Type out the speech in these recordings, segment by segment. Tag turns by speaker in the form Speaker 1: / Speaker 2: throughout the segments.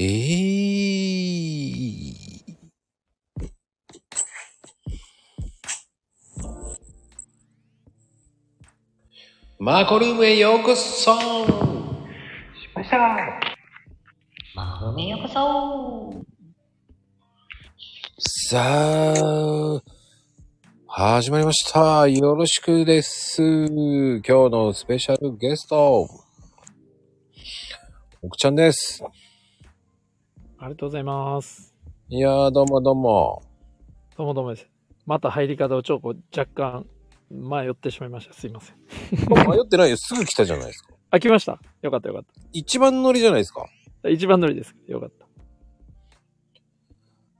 Speaker 1: ええマーコルームへようこそ
Speaker 2: ました。
Speaker 1: マー
Speaker 2: ようこそ。
Speaker 1: さあ、始まりました。よろしくです。今日のスペシャルゲスト、奥ちゃんです。
Speaker 3: ありがとうございます。
Speaker 1: いやー、どうもどうも。
Speaker 3: どうもどうもです。また入り方をちょっとこう若干迷ってしまいました。すいません。
Speaker 1: 迷ってないよ。すぐ来たじゃないですか。
Speaker 3: あ、来ました。よかったよかっ
Speaker 1: 一番乗りじゃないですか。
Speaker 3: た。一番乗りです。よかった。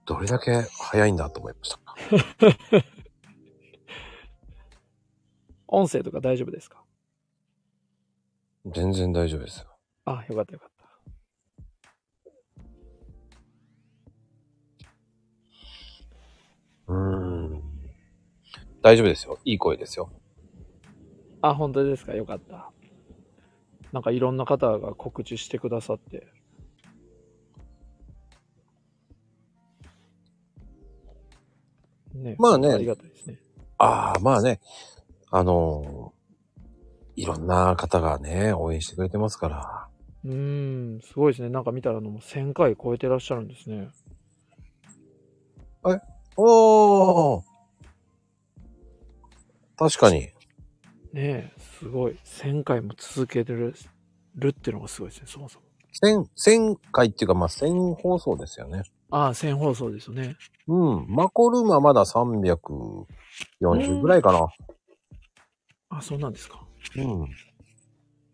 Speaker 1: どれだけ早いんだと思いました。
Speaker 3: 音声とか大丈夫ですか
Speaker 1: 全然大丈夫ですよ。
Speaker 3: あ、よかったよかった。
Speaker 1: うーん。大丈夫ですよ。いい声ですよ。
Speaker 3: あ、本当ですか。よかった。なんかいろんな方が告知してくださって。ね、
Speaker 1: まあね
Speaker 3: ありがたいですね。
Speaker 1: ああ、まあね。あのーいろんな方がね、応援してくれてますから。
Speaker 3: うーん、すごいですね。なんか見たらあのもう1000回超えてらっしゃるんですね。
Speaker 1: おー確かに。
Speaker 3: ねえ、すごい。1000回も続けてるるっていうのがすごいですね、そもそも。
Speaker 1: 千、千回っていうか、まあ、千放送ですよね。
Speaker 3: ああ、1000放送ですよね。
Speaker 1: うん。マコルームはまだ340ぐらいかな。
Speaker 3: あそうなんですか。
Speaker 1: うん。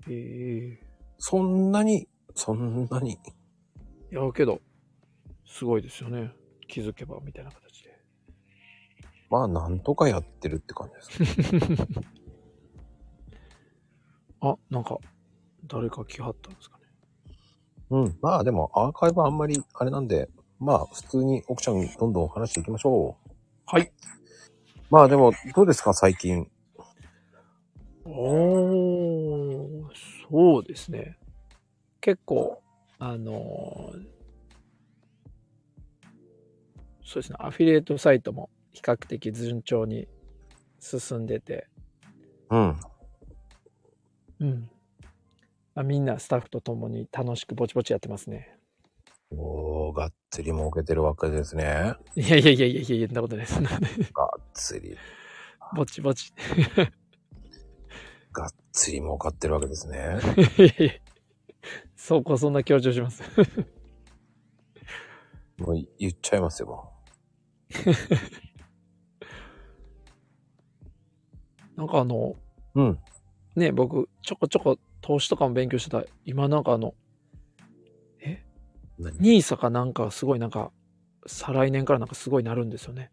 Speaker 3: ええ
Speaker 1: そんなに、そんなに。
Speaker 3: いや、けど、すごいですよね。気づけば、みたいな形で。
Speaker 1: まあ、なんとかやってるって感じですかね。
Speaker 3: あ、なんか、誰か来はったんですかね。
Speaker 1: うん。まあ、でも、アーカイブはあんまり、あれなんで、まあ、普通に奥ちゃんにどんどん話していきましょう。
Speaker 3: はい。
Speaker 1: まあ、でも、どうですか、最近。
Speaker 3: おー、そうですね。結構、あのーそうですね、アフィリエイトサイトも比較的順調に進んでて、
Speaker 1: うん。
Speaker 3: うん。あみんなスタッフと共に楽しくぼちぼちやってますね。
Speaker 1: おー、がっつり儲けてるわけですね。
Speaker 3: いやいやいやいやいや、そんなことない です。そんなことない
Speaker 1: がっつり、
Speaker 3: ぼちぼち。
Speaker 1: がっつり儲かってるわけですね。
Speaker 3: いやいやそうこそんな強調します。
Speaker 1: もう言っちゃいますよ、も
Speaker 3: なんかあの、
Speaker 1: う。うん。
Speaker 3: ね、僕、ちょこちょこ投資とかも勉強してた。今なんかあの、え
Speaker 1: 何
Speaker 3: ニーサかなんかすごいなんか、再来年からなんかすごいなるんですよね。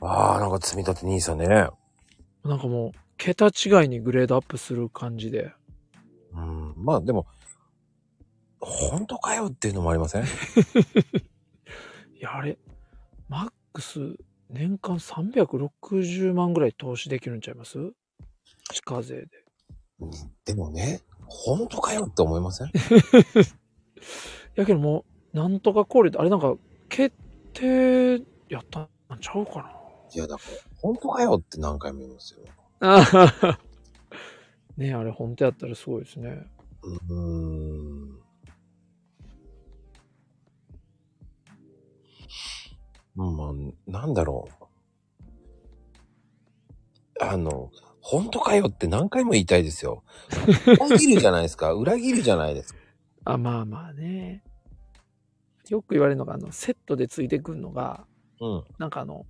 Speaker 1: ああ、なんか積み立て兄さんね。
Speaker 3: なんかもう、桁違いにグレードアップする感じで。
Speaker 1: うん。まあ、でも、本当かよっていうのもありません
Speaker 3: いや、あれ、マックス、年間360万ぐらい投資できるんちゃいます地下税で。
Speaker 1: でもね、本当かよって思いません
Speaker 3: やけどもう、なんとか考慮って、あれなんか、決定やったんちゃうか
Speaker 1: いや、だから、本当かよって何回も言いますよ。
Speaker 3: な。あねえあれ、本当やったらすごいですね。
Speaker 1: うーん。まあ、なんだろう。あの、本当かよって何回も言いたいですよ。裏切るじゃないですか。裏切るじゃないですか。
Speaker 3: あ、まあまあね。よく言われるのが、あの、セットでついてくるのが、
Speaker 1: うん。
Speaker 3: なんかあの、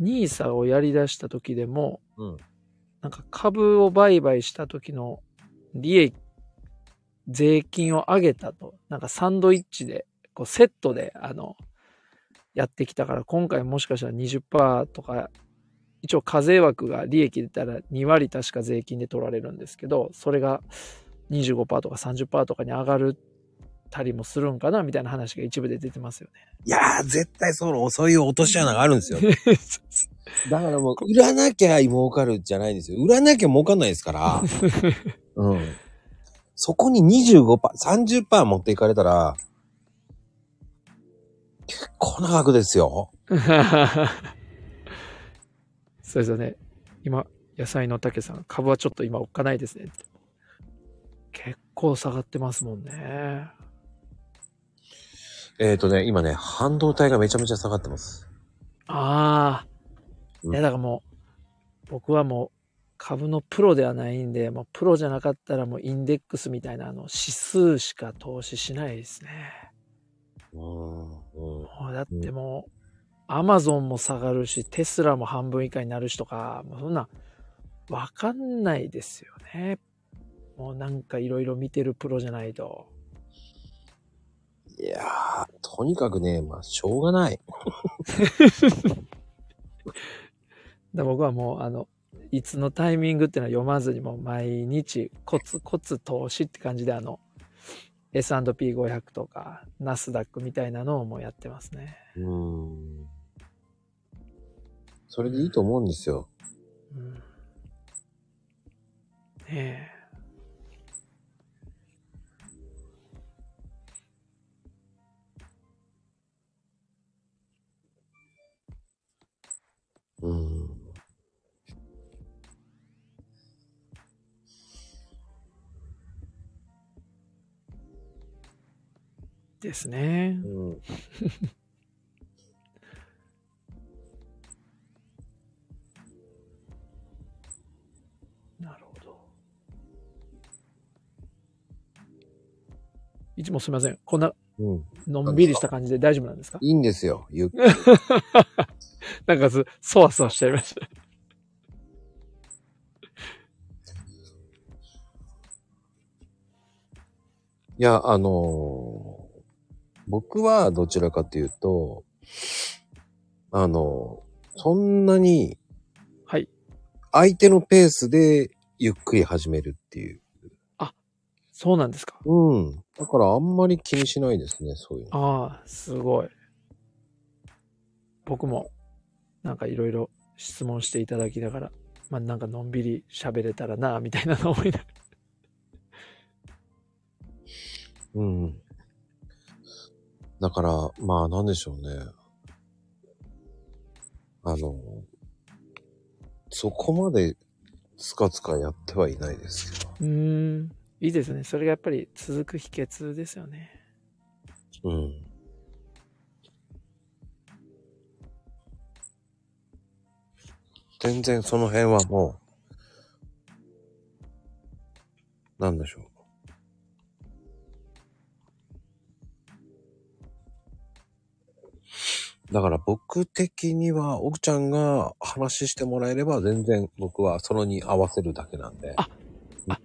Speaker 3: ニーサをやり出した時でも、
Speaker 1: うん
Speaker 3: なんか株を売買した時の利益、税金を上げたと、なんかサンドイッチで、こうセットで、あの、やってきたから、今回もしかしたら20%とか、一応課税枠が利益出たら2割確か税金で取られるんですけど、それが25%とか30%とかに上がるたりもするんかな、みたいな話が一部で出てますよ
Speaker 1: いやー、絶対その、そういう落とし穴があるんですよ。
Speaker 3: ね。
Speaker 1: だからも う、売らなきゃ儲かるじゃないですよ。売らなきゃ儲かんないです から。うん。そこに25%、30%持っていかれたら、結構な額ですよ。
Speaker 3: そうですよね。今、野菜の竹さん、株はちょっと今おっかないですねって。結構下がってますもんね。
Speaker 1: えっ、ー、とね、今ね、半導体がめちゃめちゃ下がってます。
Speaker 3: ああ。
Speaker 1: うん
Speaker 3: いや、だからもう、僕はもう、株のプロではないんで、もうプロじゃなかったらもうインデックスみたいなあの指数しか投資しないですね。
Speaker 1: うん。うん
Speaker 3: もうだってもう、アマゾンも下がるし、テスラも半分以下になるしとか、もうそんな、わかんないですよね。もうなんかいろいろ見てるプロじゃないと。
Speaker 1: いやー、とにかくね、まあ、しょうがない。
Speaker 3: だから僕はもう、あの、いつのタイミングっていうのは読まずにもう毎日コツコツ投資って感じであの S&P500 とかナスダックみたいなのをもうやってますね。
Speaker 1: うん。それでいいと思うんですよ。
Speaker 3: うん、ねえ。
Speaker 1: うん。
Speaker 3: ですね。
Speaker 1: うん。
Speaker 3: なるほど。いつもすみません。こんな
Speaker 1: うん。
Speaker 3: のんびりした感じで大丈夫なんですか
Speaker 1: いいんですよ。ゆっ
Speaker 3: なんかず、そわそわしちゃいました。
Speaker 1: いや、あのー僕はどちらかというと、あのーそんなに
Speaker 3: はい。
Speaker 1: 相手のペースでゆっくり始めるっていう。
Speaker 3: そうなんですか。
Speaker 1: うん。だからあんまり気にしないですね、そういうの。
Speaker 3: ああ、すごい。僕も、なんかいろいろ質問していただきながら、まあなんかのんびり喋れたらな、みたいなのを思いながら。
Speaker 1: うん。だから、まあなんでしょうね。あのーそこまでつかつかやってはいないですけど。
Speaker 3: うーん、いいですね。それがやっぱり続く秘訣ですよね。
Speaker 1: うん。全然その辺はもう、なんでしょう。だから僕的には、奥ちゃんが話してもらえれば全然僕はそれに合わせるだけなんで。
Speaker 3: あ、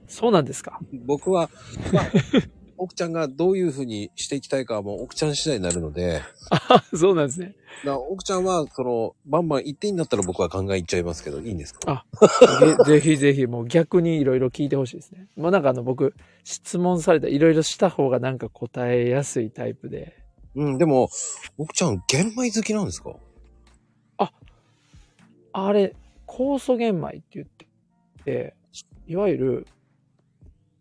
Speaker 3: そうなんですか。
Speaker 1: 僕は、まあ、奥ちゃんがどういうふうにしていきたいかはもう奥ちゃん次第になるので、
Speaker 3: あそうなんですね。
Speaker 1: な奥ちゃんは、その、バンバン言っていいんだったら僕は考えいっちゃいますけど、いいんですか
Speaker 3: あぜぜひぜひ、もう逆にいろいろ聞いてほしいですね。もうなんかあの僕、質問された、いろいろした方がなんか答えやすいタイプで。
Speaker 1: うん、でも、奥ちゃん、玄米好きなんですか
Speaker 3: あれ、酵素玄米って言ってて、いわゆる、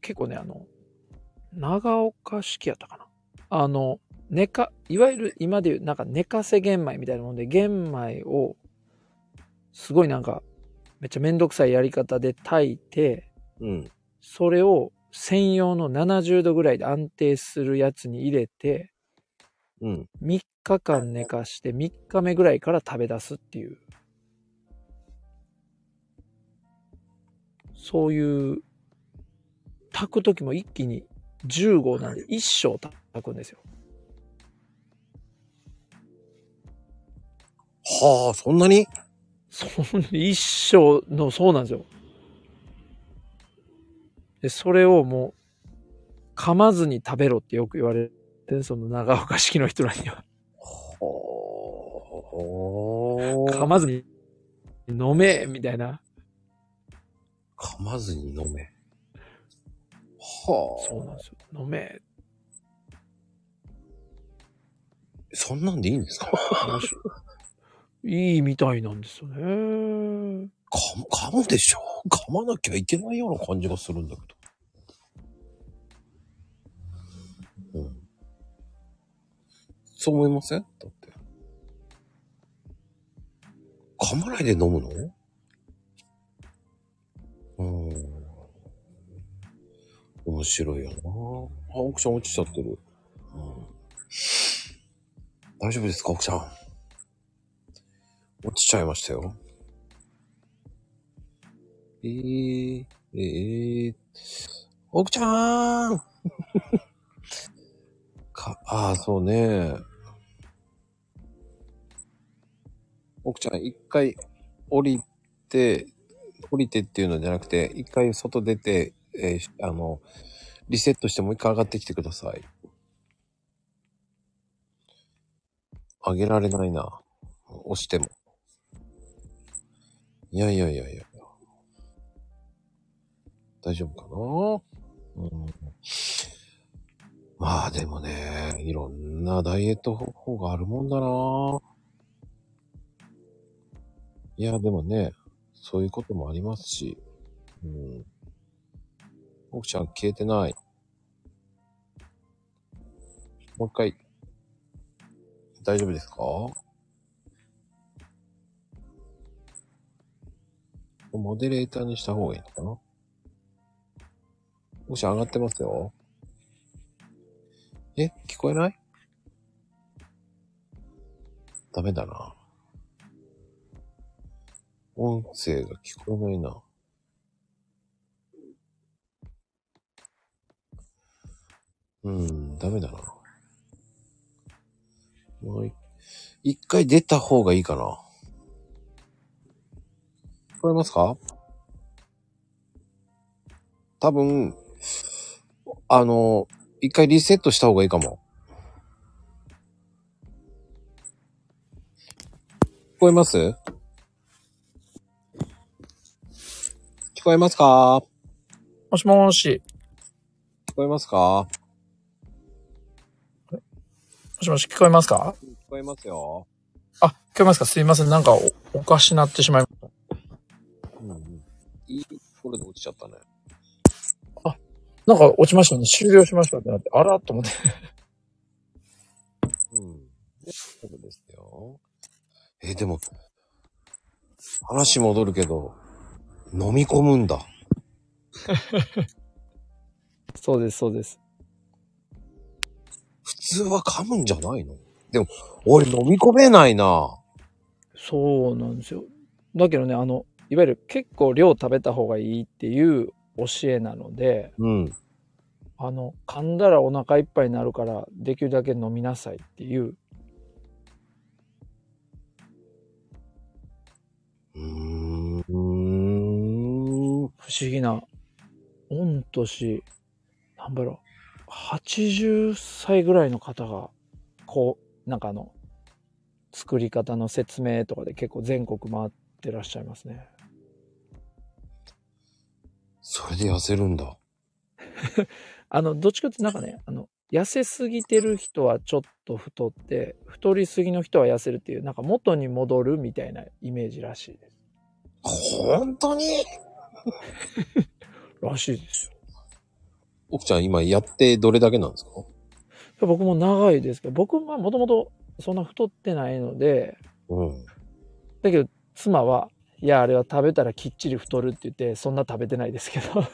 Speaker 3: 結構ね、あの、長岡式やったかな。あの、寝か、いわゆる今で言う、なんか寝かせ玄米みたいなもんで、玄米を、すごいなんか、めっちゃめんどくさいやり方で炊いて、
Speaker 1: うん。
Speaker 3: それを専用の70度ぐらいで安定するやつに入れて、
Speaker 1: うん。
Speaker 3: 3日間寝かして3日目ぐらいから食べ出すっていうそういう炊く時も一気に15なんで一升炊くんですよ
Speaker 1: はあ、そんなに
Speaker 3: そん一生の、そうなんですよ。で、それをもう、噛まずに食べろってよく言われて、その長岡式の人らには。
Speaker 1: は
Speaker 3: 噛
Speaker 1: あ。
Speaker 3: まずに飲めみたいな。
Speaker 1: 噛まずに飲め。はあ。
Speaker 3: そうなんですよ。飲め。
Speaker 1: そんなんでいいんですか
Speaker 3: 面白いいいみたいなんですよね。
Speaker 1: 噛む、噛むでしょ噛まなきゃいけないような感じがするんだけど。うん。そう思いませんだって。噛まないで飲むのうん。面白いよなあ、奥さん落ちちゃってる。うん大丈夫ですか、奥さん。落ちちゃいましたよ。えー、えー、奥ちゃーん か、ああ、そうね。奥ちゃん、一回降りて、降りてっていうのじゃなくて、一回外出て、えーあの、リセットしてもう一回上がってきてください。上げられないな。押しても。いやいやいやいや。大丈夫かなうん。まあでもね、いろんなダイエット方法があるもんだないや、でもね、そういうこともありますし。うん。奥ちゃん消えてない。もう一回。大丈夫ですかモデレーターにした方がいいのかなもし上がってますよ。え、聞こえないダメだな。音声が聞こえないな。うん、ダメだな。もうい一回出た方がいいかな。聞こえますか多分、あの、一回リセットした方がいいかも。聞こえます聞こえますか
Speaker 3: もしもーし。
Speaker 1: 聞こえますか
Speaker 3: もしもし、聞こえますか
Speaker 1: 聞こえますよ。
Speaker 3: あ、聞こえますかすいません。なんかお、おかしなってしまいまし
Speaker 1: うんうん。いいところで落ちちゃったね。
Speaker 3: た。なんか落ちましたね。終了しましたってなって、あらと思って。
Speaker 1: うん。でそうですよ。え、でも、話戻るけど、飲み込むんだ。
Speaker 3: そうです、そうです。
Speaker 1: 普通は噛むんじゃないのでも、俺飲み込めないな。
Speaker 3: そうなんですよ。だけどね、あの、いわゆる結構量食べた方がいいっていう教えなので、
Speaker 1: うん。
Speaker 3: あの、噛んだらお腹いっぱいになるから、できるだけ飲みなさいっていう。
Speaker 1: うーん。
Speaker 3: 不思議な、御年、なんだろう、80歳ぐらいの方が、こう、なんかあの、作り方の説明とかで結構全国回ってらっしゃいますね。
Speaker 1: それで痩せるんだ。
Speaker 3: あの、どっちかってなんかね、あの、痩せすぎてる人はちょっと太って、太りすぎの人は痩せるっていう、なんか元に戻るみたいなイメージらしいです。
Speaker 1: 本当に
Speaker 3: らしいですよ。
Speaker 1: 奥ちゃん今やってどれだけなんですか
Speaker 3: 僕も長いですけど、僕はもともとそんな太ってないので、
Speaker 1: うん。
Speaker 3: だけど妻は「いやあれは食べたらきっちり太る」って言ってそんな食べてないですけど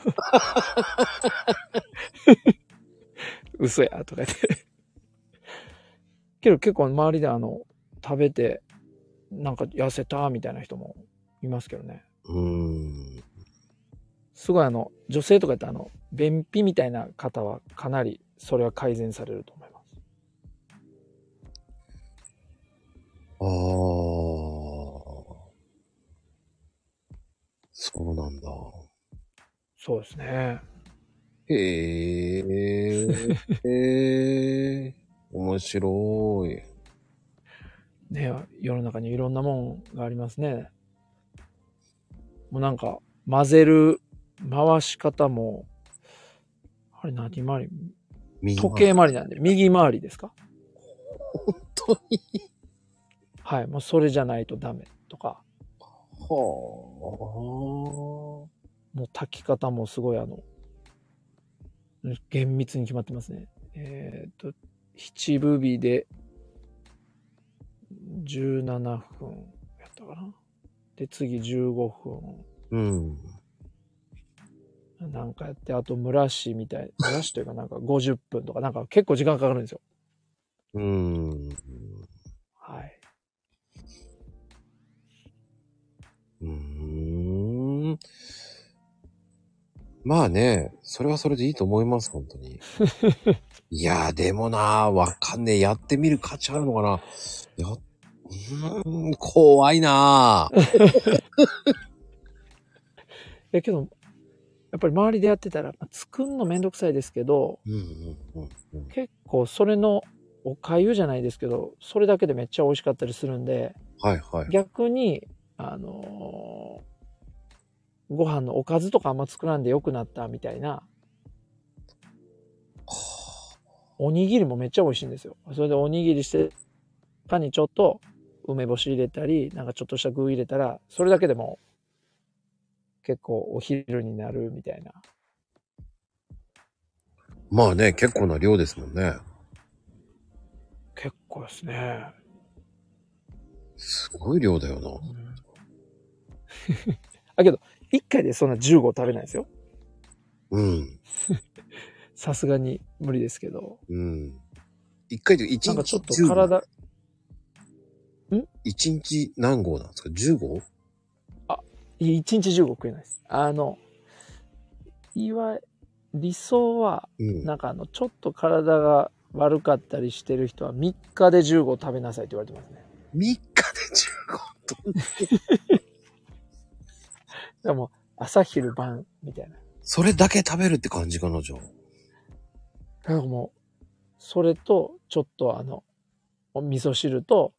Speaker 3: 嘘やとか言ってけど結構周りであの食べてなんか痩せたみたいな人もいますけどね
Speaker 1: うーん。
Speaker 3: すごいあの女性とかってあの便秘みたいな方はかなりそれは改善されると思います
Speaker 1: ああ。そうなんだ。
Speaker 3: そうですね
Speaker 1: へえ。へえ。面白い。
Speaker 3: ね世の中にいろんなもんがありますね。もうなんか、混ぜる回し方も、あれ何回り
Speaker 1: 右回
Speaker 3: 時計回りなんで、右回りですか
Speaker 1: 本当に。
Speaker 3: はい、もうそれじゃないとダメとか、
Speaker 1: は
Speaker 3: もう炊き方もすごいあの、厳密に決まってますね。えっ、と、七分火で17分やったかな。で、次15
Speaker 1: うん。
Speaker 3: 分なんかやって、あと蒸らしみたい、蒸らしというかなんか50分とか、なんか結構時間かかるんですよ。
Speaker 1: うん。
Speaker 3: はい。
Speaker 1: うーん。まあね、それはそれでいいと思います、本当 に。いやー、でもなー、わかんねえ。やってみる価値あるのかなや、うーん、怖いなー。
Speaker 3: え、けど、やっぱり周りでやってたら、作んのめんどくさいですけど、
Speaker 1: うんうんうんうん。
Speaker 3: 結構それのおかゆじゃないですけど、それだけでめっちゃ美味しかったりするんで、
Speaker 1: はいはい。
Speaker 3: 逆に、あのーご飯のおかずとかあんま作らんでよくなったみたいな。おにぎりもめっちゃ美味しいんですよ。それでおにぎりして、かにちょっと梅干し入れたり、なんかちょっとした具入れたら、それだけでも結構お昼になるみたいな。
Speaker 1: まあね、結構な量ですもんね。
Speaker 3: 結構ですね。
Speaker 1: すごい量だよな。
Speaker 3: あ、けど、一回でそんな15食べないですよ。
Speaker 1: うん。
Speaker 3: さすがに無理ですけど。
Speaker 1: うん。一回で、一
Speaker 3: なんか
Speaker 1: 日
Speaker 3: ちょっと
Speaker 1: 10合。
Speaker 3: 体、
Speaker 1: 一日何号なんですか ?15?
Speaker 3: いや1日15食えないです。あの、いわ、理想は、
Speaker 1: うん。
Speaker 3: なんかあの、ちょっと体が悪かったりしてる人は3日で15食べなさいって言われてますね。
Speaker 1: 3日で15。
Speaker 3: でも、朝昼晩みたいな。
Speaker 1: それだけ食べるって感じかな、じゃあ。
Speaker 3: なんかもう、それと、ちょっとあの、お味噌汁と、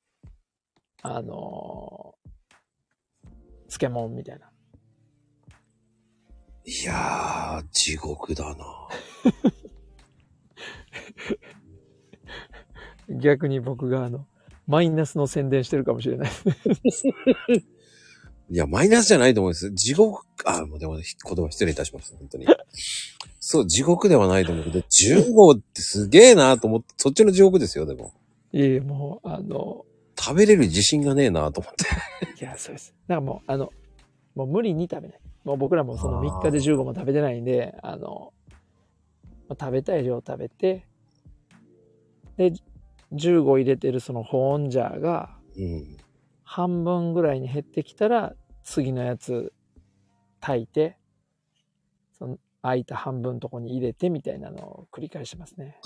Speaker 3: あのー漬物みたいな。
Speaker 1: いやー、地獄だな。
Speaker 3: 逆に僕があの、マイナスの宣伝してるかもしれない。
Speaker 1: いや、マイナスじゃないと思うんです。地獄、あ、もうでも、ひ言葉失礼いたしました、本当に。そう、地獄ではないと思うけど、10号ってすげえなと思って、そっちの地獄ですよ、でも。
Speaker 3: いえいえ、もう、あの、
Speaker 1: 食べれる自信がねえなと思って。
Speaker 3: いや、そうです。なんかもう、あの、もう無理に食べない。もう僕らもその
Speaker 1: あー
Speaker 3: 3日で15も食べてないんで、あの、まあ食べたい量食べて、で、15入れてるその保温ジャーが
Speaker 1: うん。
Speaker 3: 半分ぐらいに減ってきたら、次のやつ炊いて、その空いた半分のとこに入れてみたいなのを繰り返してますね。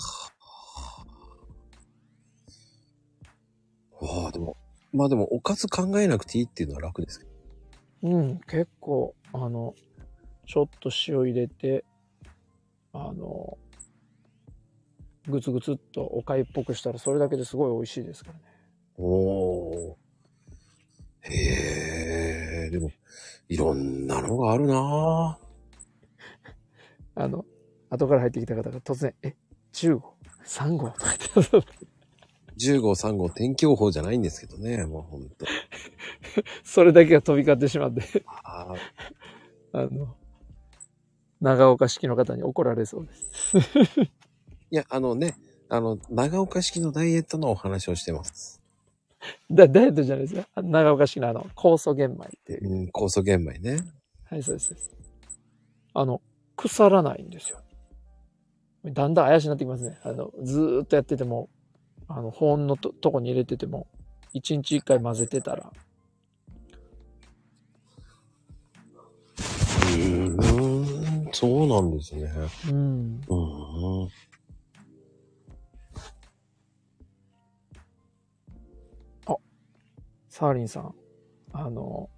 Speaker 1: わあ、でも、まあでも、おかず考えなくていいっていうのは楽ですけど。
Speaker 3: うん、結構、あの、ちょっと塩入れて、あの、ぐつぐつっとおかゆっぽくしたら、それだけですごい美味しいですからね。
Speaker 1: おー。へえ、でも、いろんなのがあるな
Speaker 3: あの、後から入ってきた方が突然、え、10号 ?3 号とか言って、
Speaker 1: 10 号、3号、天気予報じゃないんですけどね、もうほんと。
Speaker 3: それだけが飛び交ってしまって、
Speaker 1: あー
Speaker 3: あの、長岡式の方に怒られそうです。
Speaker 1: いや、あのね、あの、長岡式のダイエットのお話をしてます。
Speaker 3: だ、ダイエットじゃないですよ。あの長岡式のあの、酵素玄米っていう。
Speaker 1: うん、酵素玄米ね。
Speaker 3: はい、そうです、そうです。あの、腐らないんですよ。だんだん怪しくなってきますね。あの、ずーっとやってても、あの、保温のととこに入れてても、一日一回混ぜてたら、
Speaker 1: うーん、そうなんですね。
Speaker 3: うん。
Speaker 1: うーん。
Speaker 3: サーリンさん、あの、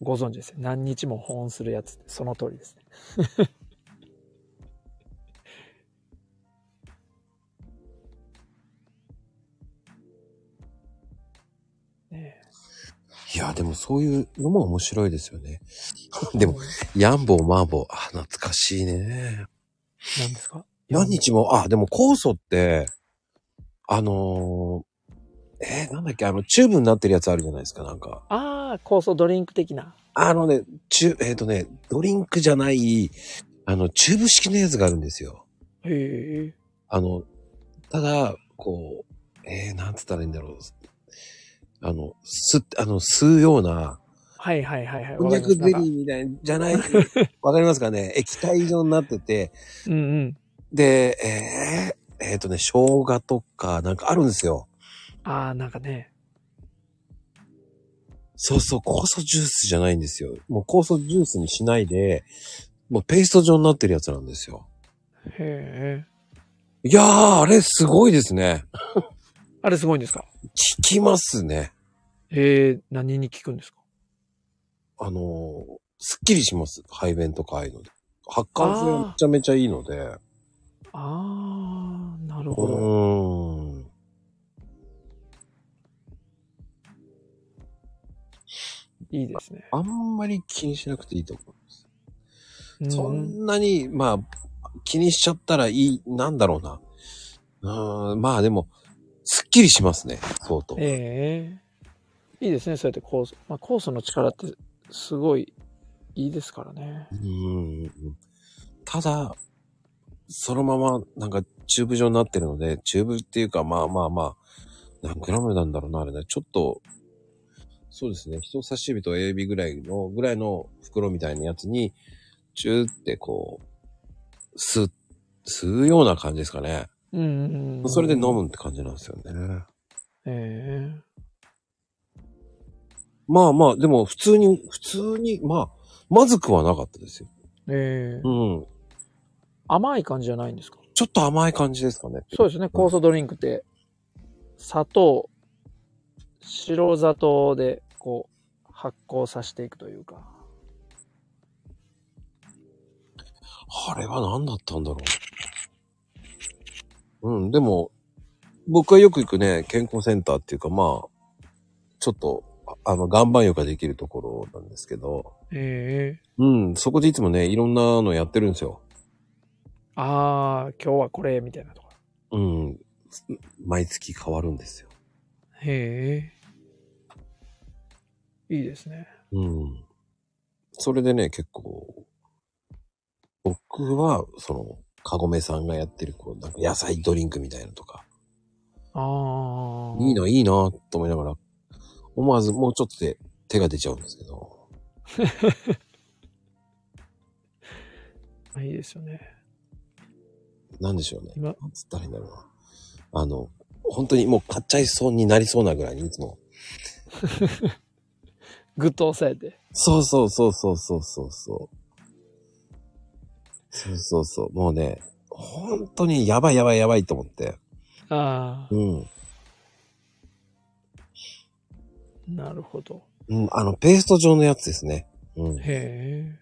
Speaker 3: ご存知ですね。何日も保温するやつって、その通りですね。ねえ
Speaker 1: いや、でもそういうのも面白いですよね。でも、ヤンボー、マーボー、あ、懐かしいね。
Speaker 3: 何ですか
Speaker 1: 何日も、あ、でも酵素って、あのーえーなんだっけ、あの、チューブになってるやつあるじゃないですか、なんか。
Speaker 3: ああ、酵素ドリンク的な。
Speaker 1: あのね、チュ、えっ、とね、ドリンクじゃない、あの、チューブ式のやつがあるんですよ。
Speaker 3: へえ。
Speaker 1: あの、ただ、こう、えー、なんつったらいいんだろう。あの、吸って、あの、吸うような、
Speaker 3: はいはいはいはい。
Speaker 1: こんにゃくゼリ
Speaker 3: わかり
Speaker 1: ーみたいな、じゃ ない、わかりますかね液体状になってて、
Speaker 3: ますなんかうんうん。
Speaker 1: で、えー、えっ、とね、生姜とか、なんかあるんですよ。
Speaker 3: ああ、なんかね。
Speaker 1: そうそう、酵素ジュースじゃないんですよ。もう酵素ジュースにしないで、もうペースト状になってるやつなんですよ。
Speaker 3: へえ。
Speaker 1: いやー、あれすごいですね。
Speaker 3: あれすごいんですか
Speaker 1: 効きますね。
Speaker 3: へえ、何に効くんですか
Speaker 1: あのー、すっきりします。排便とかああいうので。発汗性めちゃめちゃいいので。
Speaker 3: ああ、なる
Speaker 1: う
Speaker 3: ほど。
Speaker 1: ーん。
Speaker 3: いいですね。
Speaker 1: あんまり気にしなくていいと思う。
Speaker 3: う
Speaker 1: そ
Speaker 3: ん、
Speaker 1: んなに、まあ、気にしちゃったらいい、なんだろうな。うーん、まあでも、すっきりしますね、相当。
Speaker 3: ええいいですね、そうやって酵素。まあ、酵素の力ってすごいいいですからね。
Speaker 1: うーんただ、そのまま、なんか、チューブ状になってるので、チューブっていうか、まあまあまあ、何グラムなんだろうな、あれね。ちょっと、そうですね。人差し指と親指ぐらいの、ぐらいの袋みたいなやつに、チューってこう、吸う、吸うような感じですかね。
Speaker 3: うんうんうん。
Speaker 1: それで飲むって感じなんですよね。
Speaker 3: え
Speaker 1: まあまあ、でも普通に、普通に、まあ、まずくはなかったですよ。
Speaker 3: えええ
Speaker 1: うん。
Speaker 3: 甘い感じじゃないんですか
Speaker 1: ちょっと甘い感じですかね。
Speaker 3: そうですね、酵素ドリンクって、砂糖、白砂糖で、こう、発酵させていくというか。
Speaker 1: あれは何だったんだろう。うん、でも、僕はよく行くね、健康センターっていうか、まあ、ちょっと、ああの、岩盤浴ができるところなんですけど、
Speaker 3: ええ
Speaker 1: うん、そこでいつもね、いろんなのやってるんですよ。
Speaker 3: ああ、今日はこれ、みたいなとか。
Speaker 1: うん、毎月変わるんですよ。
Speaker 3: へえ。いいですね。
Speaker 1: うん。それでね、結構、僕は、その、かごめさんがやってる、こう、なんか野菜ドリンクみたいなのとか、
Speaker 3: ああ。
Speaker 1: いいな、いいな、と思いながら、思わずもうちょっとで手が出ちゃうんですけど。
Speaker 3: いいですよね。
Speaker 1: なんでしょうね。
Speaker 3: 今
Speaker 1: なんつったらいいんだろうな。あの、本当にもう買っちゃいそうになりそうなぐらいにいつも。
Speaker 3: ぐっと押さえて。
Speaker 1: そうそうそうそうそうそうそう。そうそうそう。もうね、本当にやばいやばいやばいと思って。
Speaker 3: ああ、
Speaker 1: うん。
Speaker 3: なるほど。
Speaker 1: うん、あの、ペースト状のやつですね。うん。で
Speaker 3: へえ。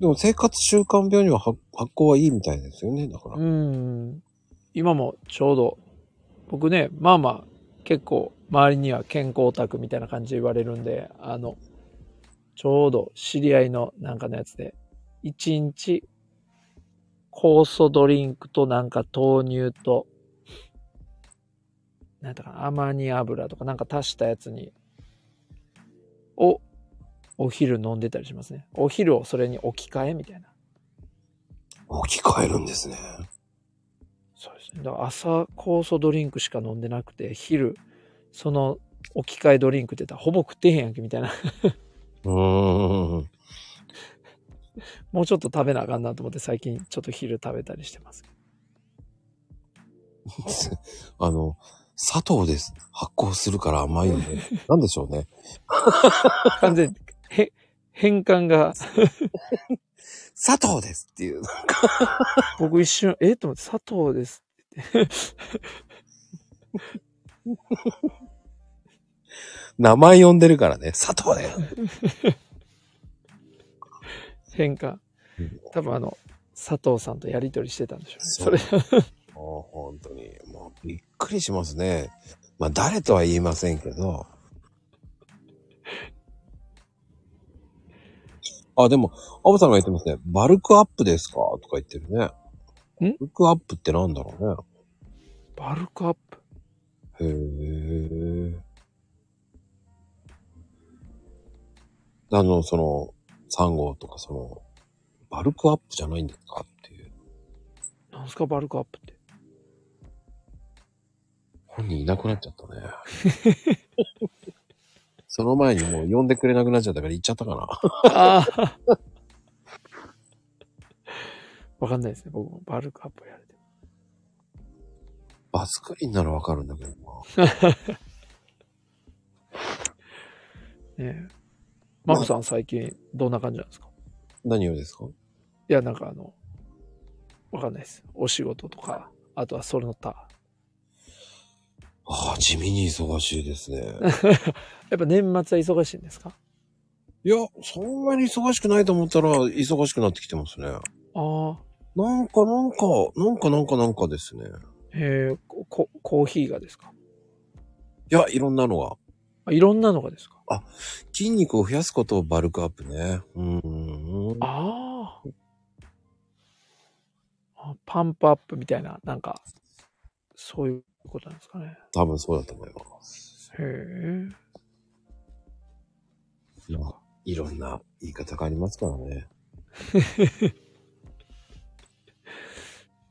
Speaker 1: も生活習慣病には発発酵はいいみたいですよね。だから。
Speaker 3: うん。今もちょうど、僕ね、まあまあ、結構周りには健康オタクみたいな感じで言われるんで、あの、ちょうど知り合いのなんかのやつで、1日、酵素ドリンクとなんか豆乳と、なんだかな、アマニ油とかなんか足したやつに、を、お昼飲んでたりしますね。お昼をそれに置き換えみたいな。
Speaker 1: 置き換えるんですね。
Speaker 3: そうですね。だから朝、酵素ドリンクしか飲んでなくて、昼、その置き換えドリンクって言ったら、ほぼ食ってへんやんけ、みたいな。
Speaker 1: うーん。
Speaker 3: もうちょっと食べなあかんなと思って、最近ちょっと昼食べたりしてます。
Speaker 1: あの、砂糖です。発酵するから甘い よね。なんでしょうね。
Speaker 3: 完全に、へ、変換が、
Speaker 1: 砂糖ですっていう。
Speaker 3: 僕一瞬、えと思って、砂糖です。
Speaker 1: 名前呼んでるからね、佐藤だよ。
Speaker 3: 変換
Speaker 1: うん。
Speaker 3: 多分あの、佐藤さんとやりとりしてたんでしょうね。
Speaker 1: そう
Speaker 3: それ、
Speaker 1: もう本当に、もうびっくりしますね。まあ誰とは言いませんけ ど。あ、でも、アブさんが言ってますね。バルクアップですかとか言ってるね。バルクアップってなんだろ
Speaker 3: バルクアップ。
Speaker 1: うね。へえ。あの、その、3号とかその、バルクアップじゃないんですかっていう。
Speaker 3: なんすか、バルクアップって。
Speaker 1: 本人いなくなっちゃった ね。その前にもう呼んでくれなくなっちゃったから行っちゃったかな。
Speaker 3: ああ。わかんないですね。僕もバルクアップやられて。
Speaker 1: バスクリンならわかるんだけどな。
Speaker 3: ねえ。マコさん最近どんな感じなんですか
Speaker 1: 何をですか
Speaker 3: いや、なんかあの、わかんないです。お仕事とか、あとはその他。
Speaker 1: ああ、地味に忙しいです ね。
Speaker 3: やっぱ年末は忙しいんですか
Speaker 1: いや、そんなに忙しくないと思ったら、忙しくなってきてますね。
Speaker 3: ああ。
Speaker 1: なんかなんか、なんかなんかなんかですね。
Speaker 3: へえ、ここコーヒーがですか
Speaker 1: いや、いろんなのが。
Speaker 3: あいろんなのがですか
Speaker 1: 筋肉を増やすことをバルクアップね。うんうんうん。
Speaker 3: ああ。パンプアップみたいな、なんか、そういうことなんですかね。
Speaker 1: 多分そうだと思います。
Speaker 3: へえ。
Speaker 1: まあいろんな言い方がありますからね。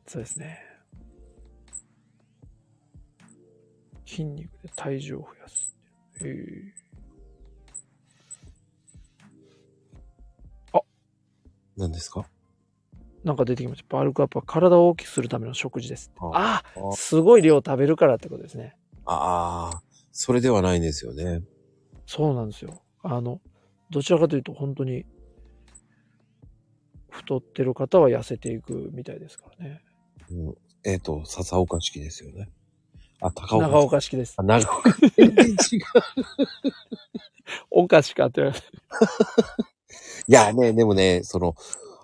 Speaker 3: そうですね。筋肉で体重を増やす。へえ。
Speaker 1: 何ですか
Speaker 3: なんか出てきました。バルクアップは体を大きくするための食事です。あ
Speaker 1: あ
Speaker 3: あ、すごい量食べるからってことですね。
Speaker 1: ああ、それではないんですよね。
Speaker 3: そうなんですよ。あの、どちらかというと本当に、太ってる方は痩せていくみたいですからね。
Speaker 1: うん、えっ、と、笹岡式ですよね。あ、高岡式。
Speaker 3: 長岡式です
Speaker 1: あ。長岡式。全然違う。
Speaker 3: おかしかって言われて。
Speaker 1: いやね、でもね、その、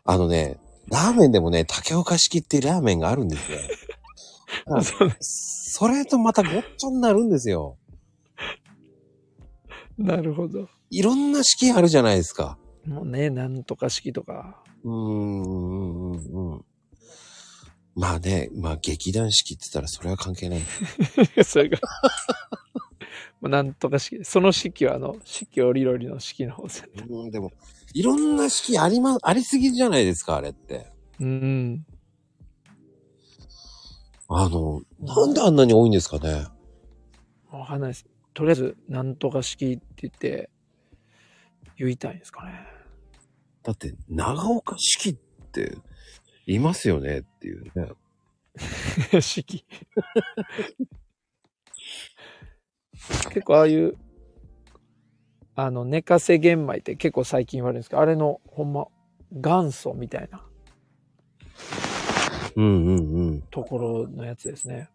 Speaker 1: あのね、ラーメンでもね、竹岡式っていうラーメンがあるんですよ。あ
Speaker 3: そうね
Speaker 1: それとまたごっちゃになるんですよ。
Speaker 3: なるほど。
Speaker 1: いろんな式あるじゃないですか。
Speaker 3: もうね、なんとか式とか。
Speaker 1: うーん、うんうん、うん。まあね、まあ劇団式って言ったらそれは関係ない。
Speaker 3: それが。 もうなんとか式。その式はあの、四季折々の式の方ですよね。
Speaker 1: うん、でも、いろんな式ありま、ありすぎじゃないですか、あれって。
Speaker 3: うん。
Speaker 1: あの、なんであんなに多いんですかね。
Speaker 3: わかんないです。とりあえず、なんとか式って言って、言いたいんですかね。
Speaker 1: だって、長岡式って、いますよねっていうね。
Speaker 3: 式。 結構ああいう、あの、寝かせ玄米って結構最近言われるんですけど、あれのほんま、元祖みたいな
Speaker 1: うんうんうん。
Speaker 3: ところのやつですね。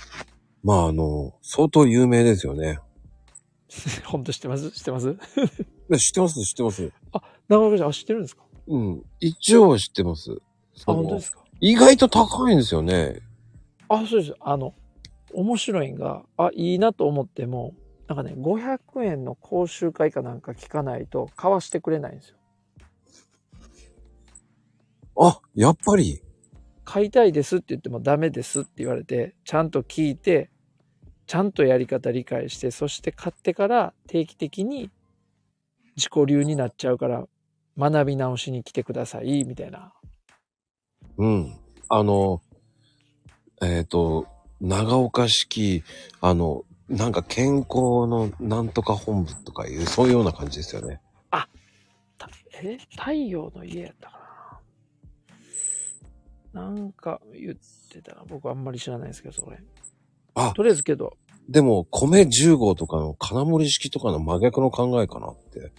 Speaker 1: まああの、相当有名ですよね。
Speaker 3: ほんと知ってます知ってます
Speaker 1: 知ってます知ってます。
Speaker 3: 長岡さん、あ知ってるんですか
Speaker 1: うん。一応は知ってます。
Speaker 3: あ、本当ですか
Speaker 1: 意外と高いんですよね。
Speaker 3: あ、そうです。あの、面白いんが、あ、いいなと思っても、なんかね、500円の講習会かなんか聞かないと、買わしてくれないんですよ。
Speaker 1: あ、やっぱり。
Speaker 3: 買いたいですって言ってもダメですって言われて、ちゃんと聞いて、ちゃんとやり方理解して、そして買ってから定期的に自己流になっちゃうから、学び直しに来てください、みたいな。
Speaker 1: うん。あの、えっ、と、長岡式、あの、なんか健康のなんとか本部とかいう、そういうような感じですよね。
Speaker 3: たえ太陽の家やったかななんか言ってたら僕あんまり知らないですけど、それ。
Speaker 1: あ
Speaker 3: とりあえずけど、
Speaker 1: でも、米10号とかの金森式とかの真逆の考えかなって。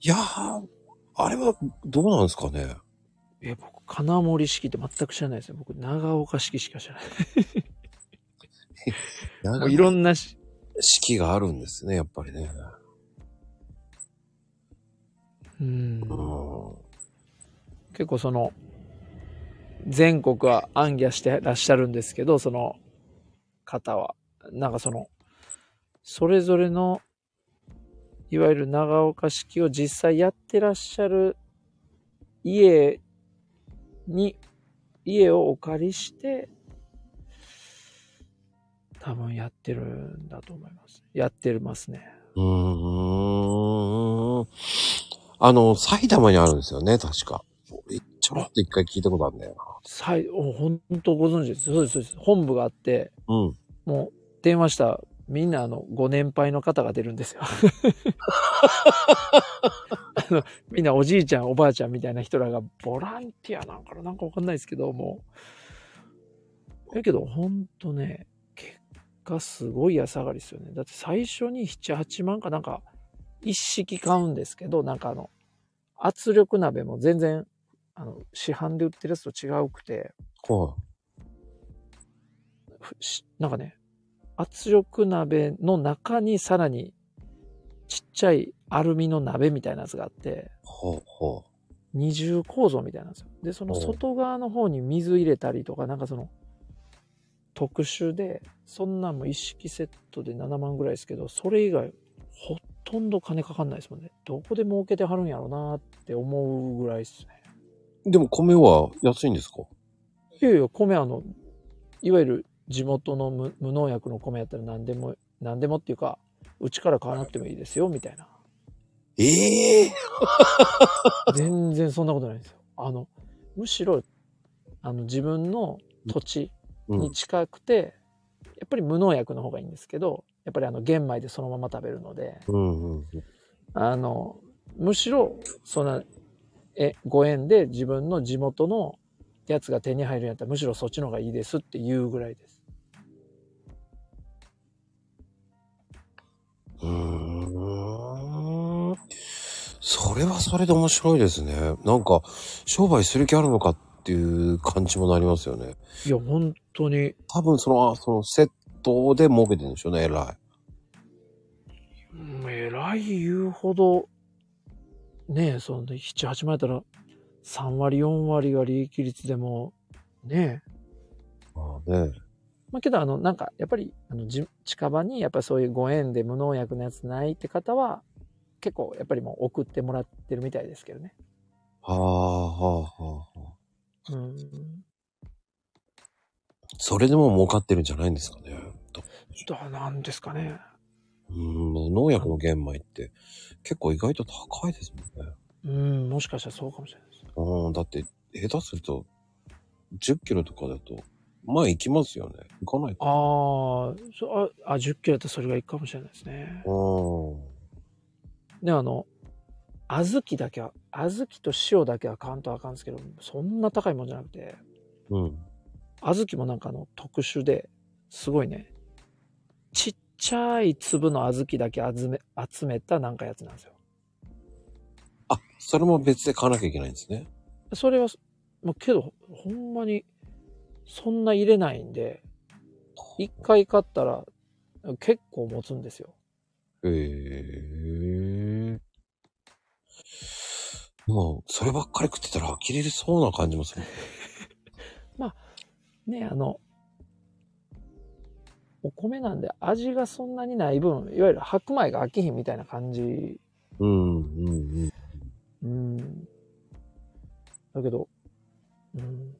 Speaker 1: いやー、あれはどうなんですかね。
Speaker 3: え、僕、金森式って全く知らないですよ。僕、長岡式しか知らない。も
Speaker 1: 長
Speaker 3: ういろんなし、
Speaker 1: 式があるんですね、やっぱりね。
Speaker 3: うん。
Speaker 1: うん。
Speaker 3: 結構その、全国は暗夜してらっしゃるんですけど、その方は。なんかその、それぞれの、いわゆる長岡式を実際やってらっしゃる家に、家をお借りして、多分やってるんだと思います。やってますね。
Speaker 1: うーん。あの、埼玉にあるんですよね、確か。俺ちょろっと一回聞いたことあるんだよな。
Speaker 3: さい、お本当ご存知です。そうです、そうです。本部があって、
Speaker 1: うん。
Speaker 3: もう電話したらみんなあのご年配の方が出るんですよあのみんなおじいちゃんおばあちゃんみたいな人らがボランティアなんかななんかわかんないですけどもうだけどほんとね結果すごい安上がりですよねだって最初に78万かなんか一式買うんですけどなんかあの圧力鍋も全然あの市販で売ってるやつと違うくて、
Speaker 1: は
Speaker 3: ふしなんかね、圧力鍋の中にさらにちっちゃいアルミの鍋みたいなやつがあって、
Speaker 1: い。ほうほ
Speaker 3: 二重構造みたいなんですよ。で、その
Speaker 1: おう
Speaker 3: 外側の方に水入れたりとか、なんかその特殊で、そんなんも一式セットで7万ぐらいですけど、それ以外ほとんど金かかんないですもんね。どこで儲けてはるんやろうなって思うぐらいですね。
Speaker 1: う。でも米は安いんですか
Speaker 3: いやいや、米あの、いわゆる地元の無無農薬の米やったら何でも、何でもっていうか、うちから買わなくてもいいですよ、みた いな。
Speaker 1: ええ
Speaker 3: 全然そんなことないんですよ。あの、むしろ、あの、自分の土地
Speaker 1: うん
Speaker 3: に。近くて、やっぱり無農薬の方がいいんですけど、やっぱりあの、玄米でそのまま食べるので、
Speaker 1: うんうん。
Speaker 3: あの、むしろ、そんな、え、ご縁で自分の地元のやつが手に入るんやったら、むしろそっちの方がいいですっていうぐらいです。
Speaker 1: うーんそれはそれで面白いですね。なんか、商売する気あるのかっていう感じもなりますよね。
Speaker 3: いや、本当に、
Speaker 1: 多分その、あそのセットで儲けてるんでしょうね、偉
Speaker 3: うん偉い言うほど、ねえ、その7、8万やったら、3割、4割が利益率でも、ね
Speaker 1: い。
Speaker 3: え。
Speaker 1: まあね。
Speaker 3: まあけど、あの、なんか、やっぱり、あの、じ近場に、やっぱりそういうご縁で無農薬のやつないって方は、結構、やっぱりもう送ってもらってるみたいですけどね。
Speaker 1: はあ、はあ、はあ。
Speaker 3: うん。
Speaker 1: それでも儲かってるんじゃないんですかね。と
Speaker 3: どうなんですかね。
Speaker 1: うん、農薬の玄米って結構意外と高いですもんね。
Speaker 3: うん、もしかしたらそうかもしれないです。
Speaker 1: うん、だって、下手すると、10キロとかだと、前行きますよね。行かない
Speaker 3: あ
Speaker 1: と。
Speaker 3: あ、そあ、あ10キロやったらそれがいいかもしれないですね。
Speaker 1: うん。
Speaker 3: であの小豆だけは小豆と塩だけは買わんとあかんですけどそんな高いもんじゃなくて
Speaker 1: うん。
Speaker 3: 小豆もなんかあの特殊ですごいねちっちゃい粒の小豆だけ集め集めたなんかやつなんですよ
Speaker 1: あ、それも別で買わなきゃいけないんですね。
Speaker 3: それは、まあ、けどほんまにそんな入れないんで一回買ったら結構持つんですよ
Speaker 1: へえ。もう、そればっかり食ってたら呆れるそうな感じもする。
Speaker 3: ねあのお米なんで味がそんなにない分いわゆる白米が飽きひんみたいな感じ
Speaker 1: うん、うん、うん。
Speaker 3: うん。だけど、うん。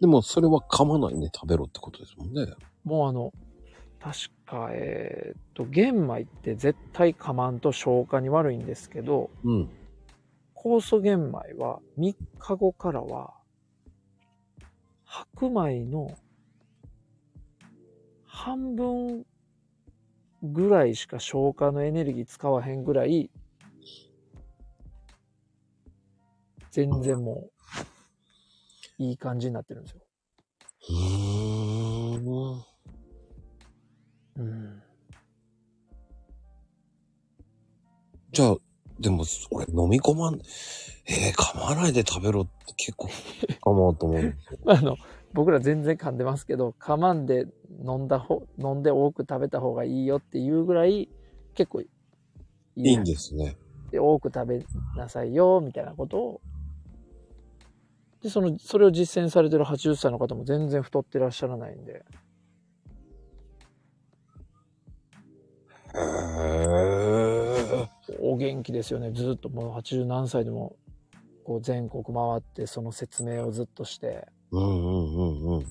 Speaker 1: でも、それは噛まないで食べろってことですもんね。
Speaker 3: もうあの、確か、えーっと、玄米って絶対噛まんと消化に悪いんですけど、
Speaker 1: うん。
Speaker 3: 酵素玄米は3日後からは、白米の半分ぐらいしか消化のエネルギー使わへんぐらい、全然もう、いい感じになってるんですよ。
Speaker 1: うーん。
Speaker 3: うん。
Speaker 1: じゃあ、でも、俺飲み込まん、えー、噛まないで食べろって結 構、かもと思うんですよ。
Speaker 3: あの、僕ら全然噛んでますけど、噛まんで飲んだ方、飲んで多く食べた方がいいよっていうぐらい、結構いい
Speaker 1: いいんですね。
Speaker 3: で多く食べなさいよみたいなことをでそのそれを実践されてる80歳の方も全然太ってらっしゃらないんで
Speaker 1: へー。
Speaker 3: お元気ですよねずっともう80何歳でもこう全国回ってその説明をずっとして
Speaker 1: うんうんうんうん。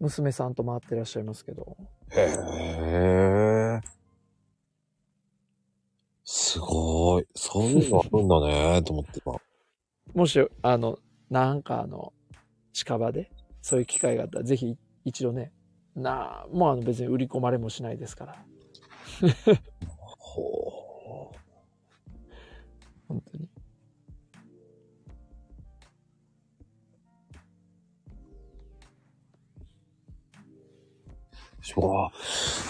Speaker 3: 娘さんと回ってらっしゃいますけど
Speaker 1: へえ。すごい。そういうのあるんだ ね、と思ってた。
Speaker 3: もしあのなんかあの近場でそういう機会があったら、ぜひ一度ね、なあ、もうあの別に売り込まれもしないですから。
Speaker 1: ほう。
Speaker 3: 本当に。
Speaker 1: うわ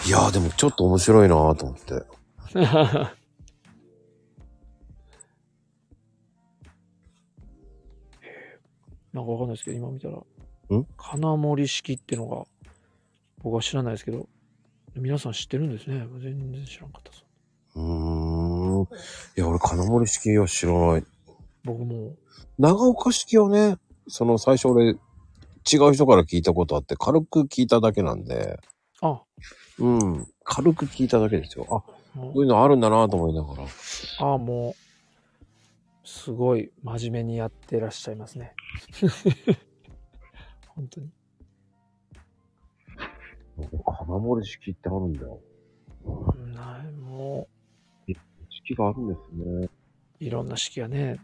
Speaker 1: いやーでもちょっと面白いなーと思って。
Speaker 3: なんかわかんないですけど、今見たら。金森式ってのが、僕は知らないですけど、皆さん知ってるんですね。全然知らんかったです。
Speaker 1: うーん。いや、俺金森式は知らない。
Speaker 3: 僕も、
Speaker 1: 長岡式はね、その最初俺、違う人から聞いたことあって、軽く聞いただけなんで、
Speaker 3: あ、
Speaker 1: うん。軽く聞いただけですよ。あ、
Speaker 3: も
Speaker 1: こういうのあるんだなと思いながら。
Speaker 3: う、あ、もう、すごい真面目にやってらっしゃいますね。 本当に。
Speaker 1: 金森式ってあるんだよ。
Speaker 3: ない、も
Speaker 1: 式があるんですね。
Speaker 3: う、いろんな式がね、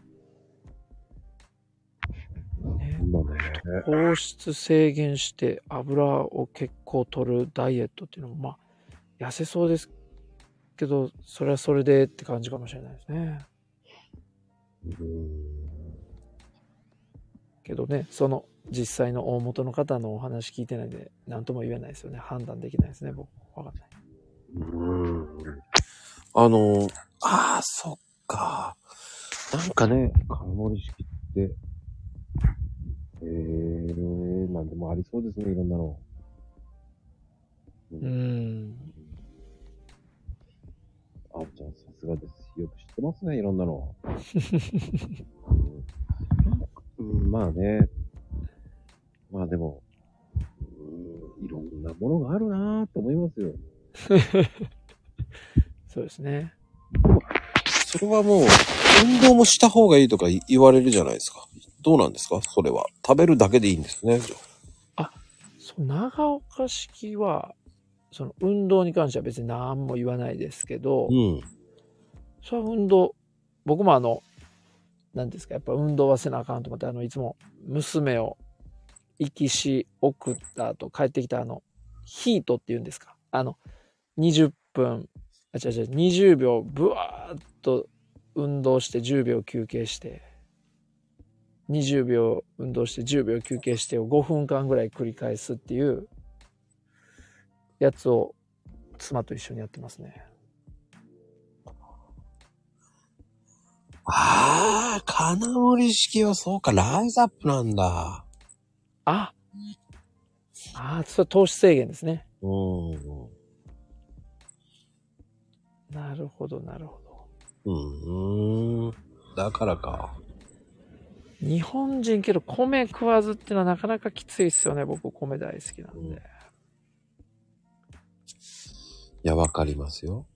Speaker 3: ね
Speaker 1: 今ね。
Speaker 3: 糖質制限して油を結構取るダイエットっていうのもまあ痩せそうですけどそれはそれでって感じかもしれないですね
Speaker 1: うーん
Speaker 3: けどねその実際の大元の方のお話聞いてないんで何とも言えないですよね判断できないですね僕わかんない
Speaker 1: うんあの、ああ、そっか。なんかね、金森式って、ええー、なんでもありそうですね、いろんなの。
Speaker 3: うーん
Speaker 1: あーちゃん、さすがです。よく知ってますね、いろんなの。うん、うんまあね。まあでも、うんいろんなものがあるなぁと思いますよ。
Speaker 3: そうですね
Speaker 1: それはもう、運動もした方がいいとかい言われるじゃないですか。どうなんですかそれは。食べるだけでいいんですね。じゃあ
Speaker 3: そう長岡式はその運動に関しては別に何も言わないですけど、
Speaker 1: うん。
Speaker 3: それは運動、僕もあの、何ですか、やっぱ運動はせなあかんと思って、あの、いつも娘を行きし送った後帰ってきたあの、ヒートっていうんですか。あの、20分、あ、違う違う、20秒、ブワーっと運動して10秒休憩して、20秒運動して10秒休憩してを5分間ぐらい繰り返すっていうやつを妻と一緒にやってますね。
Speaker 1: ああ、金森式はそうか、ライズアップなんだ。
Speaker 3: ああ、それ投資制限ですね。
Speaker 1: うん。
Speaker 3: なるほど、なるほど。
Speaker 1: うん。だからか。
Speaker 3: 日本人けど米食わずっていうのはなかなかきついですよね。僕米大好きなん
Speaker 1: い
Speaker 3: で。
Speaker 1: や、わかりますよ。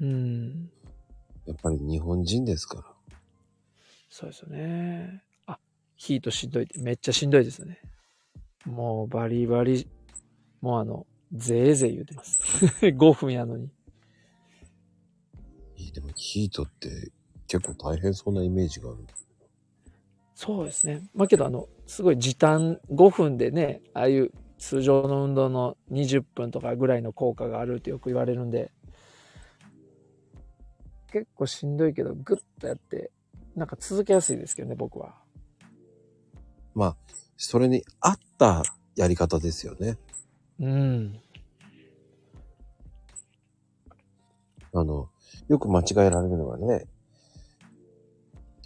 Speaker 3: うん。
Speaker 1: やっぱり日本人ですから。
Speaker 3: そうですよね。あ、ヒートしんどいってめっちゃしんどいですよね。もうバリバリ、もうあの、ぜいぜい言うてます。5分 やのに。
Speaker 1: いいでもヒートって結構大変そうなイメージがある。
Speaker 3: そうですね。まあけど、あの、すごい時短、5分でね、ああいう通常の運動の20分とかぐらいの効果があるってよく言われるんで、結構しんどいけど、ぐっとやって、なんか続けやすいですけどね、僕は。
Speaker 1: まあ、それに合ったやり方ですよね。
Speaker 3: うん。
Speaker 1: あの、よく間違えられるのがね、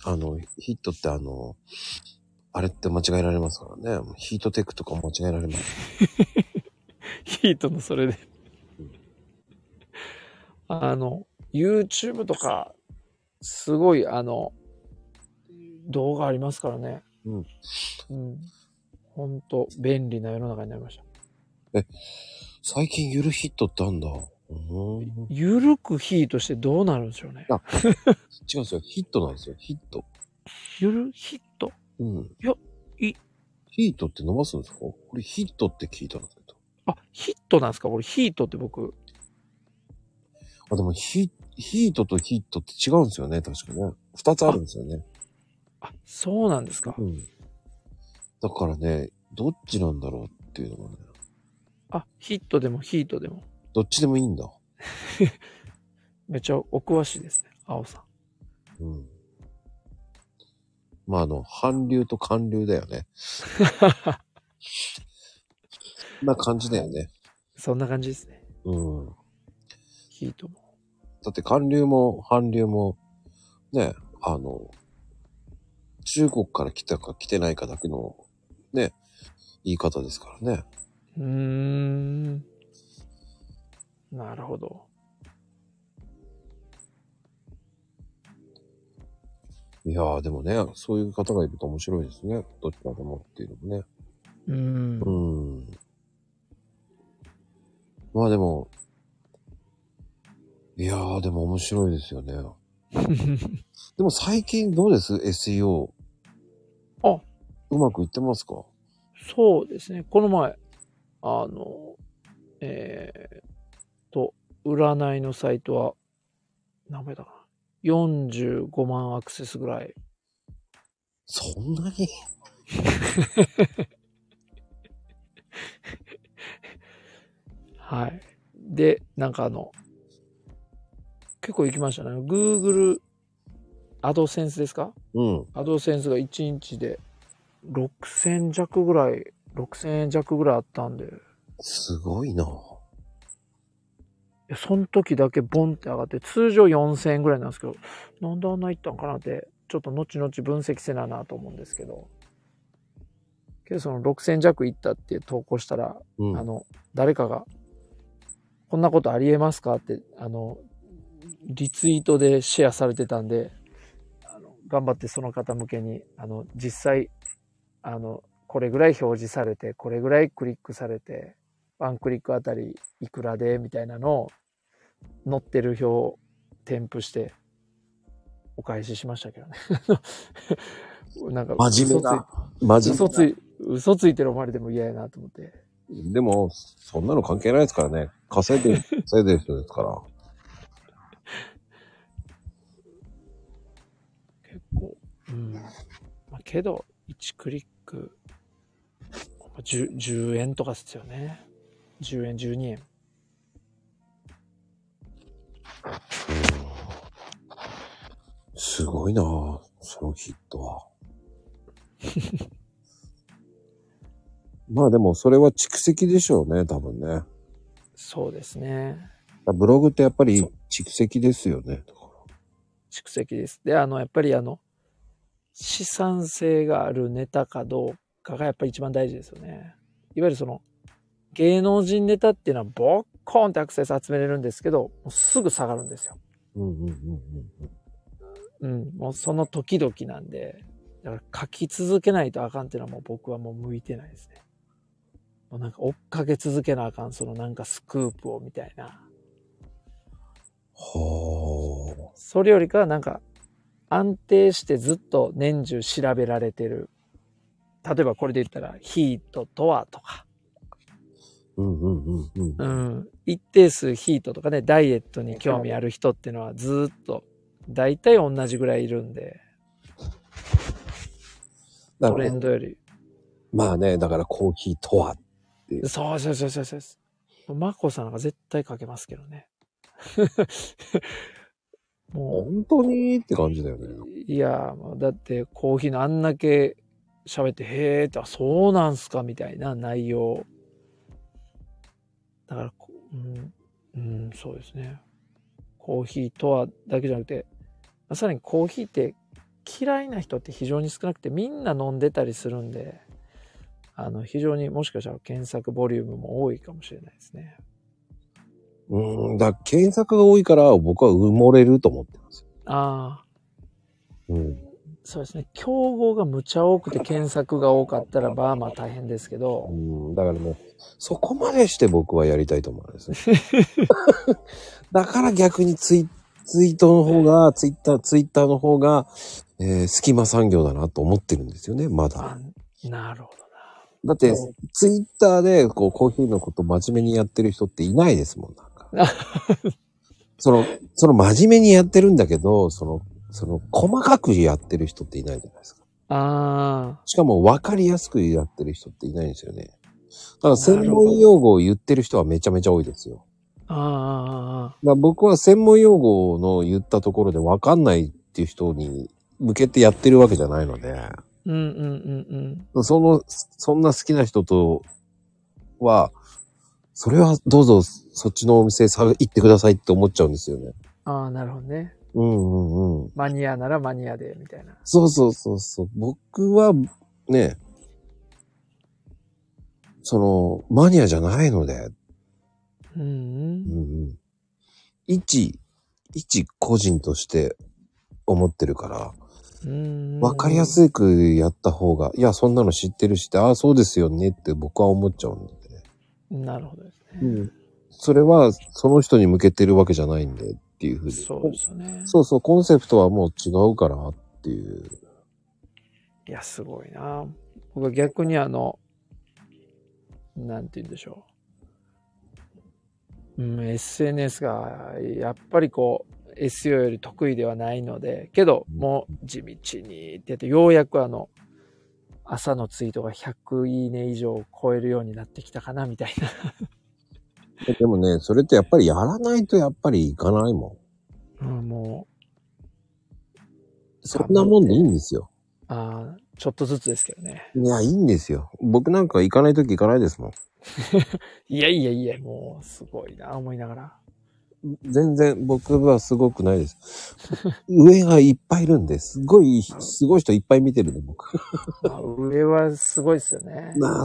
Speaker 1: あの、ヒットってあの、あれって間違えられますからね。ヒートテックとかも間違えられます。
Speaker 3: ヒートのそれで。あの、YouTube とか、すごい、あの、動画ありますからね。
Speaker 1: うん。
Speaker 3: うん。ほんと、便利な世の中になりました。
Speaker 1: 最近ゆるヒットってあんだ。うーん。違うん
Speaker 3: ゆるくヒートしてどうなるんでしょうね。
Speaker 1: ですよ。ヒットなんですよ。ヒット。
Speaker 3: ゆるヒット
Speaker 1: うん。
Speaker 3: いやい
Speaker 1: ヒートって伸ばすんですかこれヒットって聞いたんですけど。
Speaker 3: あ、ヒットなんですかこれヒートって僕。
Speaker 1: あ、でもヒ、ヒートとヒットって違うんですよね。確かね。二つあるんですよね。
Speaker 3: あ、そうなんですか
Speaker 1: う。ん。だからね、どっちなんだろうっていうのがね。
Speaker 3: あ、ヒットでもヒートでも。
Speaker 1: どっちでもいいんだ。
Speaker 3: めっちゃお詳しいですね。青さん。
Speaker 1: うん。まあ、あの、韓流と韓流だよね。そんな感じだよね。
Speaker 3: そんな感じですね。
Speaker 1: うん。
Speaker 3: ヒートも。
Speaker 1: だって韓流も韓流も、ね、あの、中国から来たか来てないかだけの、ね、言い方ですからね。
Speaker 3: うーん。なるほど。
Speaker 1: いやーでもね、そういう方がいると面白いですね。どっちらでもっていうのもね。
Speaker 3: うーん。
Speaker 1: うん。まあでも、いやーでも面白いですよね。 でも最近どうです ?SEO。
Speaker 3: あ
Speaker 1: うまくいってますか
Speaker 3: そうですね。この前、あの、えー、と、占いのサイトは、何倍だかな。45万アクセスぐらい。
Speaker 1: そんなに
Speaker 3: はい。で、なんかあの、結構行きましたね。Google、アドセンスですか
Speaker 1: うん。
Speaker 3: アドセンスが1日で6000弱ぐらい、6000円弱ぐらいあったんで、い
Speaker 1: すごいな。
Speaker 3: やその時だけボンって上がって、通常4000円ぐらいなんですけど、なんであんな行ったんかなって、ちょっと後々分析せななと思うんですけど、けどその6000弱行ったって投稿したら、
Speaker 1: うん。
Speaker 3: あの、誰かが、こんなことありえますかって、あの、リツイートでシェアされてたんで、あの頑張ってその方向けに、あの、実際、あの、これぐらい表示されて、これぐらいクリックされて、ワンクリックあたりいくらで、みたいなのを、載ってる表を添付して、お返ししましたけどね。 なんか、
Speaker 1: 真面目な。真面
Speaker 3: 嘘
Speaker 1: 目
Speaker 3: つい、嘘ついてる思われても嫌やなと思って。
Speaker 1: でも、そんなの関係ないですからね。稼い でる、稼いでる人ですから。
Speaker 3: 結構、うん。まあ、けど、1クリック、まあ 10, 10円とかっすよね。10円、12円。
Speaker 1: すごいなぁそのヒット は。まあでも、それは蓄積でしょうね、多分ね。
Speaker 3: そうですね。
Speaker 1: ブログってやっぱり
Speaker 3: そう
Speaker 1: 蓄積ですよね。
Speaker 3: 蓄積です。で、あの、やっぱりあの、資産性があるネタかどうかがやっぱり一番大事ですよね。いわゆるその、芸能人ネタっていうのはボッコンってアクセス集めれるんですけど、もうすぐ下がるんですよ。
Speaker 1: うんうんうん
Speaker 3: うん、もうその時々なんで、だから書き続けないとあかんっていうのはもう僕はもう向いてないですね。もうなんか追っかけ続けなあかん、そのなんかスクープをみたいな。
Speaker 1: うん。は
Speaker 3: それよりかはなんか安定してずっと年中調べられてる。例えばこれで言ったらヒートとはとか、
Speaker 1: ぁ。うんうんうんうん。
Speaker 3: うん、一定数ヒートとかね、ダイエットに興味ある人っていうのはずっと大体同じぐらいいるんで、
Speaker 1: だ
Speaker 3: ト
Speaker 1: か
Speaker 3: レ
Speaker 1: ら
Speaker 3: ンドより
Speaker 1: まあね、だからコーヒーとは。
Speaker 3: そうそうそうそうそうそう。マコさんが絶対かけますけどね。も
Speaker 1: 本当にって感じだよね。
Speaker 3: う、いや、もうだってコーヒーのあんだけ喋って、へえって、あそうなんすかみたいな内容。だからこ、うん、うん、そうですね。コーヒーとはだけじゃなくて、まあさらにコーヒーって嫌いな人って非常に少なくて、みんな飲んでたりするんで、あの、非常にもしかしたら検索ボリュームも多いかもしれないですね。
Speaker 1: うん、だから検索が多いから僕は埋もれると思ってますよ。
Speaker 3: ああ、
Speaker 1: うん。
Speaker 3: そうですね。競合がむちゃ多くて検索が多かったら、まあまあ大変ですけど、
Speaker 1: うん、だからね、そこまでして僕はやりたいと思うんですね。だから逆にツイツイートの方が、ツイッター、ツイッターの方が、えー、隙間産業だなと思ってるんですよね、まだ
Speaker 3: あ。なるほど
Speaker 1: だって、ツイッターで、こう、コーヒーのこと真面目にやってる人っていないですもん、なんか。その、その真面目にやってるんだけど、その、その、細かくやってる人っていないじゃないですか。
Speaker 3: あ
Speaker 1: しかも分かりやすくやってる人っていないんですよね。だから専
Speaker 3: なるほど
Speaker 1: 門用語を言ってる人はめちゃめちゃ多いですよ。
Speaker 3: あ、あーあー、あ
Speaker 1: だから僕は専門用語の言ったところで分かんないっていう人に向けてやってるわけじゃないので、
Speaker 3: ーうんうんうんうん。
Speaker 1: その、そんな好きな人とは、それはどうぞそっちのお店さ行ってくださいって思っちゃうんですよね。
Speaker 3: ああ、なるほどね。
Speaker 1: うんうんうん。
Speaker 3: マニアならマニアで、みたいな。
Speaker 1: そうそうそうそう。僕は、ね、その、マニアじゃないので、
Speaker 3: うんう
Speaker 1: う
Speaker 3: ん
Speaker 1: んうん。一、一個人として思ってるから、
Speaker 3: うんうん。
Speaker 1: わかりやすくやった方が、いや、そんなの知ってるしって、ああ、そうですよねって僕は思っちゃうんで、
Speaker 3: なるほどです
Speaker 1: う
Speaker 3: ね。
Speaker 1: ん。それは、その人に向けてるわけじゃないんでっていうふうに。
Speaker 3: そうですよね。
Speaker 1: そうそう、コンセプトはもう違うからっていう。
Speaker 3: いや、すごいな。僕は逆にあの、なんて言うんでしょう。うん、SNS が、やっぱりこう、SEO より得意ではないので、けど、もう地道にってやって、ようやくあの、朝のツイートが100いいね以上を超えるようになってきたかな、みたいな。
Speaker 1: でもね、それってやっぱりやらないとやっぱりいかないも
Speaker 3: うん、も
Speaker 1: ん。そんなもんでいいんですよ。
Speaker 3: う、あーちょっとずつですけどね。
Speaker 1: いや、いいんですよ。僕なんか行かないとき行かないですもん。
Speaker 3: いやいやいや、もう、すごいな、思いなが ら。
Speaker 1: 全然僕はすごくないです。上がいっぱいいるんで、すごい、すごい人いっぱい見てるんで、僕。
Speaker 3: まあ上はすごいですよね。
Speaker 1: まあ、1000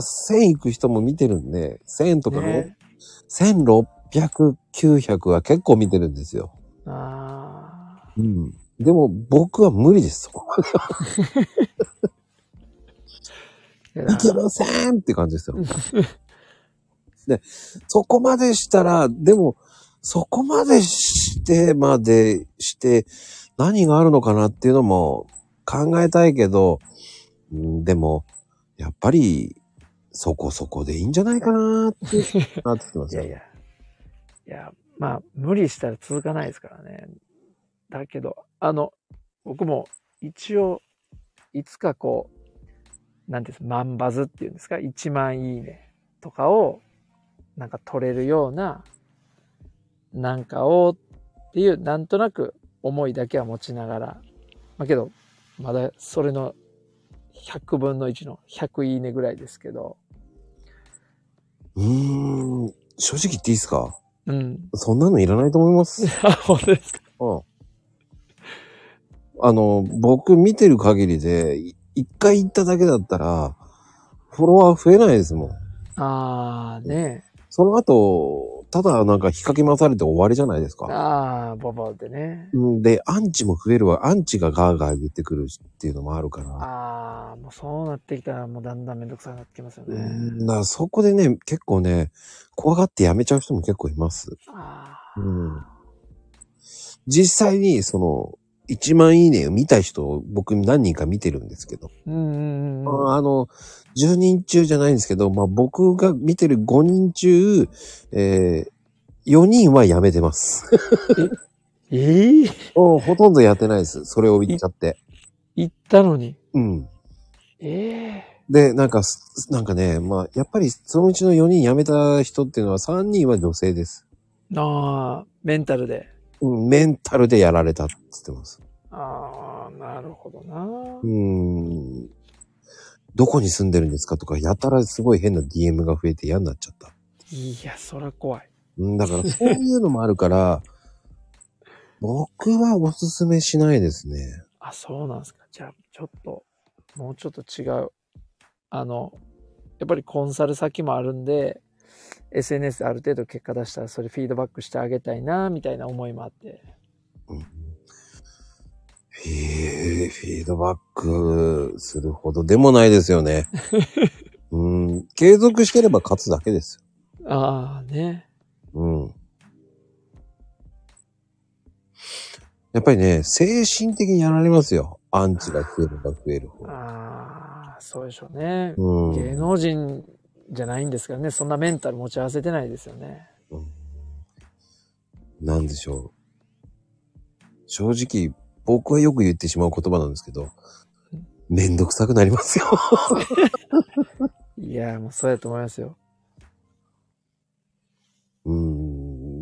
Speaker 1: 行く人も見てるんで、1000とかの、
Speaker 3: ね
Speaker 1: 1600、900は結構見てるんですよ。
Speaker 3: ああ。
Speaker 1: うん。でも僕は無理です、そこまで。
Speaker 3: いや
Speaker 1: いけませんって感じですよ。で、そこまでしたら、でも、そこまでしてまでして、何があるのかなっていうのも考えたいけど、うんでも、やっぱり、そこそこでいいんじゃないかなって、なってきま
Speaker 3: い
Speaker 1: すよ
Speaker 3: やい。や。いや、まあ、無理したら続かないですからね。だけど、あの、僕も一応、いつかこう、なんていうんです万バズっていうんですか、1万いいねとかを、なんか取れるような、なんかをっていう、なんとなく思いだけは持ちながら、まあけど、まだそれの100分の1の100いいねぐらいですけど、
Speaker 1: うーん、正直言っていいですか
Speaker 3: うん。
Speaker 1: そんなのいらないと思います。
Speaker 3: あ、本当ですか。
Speaker 1: うん。あの、僕見てる限りで、い一回行っただけだったら、フォロワー増えないですもん。
Speaker 3: ああ、ねえ。
Speaker 1: その後、ただなんか引っかき回されて終わりじゃないですか。
Speaker 3: ああ、ボボでね。
Speaker 1: うんで、アンチも増えるわ。アンチがガーガー言ってくるっていうのもあるから。
Speaker 3: ああ、もうそうなってきたらもうだんだんめんどくさくなってきますよ
Speaker 1: う
Speaker 3: ね。
Speaker 1: んだからそこでね、結構ね、怖がってやめちゃう人も結構います。
Speaker 3: あ
Speaker 1: うん。実際に、その、1万いいねを見た人を僕何人か見てるんですけど。
Speaker 3: あ、うんうんうんうん。
Speaker 1: あの、10人中じゃないんですけど、まあ、僕が見てる5人中、えー、4人はやめてます。
Speaker 3: ええ
Speaker 1: もうほとんどやってないです。それを言っちゃって。
Speaker 3: 行ったのに。
Speaker 1: うん。
Speaker 3: ええ
Speaker 1: で、なんかす、なんかね、まあ、やっぱりそのうちの4人辞めた人っていうのは3人は女性です。
Speaker 3: ああ、メンタルで。
Speaker 1: うん、メンタルでやられたって言ってます。
Speaker 3: ああ、なるほどな。
Speaker 1: うーん。どこに住んでるんですかとか、やたらすごい変な DM が増えて嫌になっちゃった。
Speaker 3: いや、そら怖い。
Speaker 1: うん、だからそういうのもあるから、僕はおすすめしないですね。
Speaker 3: あ、そうなんですか。じゃあ、ちょっと、もうちょっと違う。あの、やっぱりコンサル先もあるんで、SNS である程度結果出したらそれフィードバックしてあげたいな、みたいな思いもあって。
Speaker 1: へえ、フィードバックするほどでもないですよね。うん、継続してれば勝つだけです
Speaker 3: ああ、ね。
Speaker 1: よ。うん。やっぱりね、精神的にやられますよ。アンチが増えれば増えるほど。
Speaker 3: ああ、そうでしょうね。
Speaker 1: うん。
Speaker 3: 芸能人じゃないんですからね、そんなメンタル持ち合わせてないですよね。
Speaker 1: うんなんでしょう。正直、僕はよく言ってしまう言葉なんですけど
Speaker 3: うん、
Speaker 1: めんどくさくなりますよ。
Speaker 3: いやー、もうそうやと思いますよ。
Speaker 1: うー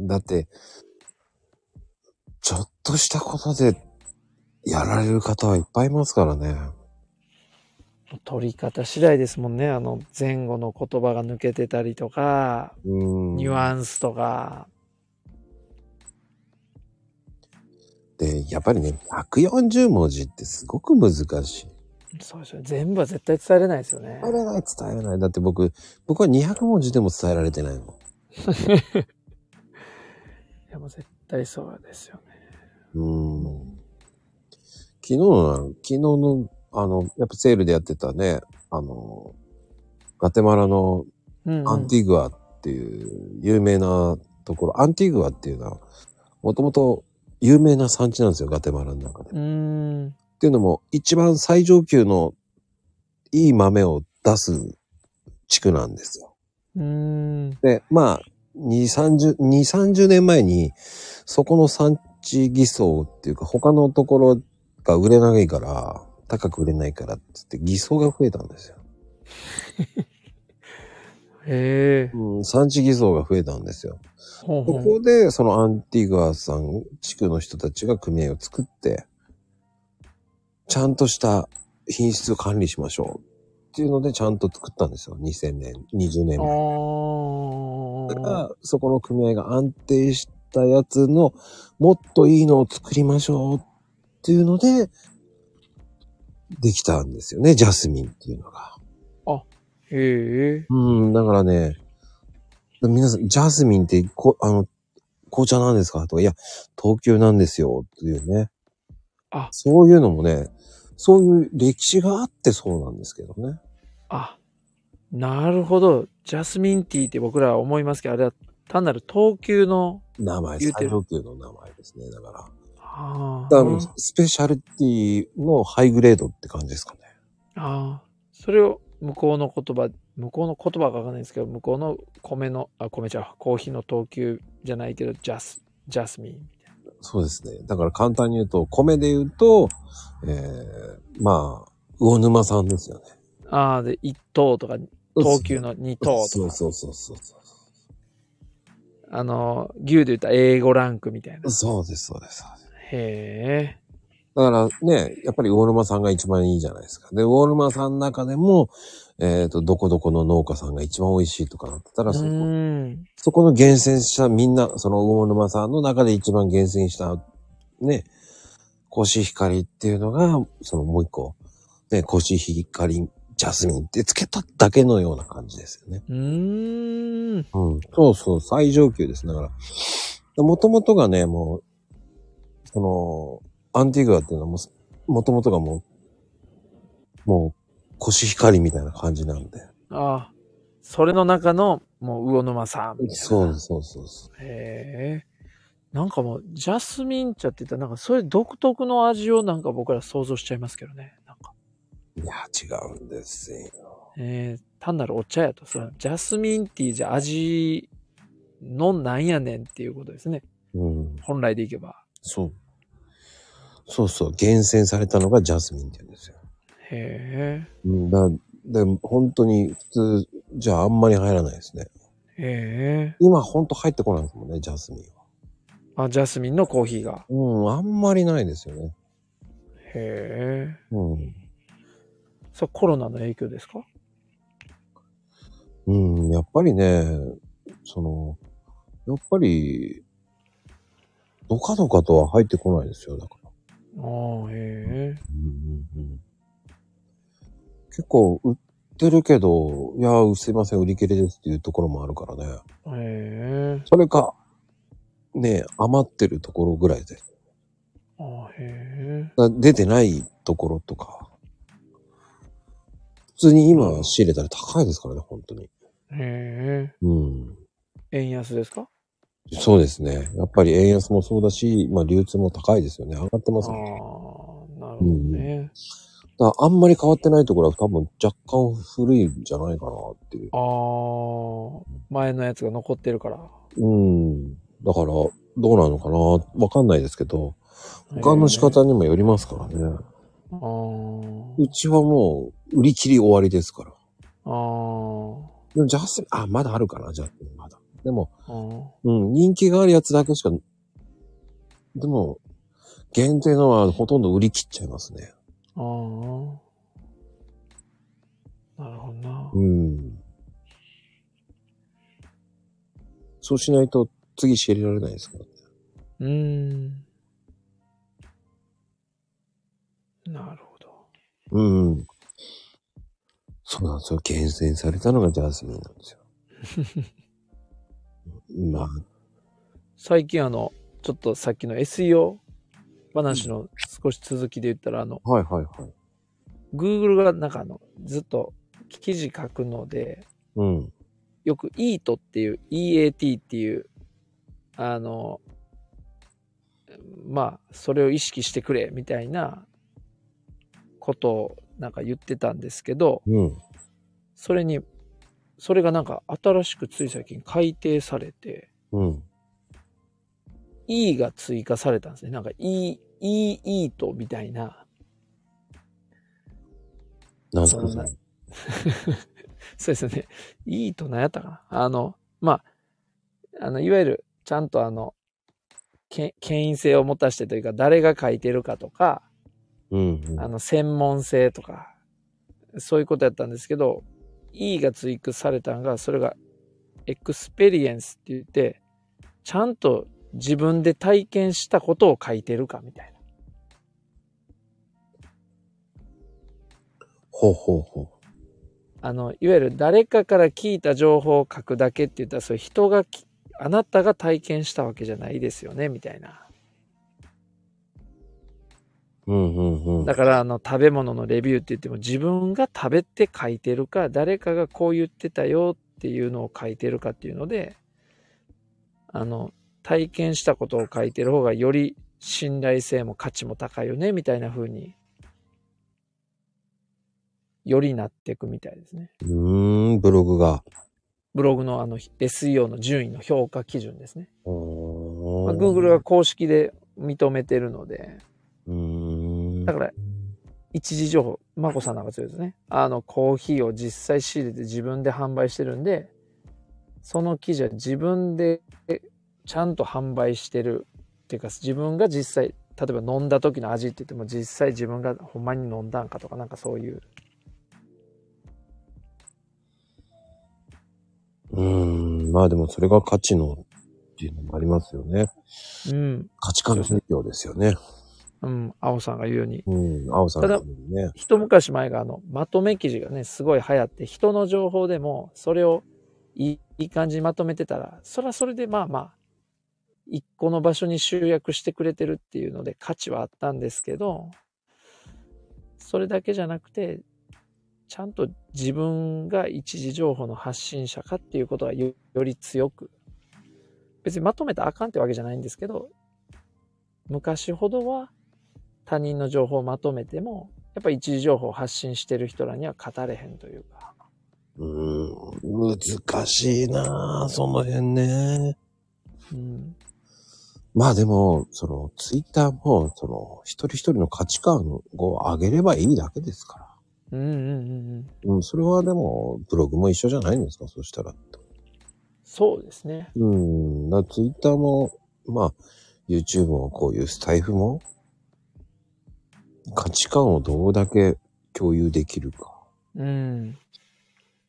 Speaker 1: ん。だって、ちょっとしたことでやられる方はいっぱいいますからね。
Speaker 3: 取り方次第ですもんね。あの、前後の言葉が抜けてたりとか、
Speaker 1: うーん。
Speaker 3: ニュアンスとか。
Speaker 1: で、やっぱりね、140文字ってすごく難しい。
Speaker 3: そうですよね。全部は絶対伝えれないですよね
Speaker 1: 伝。えれない、伝えれない。だって僕、僕は200文字でも伝えられてないも
Speaker 3: いや、もう絶対そうですよね。
Speaker 1: ん。うーん。昨日の、昨日の、あの、やっぱセールでやってたね、あの、ガテマラの
Speaker 3: うん、うん。
Speaker 1: アンティグアっていう有名なところ、アンティグアっていうのは、もともと有名な産地なんですよ、ガテマラの中で。
Speaker 3: うーん。
Speaker 1: っていうのも、一番最上級のいい豆を出す地区なんですよ。
Speaker 3: うーん。
Speaker 1: で、まあ、2、30、2、30年前に、そこの産地偽装っていうか、他のところが売れないから、高く売れないからって言って偽装が増えたんですよ。
Speaker 3: へえ。
Speaker 1: うん、産地偽装が増えたんですよ。
Speaker 3: ほう
Speaker 1: こ
Speaker 3: ほ
Speaker 1: こで、そのアンティグアさん地区の人たちが組合を作って、ちゃんとした品質を管理しましょうっていうので、ちゃんと作ったんですよ。2000年、20年前。
Speaker 3: う。
Speaker 1: だか
Speaker 3: ああ。
Speaker 1: ら、そこの組合が安定したやつの、もっといいのを作りましょうっていうので、できたんですよね。ジャスミンっていうのが。
Speaker 3: へえ。
Speaker 1: うん、だからね、皆さん、ジャスミンってこ、あの、紅茶なんですかとか、いや、東急なんですよ、っていうね。
Speaker 3: あ
Speaker 1: そういうのもね、そういう歴史があってそうなんですけどね。
Speaker 3: あ、なるほど。ジャスミンティーって僕らは思いますけど、あれは単なる東急の、
Speaker 1: 名前、
Speaker 3: 言うて
Speaker 1: 最
Speaker 3: る
Speaker 1: 上級の名前ですね。だから。
Speaker 3: あ
Speaker 1: だ
Speaker 3: あ、
Speaker 1: からスペシャルティのハイグレードって感じですかね。
Speaker 3: ああ、それを向こうの言葉、向こうの言葉がわかんないですけど、向こうの米の、あ、米ちゃう、コーヒーの東急じゃないけど、ジャス、ジャスミンみたい
Speaker 1: そうですね。だから簡単に言うと、米で言うと、えー、まあ、魚沼さんですよね。
Speaker 3: な。ああ、で、一等とか、東急の二等
Speaker 1: そ
Speaker 3: と
Speaker 1: う
Speaker 3: か、
Speaker 1: そうそうそうそう。
Speaker 3: あの、牛で言ったら英語ランクみたいな。
Speaker 1: そうです、そうです。
Speaker 3: へえ、
Speaker 1: だからね、やっぱりウォルマさんが一番いいじゃないですか。で、ウォルマさんの中でも、えっ、と、どこどこの農家さんが一番美味しいとかなってた
Speaker 3: う
Speaker 1: ら、そこ
Speaker 3: ーん、
Speaker 1: そこの厳選したみんな、そのウォルマさんの中で一番厳選した、ね、コシヒカリっていうのが、そのもう一個、ね、コシヒカリ、ジャスミンってつけただけのような感じですよね。
Speaker 3: うーん、
Speaker 1: うん。そうそう、最上級です。だから、もともとがね、もう、その、アンティグアっていうのはもう、もともとがもう、もう、コシヒカリみたいな感じなんで。
Speaker 3: ああ、それの中の、もう、魚沼さんみたいな。
Speaker 1: そうそうそうそ
Speaker 3: へえ。なんかもう、ジャスミン茶って言ったら、なんかそういう独特の味をなんか僕ら想像しちゃいますけどね。なんか、
Speaker 1: う。いや、違うんですよ。
Speaker 3: えー、単なるお茶やと、そのジャスミンティーじゃ味のなんやねんっていうことですね。
Speaker 1: うん。
Speaker 3: 本来でいけば。
Speaker 1: そう。そうそう、厳選されたのがジャスミンって言うんですよ。
Speaker 3: へ
Speaker 1: うん、だで本当に普通じゃああんまり入らないですね。
Speaker 3: え。へえ。
Speaker 1: 今ほんと入ってこないですもんね、ジャスミンは。
Speaker 3: あ、ジャスミンのコーヒーが。
Speaker 1: うん、あんまりないですよね。
Speaker 3: へえ。
Speaker 1: うん。
Speaker 3: そう、コロナの影響ですか
Speaker 1: うん、やっぱりね、その、やっぱり、どかどかとは入ってこないですよ、だから。
Speaker 3: ああ、へえ。
Speaker 1: 結構売ってるけど、いや、すいません、売り切れですっていうところもあるからね。
Speaker 3: へえ。
Speaker 1: それか、ね、余ってるところぐらいで。
Speaker 3: ああ、へえ。
Speaker 1: だ出てないところとか。普通に今仕入れたら高いですからね、本当に。
Speaker 3: へ
Speaker 1: うん。
Speaker 3: え。円安ですか
Speaker 1: そうですね。やっぱり円安もそうだし、まあ流通も高いですよね。上がってま
Speaker 3: あ
Speaker 1: す
Speaker 3: あ、な
Speaker 1: ね。
Speaker 3: るほどね。
Speaker 1: だからあんまり変わってないところは多分若干古いんじゃないかなっていう。
Speaker 3: あー前のやつが残ってるから
Speaker 1: うん。だから、どうなのかなわかんないですけど、保管の仕方にもよりますからね。
Speaker 3: あー
Speaker 1: うちはもう、売り切り終わりですから。
Speaker 3: あー。
Speaker 1: でもジャスミン、あ、まだあるかな、ジャスミンまだ。でも、
Speaker 3: あ
Speaker 1: う
Speaker 3: ー
Speaker 1: ん、人気があるやつだけしか、でも、限定のはほとんど売り切っちゃいますね。
Speaker 3: あー。なるほどな。
Speaker 1: うん。そうしないと次仕入れられないですから。
Speaker 3: うーん。なるほど。
Speaker 1: うんうん。そうなんですよ。厳選されたのがジャスミンなんですよ。 まあ、
Speaker 3: 最近あの、ちょっとさっきの SEO 話の少し続きで言ったら、あの、
Speaker 1: はいはいはい。
Speaker 3: Google がなんかあの、ずっと記事書くので、
Speaker 1: うん。
Speaker 3: よく EAT っていう、EAT っていう、あの、まあ、それを意識してくれ、みたいなことをなんか言ってたんですけど、
Speaker 1: うん。
Speaker 3: それに、それがなんか新しくつい最近改訂されて、
Speaker 1: うん。
Speaker 3: E が追加されたんですね。なんか E、E、E とみたいな、
Speaker 1: なんすか
Speaker 3: そんな
Speaker 1: それ
Speaker 3: そうですね。E と何やったかな。あの、まあ、あの、いわゆる、ちゃんとあの、け権威性を持たしてというか、誰が書いてるかとか、
Speaker 1: うん、うん。
Speaker 3: あ
Speaker 1: あ
Speaker 3: の、専門性とか、そういうことやったんですけど、E が追加されたのが、それが、エクスペリエンスって言って、ちゃんと自分で体験したことを書いてるかみたいな。
Speaker 1: ほうほうほ
Speaker 3: あの、いわゆる誰かから聞いた情報を書くだけって言ったら、それ人がき、あなたが体験したわけじゃないですよね、みたいな。
Speaker 1: う。うんうんうん。
Speaker 3: だからあの食べ物のレビューって言っても自分が食べて書いてるか誰かがこう言ってたよっていうのを書いてるかっていうのであの体験したことを書いてる方がより信頼性も価値も高いよねみたいな風によりなっていくみたいですね。
Speaker 1: うーん、ブログが。
Speaker 3: ブログのあの SEO の順位の評価基準ですね。ま
Speaker 1: ま
Speaker 3: あ、Google が。公式で認めてるので
Speaker 1: うーん。
Speaker 3: だから一時情報、まこさんなんかそうですね。あの、コーヒーを実際仕入れて自分で販売してるんで、その記事は自分でちゃんと販売してるっていうか、自分が実際、例えば飲んだ時の味って言っても実際自分がほんまに飲んだんかとか、なんかそういう。
Speaker 1: うーん。まあでもそれが価値のっていうのもありますよね。
Speaker 3: うん。
Speaker 1: 価値観宗教ですよね。
Speaker 3: うん。青さんが言うように。
Speaker 1: うん。青さんのためにね。
Speaker 3: 一昔前があの、まとめ記事がね、すごい流行って、人の情報でも、それをいいいい感じにまとめてたら、それはそれでまあまあ、一個の場所に集約してくれてるっていうので価値はあったんですけど、それだけじゃなくて、ちゃんと自分が一時情報の発信者かっていうことがよより強く、別にまとめたらあかんってわけじゃないんですけど、昔ほどは他人の情報をまとめても、やっぱ一時情報を発信してる人らには語れへんというか。
Speaker 1: うーん。難しいなあその辺ね。
Speaker 3: うん。
Speaker 1: まあでも、その、ツイッターも、その、一人一人の価値観を上げればいいだけですから。
Speaker 3: うんうんうんうん。
Speaker 1: うん、それはでも、ブログも一緒じゃないんですかそしたら。
Speaker 3: そうですね。
Speaker 1: うん、だツイッターも、まあ、YouTube もこういうスタイフも、価値観をどうだけ共有できるか。
Speaker 3: うん。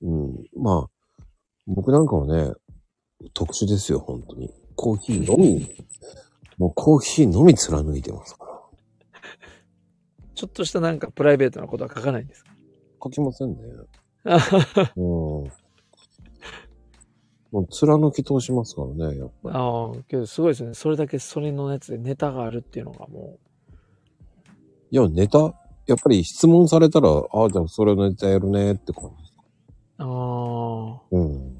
Speaker 1: うん、まあ、僕なんかはね、特殊ですよ、本当に。コーヒーのみ、もうコーヒーのみ貫いてますから。
Speaker 3: ちょっとしたなんかプライベートなことは書かないんですか
Speaker 1: 書きませんね。
Speaker 3: あはは
Speaker 1: うん。もう貫き通しますからね、やっぱり。
Speaker 3: ああ、けどすごいですね。それだけそれのやつでネタがあるっていうのがも
Speaker 1: いや、ネタ、やっぱり質問されたら、ああ、じゃあそれのネタやるねって感じ。
Speaker 3: う。あ
Speaker 1: うん。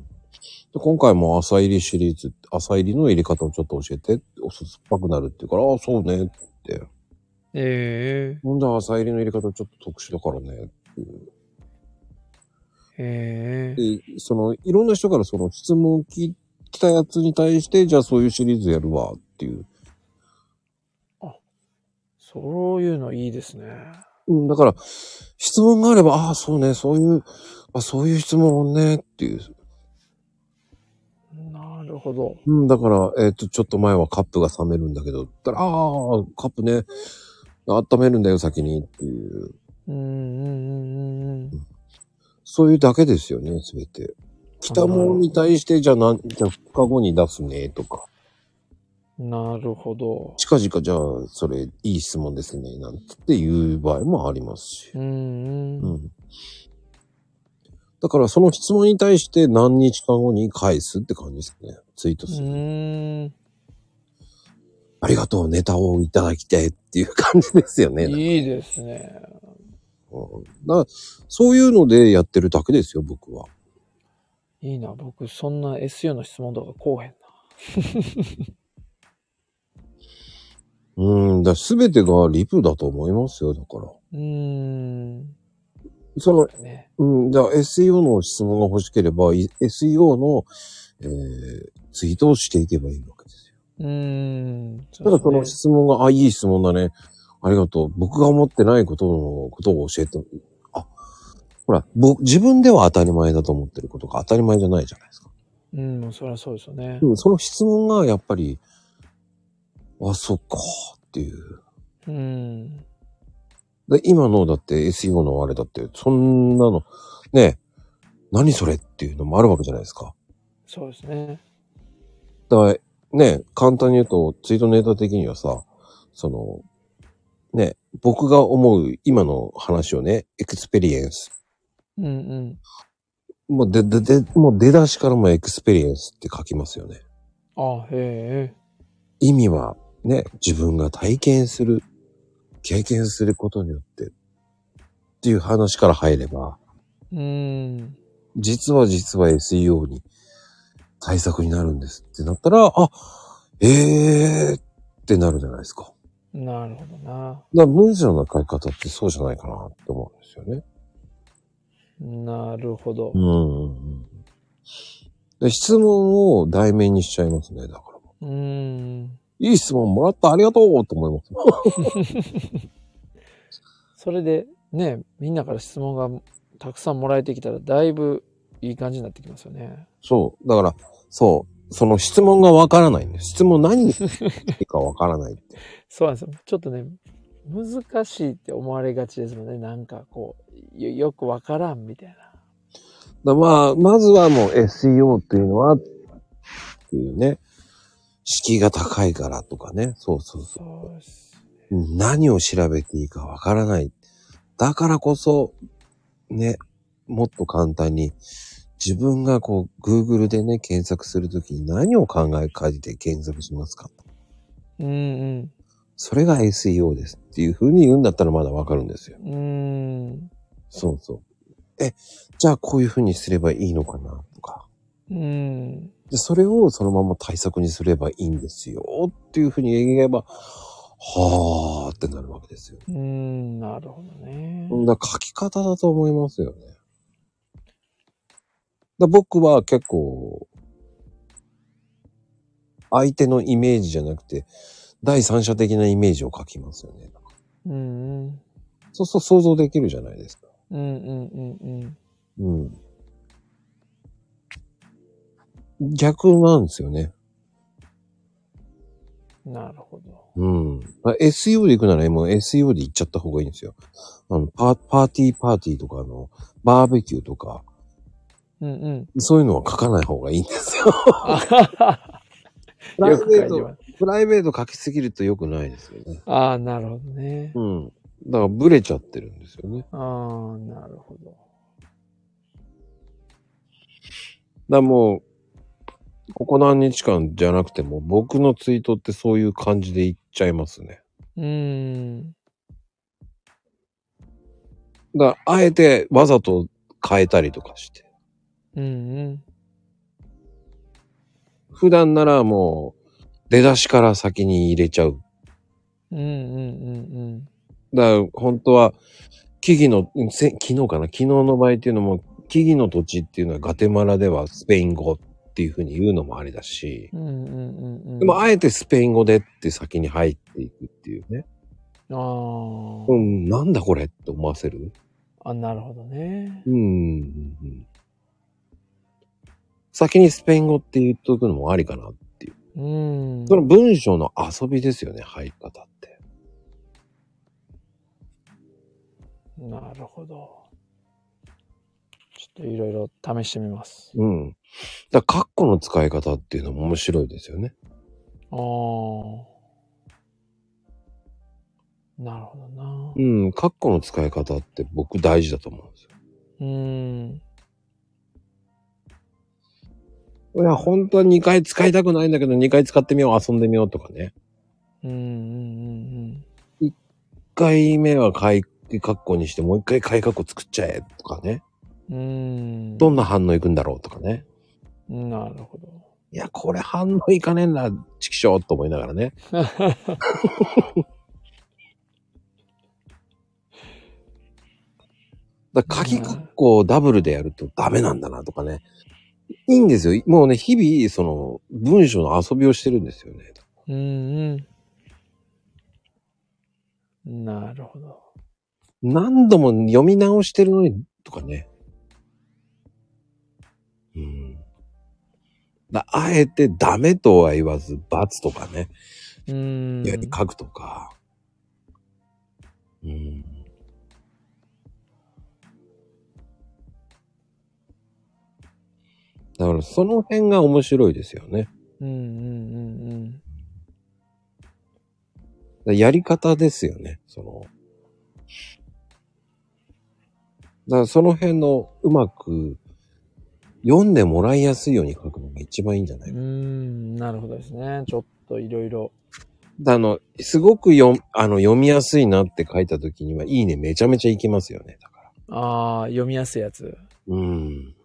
Speaker 1: で今回も朝入りシリーズ、朝入りの入れ方をちょっと教えて、おす酸っぱくなるって言うから、ああ、そうねって。
Speaker 3: あ。え
Speaker 1: ほんで朝入りの入れ方ちょっと特殊だからねっていう。
Speaker 3: えええ
Speaker 1: で、その、いろんな人からその質問を聞いたやつに対して、じゃあそういうシリーズやるわっていう。
Speaker 3: そういうのいいですね。
Speaker 1: うん、だから、質問があれば、ああ、そうね、そういう、あそういう質問ね、っていう。
Speaker 3: なるほど。
Speaker 1: うん、だから、えっ、と、ちょっと前はカップが冷めるんだけど、ったら、ああ、カップね、温めるんだよ、先に、っていう。
Speaker 3: うんうんうんうんうん。
Speaker 1: そういうだけですよね、すべて。来たものに対して、じゃあ、なん、じゃあ、2日後に出すね、とか。
Speaker 3: なるほど。
Speaker 1: 近々、じゃあ、それ、いい質問ですね、なんつって言う場合もありますし。
Speaker 3: うんう。
Speaker 1: うんん。だから、その質問に対して何日か後に返すって感じですね。ツイート
Speaker 3: う
Speaker 1: する。
Speaker 3: ーん。
Speaker 1: ありがとう、ネタをいただきてっていう感じですよね。
Speaker 3: いいですね。
Speaker 1: うんだからそういうのでやってるだけですよ、僕は。
Speaker 3: いいな。僕、そんな SU の質問とかこうへんな。
Speaker 1: うん、だすべてがリプだと思いますよ、だから。
Speaker 3: うーん。
Speaker 1: その、
Speaker 3: ね。
Speaker 1: うん、だから SEO の質問が欲しければ、い SEO の、えーツイートをしていけばいいわけですよ。
Speaker 3: うーん。
Speaker 1: ただその
Speaker 3: そう
Speaker 1: 質問が、あ、いい質問だね。ありがとう。僕が思ってないことの、ことを教えて、あ、ほら、僕、自分では当たり前だと思ってることが当たり前じゃないじゃないですか。
Speaker 3: ねうん、もうそれはそうですよね。
Speaker 1: うん、その質問がやっぱり、あ、そっか、っていう。
Speaker 3: うん。
Speaker 1: で今のだって SEO のあれだって、そんなの、ねえ、何それっていうのもあるわけじゃないですか。
Speaker 3: そうですね。
Speaker 1: だから、ねえ、簡単に言うと、ツイートネタ的にはさ、その、ねえ、僕が思う今の話をね、エクスペリエンス。
Speaker 3: うんうん。
Speaker 1: もう、で、で、で、もう出だしからもエクスペリエンスって書きますよね。
Speaker 3: あ、へえ。
Speaker 1: 意味は、ね、自分が体験する、経験することによって、っていう話から入れば、
Speaker 3: うーん。
Speaker 1: 実は実は SEO に対策になるんですってなったら、あ、えーってなるじゃないですか。だか
Speaker 3: なるほどな。
Speaker 1: ら文章の書き方ってそうじゃないかなって思うんですよね。
Speaker 3: なるほど
Speaker 1: う。んうんうん。で質問を題名にしちゃいますね、だから。
Speaker 3: うーん。
Speaker 1: いい質問もらったありがとうと思います。
Speaker 3: それで、ね、みんなから質問がたくさんもらえてきたら、だいぶいい感じになってきますよね。
Speaker 1: そう。だから、そう。その質問がわからないんです。質問何にかわから ないって。
Speaker 3: そうなんですよ。ちょっとね、難しいって思われがちですもんね。なんかこう、よよくわからんみたいな。
Speaker 1: だまあ、まずはもう SEO っていうのは、っていうね。敷居が高いからとかね。そうそうそ
Speaker 3: そうです。
Speaker 1: う。何を調べていいかわからない。だからこそ、ね、もっと簡単に、自分がこう、Google でね、検索するときに何を考え書いて検索しますか
Speaker 3: うん
Speaker 1: それが SEO ですっていうふうに言うんだったらまだわかるんですよ。
Speaker 3: うん。うーん。
Speaker 1: そうそう。え、じゃあこういうふうにすればいいのかなとか。
Speaker 3: うーん。
Speaker 1: で、それをそのまま対策にすればいいんですよっていうふうに言えば、はーってなるわけですよ。
Speaker 3: うーん。なるほどね。
Speaker 1: だから書き方だと思いますよね。だ僕は結構、相手のイメージじゃなくて、第三者的なイメージを書きますよね。
Speaker 3: うんうん。
Speaker 1: そうそう想像できるじゃないですか。
Speaker 3: うんうんうんうん。
Speaker 1: うん。逆なんですよね。
Speaker 3: なるほど。
Speaker 1: うん。まあ SEO で行くならもう SEO で行っちゃった方がいいんですよ。あの、パパーティーパーティーとか、あの、バーベキューとか、
Speaker 3: うんうん。
Speaker 1: そういうのは書かない方がいいんです よ。
Speaker 3: あはは
Speaker 1: プライ
Speaker 3: よく
Speaker 1: ベ
Speaker 3: 書
Speaker 1: ー
Speaker 3: いてま
Speaker 1: ト
Speaker 3: す、
Speaker 1: プライベート書きすぎると良くないですよね。
Speaker 3: ああ、なるほどね。
Speaker 1: うん。だからブレちゃってるんですよね。だか
Speaker 3: ああ、なるほど。
Speaker 1: らもう、ここ何日間じゃなくても、僕のツイートってそういう感じでいっちゃいますね。
Speaker 3: うーん。
Speaker 1: だから、あえてわざと変えたりとかして。
Speaker 3: うんうん。
Speaker 1: 普段ならもう、出だしから先に入れちゃう。
Speaker 3: うんうん
Speaker 1: だから本当は木々のせ昨日かな昨日の場合っていうのも木々の土地っていうのはガテマラではスペイン語っていうふうに言うのもありだし
Speaker 3: うんうん。うんうんうんうん。
Speaker 1: でもあえてスペイン語でって先に入っていくっていうね
Speaker 3: あー、
Speaker 1: うん、なんだこれって思わせる。
Speaker 3: あ、なるほどね。
Speaker 1: うんうん。うん先にスペイン語って言っとくのもありかなっていう。
Speaker 3: うん。
Speaker 1: その文章の遊びですよね、入り方って。
Speaker 3: なるほど。ちょっといろいろ試してみます。
Speaker 1: うん。だから、カッコの使い方っていうのも面白いですよね。
Speaker 3: あー。なるほどな。
Speaker 1: うん、カッコの使い方って僕大事だと思うんですよ。
Speaker 3: うん。
Speaker 1: いや、本当は2回使いたくないんだけど、2回使ってみよう、遊んでみようとかね。
Speaker 3: うんうんうん
Speaker 1: 1回目は開カッコにして、もう1回開カッコ作っちゃえとかね。
Speaker 3: うん。うん。
Speaker 1: どんな反応いくんだろうとかね。
Speaker 3: なるほど。
Speaker 1: いや、これ反応いかねえんだ、チキショーと思いながらね。だから鍵括弧をダブルでやるとダメなんだなとかね。いいんですよ。もうね、日々、その、文章の遊びをしてるんですよね。
Speaker 3: うんうん。なるほど。
Speaker 1: 何度も読み直してるのに、とかね。うん。だあえてダメとは言わず、罰とかね。
Speaker 3: うん。
Speaker 1: やり書くとか。うん。だからその辺が面白いですよね。
Speaker 3: うんうんうんうん。
Speaker 1: やり方ですよね。その。だからその辺のうまく読んでもらいやすいように書くのが一番いいんじゃないうか。
Speaker 3: ん、なるほどですね。ちょっといろいろ。
Speaker 1: あの、すごく読あの読みやすいなって書いた時には、いいねめちゃめちゃいきますよね。だから。
Speaker 3: ああ、読みやすいやつ。
Speaker 1: うん。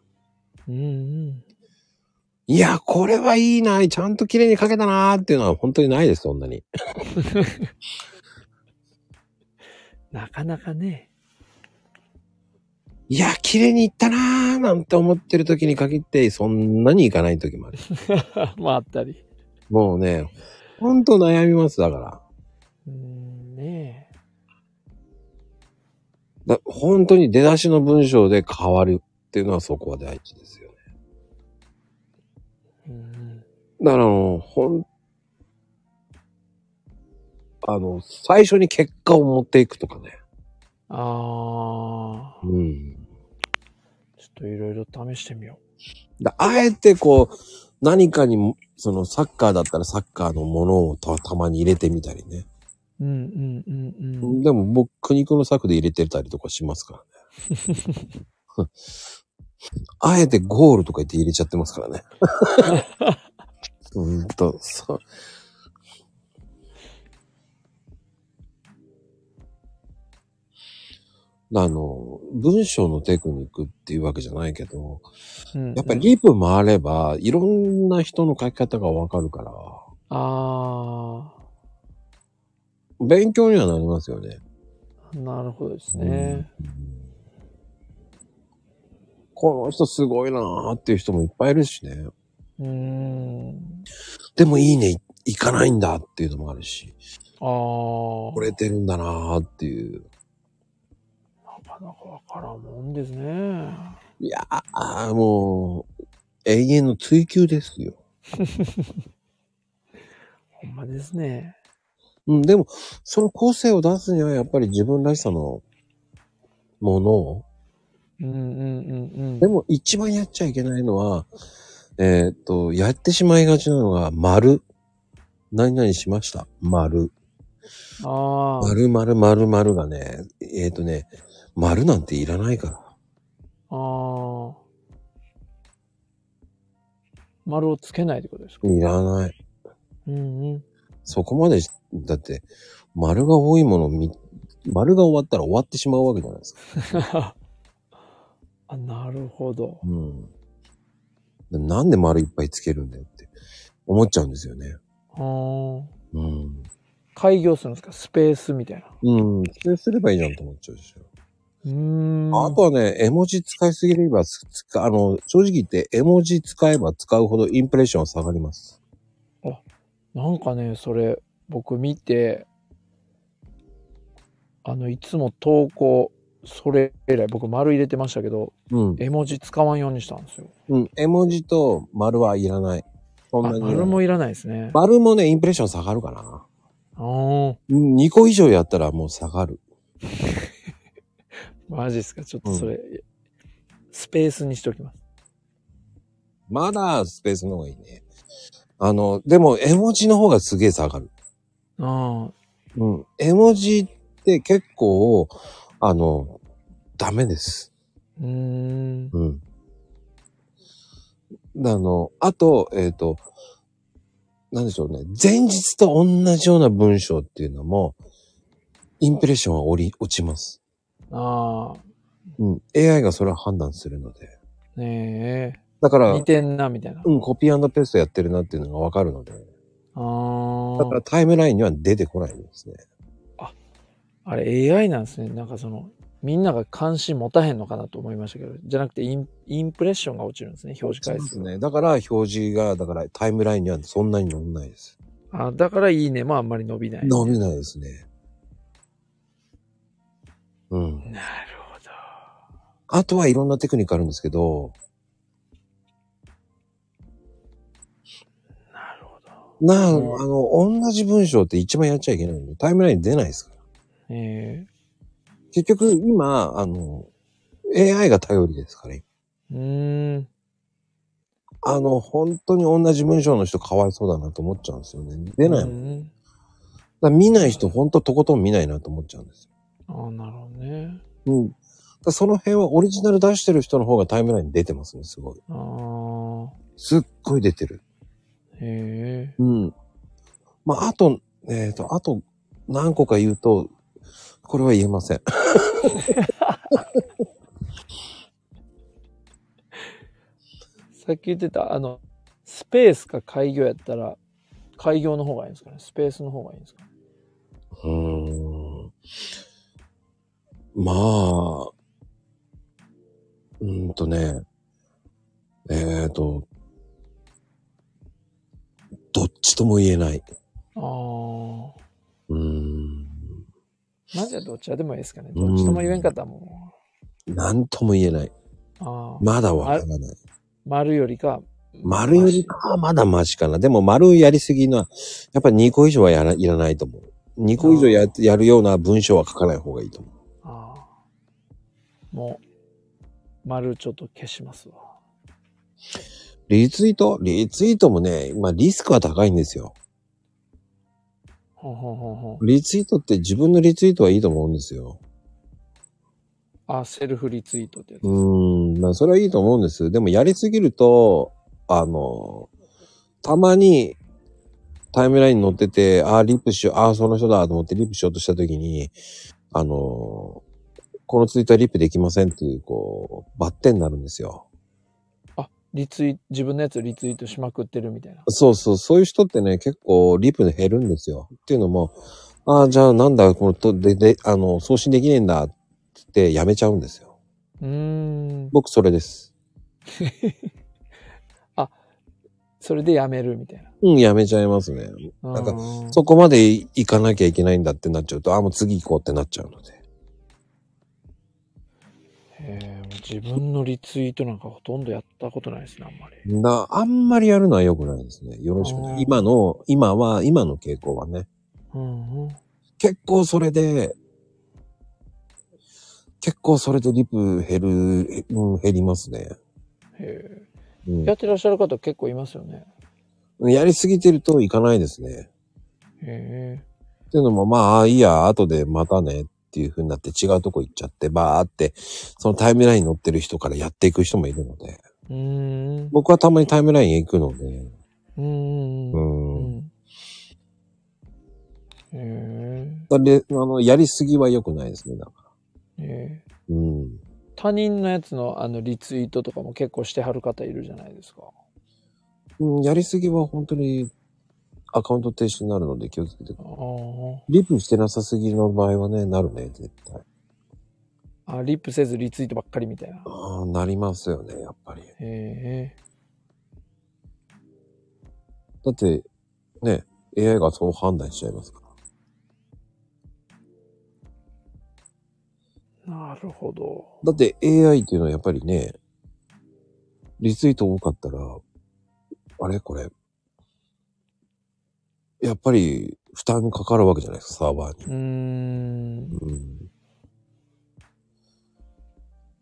Speaker 3: うん
Speaker 1: いや、これはいいな、ちゃんと綺麗に書けたなーっていうのは本当にないです、そんなに。
Speaker 3: うん。 なかなかね。
Speaker 1: いや、綺麗にいったなーなんて思ってる時に限って、そんなにいかない時もある。
Speaker 3: まああったり。
Speaker 1: もうね、ほんと悩みます、だから。
Speaker 3: うん、ねえ。
Speaker 1: だ本当に出だしの文章で変わるっていうのはそこは大事ですよね。
Speaker 3: うん
Speaker 1: だからあの、ほん、あの、最初に結果を持っていくとかね。
Speaker 3: ああ、
Speaker 1: うん。
Speaker 3: ちょっといろいろ試してみよ
Speaker 1: だあえてこう、何かにも、そのサッカーだったらサッカーのものをたたまに入れてみたりね。
Speaker 3: う。うんうんうんうん。
Speaker 1: でも僕、苦肉の策で入れてたりとかしますからね。あえてゴールとか言って入れちゃってますからね。うーんと、そう。あの、文章のテクニックっていうわけじゃないけど、
Speaker 3: うんうん
Speaker 1: やっぱりリプ回れば、いろんな人の書き方がわかるから、
Speaker 3: あ
Speaker 1: 勉強にはなりますよね。
Speaker 3: あ、なるほどですね。
Speaker 1: この人すごいなーっていう人もいっぱいいるしね。
Speaker 3: うん。
Speaker 1: でもいいね、いかないんだっていうのもあるし、
Speaker 3: ああ、こ
Speaker 1: 折れてるんだなーっていう。
Speaker 3: なかなかわからんもんですね。
Speaker 1: いやー、もう、永遠の追求ですよ。
Speaker 3: ほんまですね。
Speaker 1: うん、でも、その個性を出すには、やっぱり自分らしさのものを、
Speaker 3: うんうんうん
Speaker 1: でも一番やっちゃいけないのは、えーっと、やってしまいがちなのが、丸。何々しました。丸。
Speaker 3: うん。ああ、
Speaker 1: 丸丸丸丸がね、えーっとね、丸なんていらないから。
Speaker 3: ああ。丸をつけないってことですか
Speaker 1: いらない。
Speaker 3: うんうん。
Speaker 1: そこまでし、だって、丸が多いものみ、丸が終わったら終わってしまうわけじゃないですか。
Speaker 3: あ、なるほど。
Speaker 1: うん。なんで丸いっぱいつけるんだよって思っちゃうんですよね。
Speaker 3: あー
Speaker 1: うん。
Speaker 3: 開業するんですかスペースみたいな。
Speaker 1: うん。そうすればいいじゃんと思っちゃうでしょ。
Speaker 3: うーん。
Speaker 1: あとはね、絵文字使いすぎればす、つかあの、正直言って絵文字使えば使うほどインプレッションは下がります。
Speaker 3: なんかね、それ、僕見て、あの、いつも投稿、それ以来僕丸入れてましたけど、
Speaker 1: うん。
Speaker 3: 絵文字使わんようにしたんですよ。
Speaker 1: うん。絵文字と丸はいらない。そ
Speaker 3: あ、
Speaker 1: んなに。
Speaker 3: 丸もいらないですね。
Speaker 1: 丸もね、インプレッション下がるかな。
Speaker 3: あー
Speaker 1: うん、2個以上やったらもう下がる。
Speaker 3: マジっすか。ちょっとそれ、スペースにしておきます。
Speaker 1: まだスペースの方がいいね。あの、でも絵文字の方がすげえ下がる。
Speaker 3: あ
Speaker 1: うん。絵文字って結構、あの、ダメです。
Speaker 3: ーうーん。
Speaker 1: うん。あの、あと、えっ、と、なんでしょうね。前日と同じような文章っていうのも、インプレッションは降り、落ちます。
Speaker 3: あ
Speaker 1: うん。AI がそれは判断するので。
Speaker 3: あ、ね
Speaker 1: だか
Speaker 3: え、
Speaker 1: ら
Speaker 3: 似、てんな、みたいな。
Speaker 1: うん、コピーペーストやってるなっていうのがわかるので。
Speaker 3: あ
Speaker 1: だから
Speaker 3: ー
Speaker 1: タイムラインには出てこないんですね。
Speaker 3: あれ AI なんですね。なんかその、みんなが関心持たへんのかなと思いましたけど、じゃなくてインインプレッションが落ちるんですね、表示回
Speaker 1: そう
Speaker 3: 数。
Speaker 1: ですね。だから表示が、だからタイムラインにはそんなに伸びないです。
Speaker 3: あだからいいねもあんまり伸びない。
Speaker 1: 伸びないですね。うん。
Speaker 3: なるほど。
Speaker 1: あとはいろんなテクニックあるんですけど、
Speaker 3: なるほど。
Speaker 1: なあ、あ
Speaker 3: う
Speaker 1: の、同じ文章って一番やっちゃいけないので、タイムライン出ないですから。
Speaker 3: え
Speaker 1: 結局、今、あの、AI が頼りですから、
Speaker 3: ー、うーん。
Speaker 1: あの、本当に同じ文章の人かわいそうだなと思っちゃうんですよね。出ないもん。だから
Speaker 3: うん
Speaker 1: 見ない人、本当とことん見ないなと思っちゃうんです
Speaker 3: あーなるほどね。
Speaker 1: よ。うん。だからその辺はオリジナル出してる人の方がタイムライン出てますね、すごい。
Speaker 3: ああ、
Speaker 1: すっごい出てる。
Speaker 3: へえ。
Speaker 1: うん。まあ、あと、えっ、と、あと何個か言うと、これは言えません。
Speaker 3: さっき言ってた、あの、スペースか開業やったら、開業の方がいいんですかねスペースの方がいいんですかね
Speaker 1: うーんまあ、うーんとね、えっ、と、どっちとも言えない。
Speaker 3: ああ。
Speaker 1: うーん。
Speaker 3: まずはどちらでもいいですかね。どっちとも言えんかったらも
Speaker 1: なんとも言えない。
Speaker 3: う。ああ。
Speaker 1: まだわからない。
Speaker 3: 丸よりか。
Speaker 1: 丸よりかはまだマシかな。でも丸やりすぎな、やっぱ2個以上はやらいらないと思う。2個以上ややるような文章は書かない方がいいと思う。
Speaker 3: ああ。もう、丸ちょっと消しますわ。
Speaker 1: リツイートリツイートもね、まあリスクは高いんですよ。
Speaker 3: ほんほんほんほん。
Speaker 1: リツイートって自分のリツイートはいいと思うんですよ。
Speaker 3: あ、セルフリツイートってやつ。
Speaker 1: うーん、まあそれはいいと思うんです。でもやりすぎると、あの、たまにタイムラインに載ってて、ああ、リップしよう、ああ、その人だと思ってリップしようとしたときに、あの、このツイートはリップできませんっていう、こう、バッテンになるんですよ。
Speaker 3: リツイ、自分のやつリツイートしまくってるみたいな。
Speaker 1: そうそう、そういう人ってね、結構リップで減るんですよ。っていうのも、ああ、じゃあなんだ、このと、で、で、あの、送信できねえんだって言ってやめちゃうんですよ。
Speaker 3: うーん。
Speaker 1: 僕それです。
Speaker 3: それでやめるみたいな。
Speaker 1: うん、やめちゃいますね。なんか
Speaker 3: うーん
Speaker 1: そこまで行かなきゃいけないんだってなっちゃうと、あ、もう次行こうってなっちゃうので。
Speaker 3: へえもう自分のリツイートなんかほとんどやったことないですね、あんまり。
Speaker 1: な、あんまりやるのは良くないですね。よろしく
Speaker 3: あ
Speaker 1: な
Speaker 3: ー
Speaker 1: い。今の、今は、今の傾向はね。
Speaker 3: うんうん。
Speaker 1: 結構それで、結構それでリプ減る、うん、減りますね。
Speaker 3: へ
Speaker 1: う
Speaker 3: え。やってらっしゃる方結構いますよね。
Speaker 1: ん、やりすぎてるといかないですね。
Speaker 3: へえ。
Speaker 1: っていうのも、まあ、ああいいや、後でまたねっていう風になって違うとこ行っちゃって、バーって、そのタイムラインに乗ってる人からやっていく人もいるので。
Speaker 3: うーん。
Speaker 1: 僕はたまにタイムラインへ行くので。
Speaker 3: うー。
Speaker 1: うんん。
Speaker 3: うん。へえ。
Speaker 1: で、あの、やりすぎは良くないですね。だか
Speaker 3: ええ
Speaker 1: らうん。
Speaker 3: 他人のやつのあのリツイートとかも結構してはる方いるじゃないですか。
Speaker 1: うん、やりすぎは本当にアカウント停止になるので気をつけて。
Speaker 3: あー
Speaker 1: リプしてなさすぎの場合はね、なるね、絶対。
Speaker 3: あ、リップせずリツイートばっかりみたいな。
Speaker 1: ああ、なりますよね、やっぱり。
Speaker 3: ええ
Speaker 1: だって、ね、AI がそう判断しちゃいますから。
Speaker 3: なるほど。
Speaker 1: だって AI っていうのはやっぱりね、リツイート多かったら、あれこれ、やっぱり負担かかるわけじゃないですか、サーバーに。
Speaker 3: うーん。
Speaker 1: うん。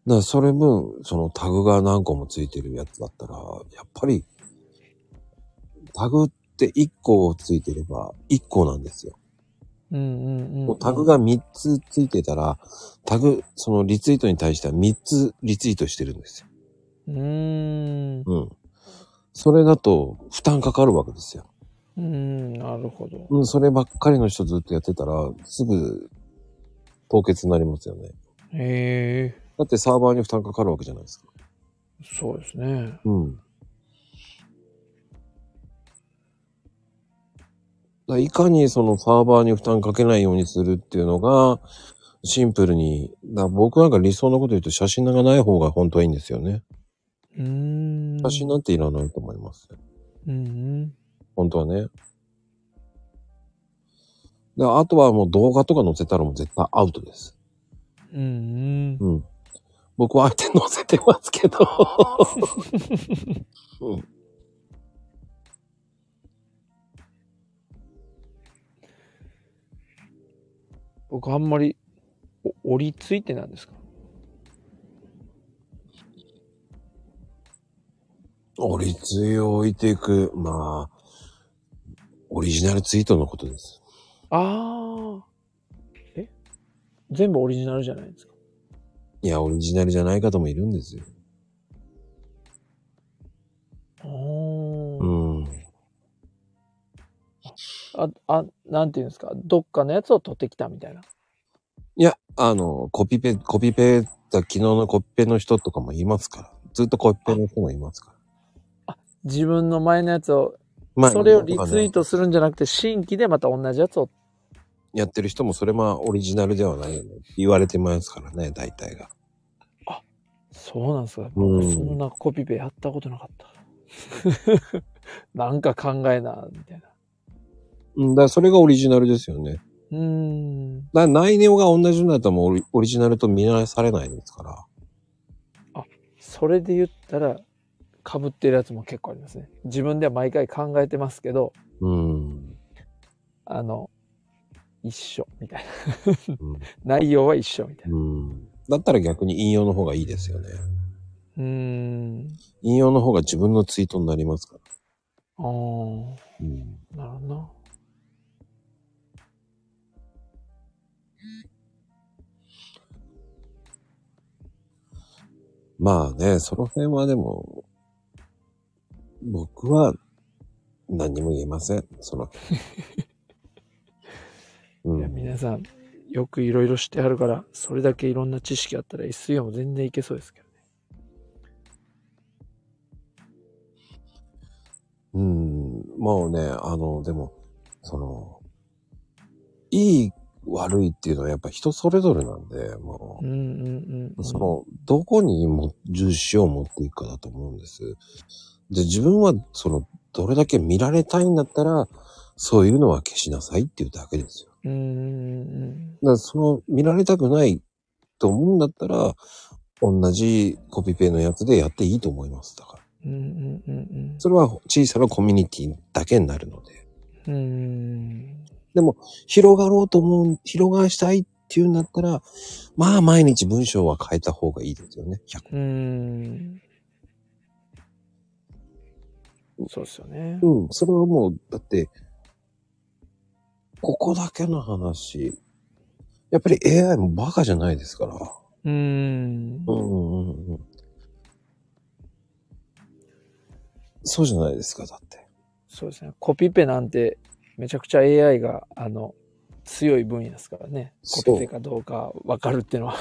Speaker 1: だからそれ分、そのタグが何個もついてるやつだったら、やっぱり、タグって1個ついてれば1個なんですよ。
Speaker 3: うんうんう
Speaker 1: も
Speaker 3: ん。
Speaker 1: うタグが3つついてたら、タグ、そのリツイートに対しては3つリツイートしてるんですよ。
Speaker 3: うーん。う
Speaker 1: うん。それだと負担かかるわけですよ。
Speaker 3: ーん。なるほど。
Speaker 1: うん、そればっかりの人ずっとやってたら、すぐ凍結になりますよね。
Speaker 3: へえ。
Speaker 1: だってサーバーに負担かかるわけじゃないですか。
Speaker 3: そうですね。
Speaker 1: うん。だからいかにそのサーバーに負担かけないようにするっていうのが、シンプルに、だから僕なんか理想のこと言うと写真がない方が本当はいいんですよね。
Speaker 3: うーん。
Speaker 1: 写真なんていらないと思います。
Speaker 3: うんうん。
Speaker 1: 本当はね。で、あとはもう動画とか載せたらもう絶対アウトです。
Speaker 3: うんうん。
Speaker 1: うん。僕はあえて載せてますけど。うん、
Speaker 3: 僕あんまり、お折りついてなんですか
Speaker 1: 折りついを置いていく。まあ、オリジナルツイートのことです。
Speaker 3: ああ。え全部オリジナルじゃないですか。
Speaker 1: いや、オリジナルじゃない方もいるんですよ。
Speaker 3: あ
Speaker 1: う
Speaker 3: ー
Speaker 1: ん。
Speaker 3: あ。あ、なんていうんですか。どっかのやつを取ってきたみたいな。
Speaker 1: いや、あの、コピペ、コピペ、昨日のコピペの人とかもいますから。ずっとコピペの人もいますから。
Speaker 3: 自分の前のやつを、
Speaker 1: まあ
Speaker 3: それをリツイ
Speaker 1: と
Speaker 3: ー
Speaker 1: かね
Speaker 3: トするんじゃなくて、新規でまた同じやつを。
Speaker 1: やってる人もそれまあオリジナルではないよね。言われてますからね、大体が。
Speaker 3: そうなんですか。
Speaker 1: うん
Speaker 3: そんなコピペやったことなかった。 なんか考えな、みたいな。
Speaker 1: うん、だからそれがオリジナルですよね。
Speaker 3: うーん。
Speaker 1: だから内容が同じのだったらもうオリオリジナルと見なされないですから。
Speaker 3: それで言ったら、被ってるやつも結構ありますね。自分では毎回考えてますけど、
Speaker 1: うん。
Speaker 3: あの、一緒、みたいな。
Speaker 1: うん
Speaker 3: 内容は一緒みたいな。
Speaker 1: うん。だったら逆に引用の方がいいですよね。
Speaker 3: うーん。
Speaker 1: 引用の方が自分のツイートになりますから。
Speaker 3: あー
Speaker 1: うん。
Speaker 3: なるほどな。
Speaker 1: まあね、その辺はでも、僕は何も言えません。その。う
Speaker 3: いや、皆さん、よくいろいろしてあるから、それだけいろんな知識あったら SEO も全然いけそうですけどね。
Speaker 1: うん、もうね、あの、でも、その、いい、悪いっていうのはやっぱ人それぞれなんで、も
Speaker 3: うんうんうん、う
Speaker 1: う、
Speaker 3: ん。
Speaker 1: その、どこにも重視を持っていくかだと思うんです。で、自分は、その、どれだけ見られたいんだったら、そういうのは消しなさいっていうだけですよ。
Speaker 3: うんうんうん。
Speaker 1: だからその、見られたくないと思うんだったら、同じコピペのやつでやっていいと思います。だから。
Speaker 3: うんうんうんうん
Speaker 1: それは小さなコミュニティだけになるので。
Speaker 3: うん。うん。
Speaker 1: 広がろうと思う、広がしたいっていうんだったら、まあ毎日文章は変えた方がいいですよね。100
Speaker 3: うん。そうですよね。
Speaker 1: うん、それはもう、だって、ここだけの話、やっぱり AI もバカじゃないですから。
Speaker 3: うん。
Speaker 1: うんうんうんうん。そうじゃないですか、だって。
Speaker 3: そうですね。コピペなんて、めちゃくちゃ AI が、あの、強い分野ですからね。
Speaker 1: そう
Speaker 3: コピペかどうか分かるっていうのは。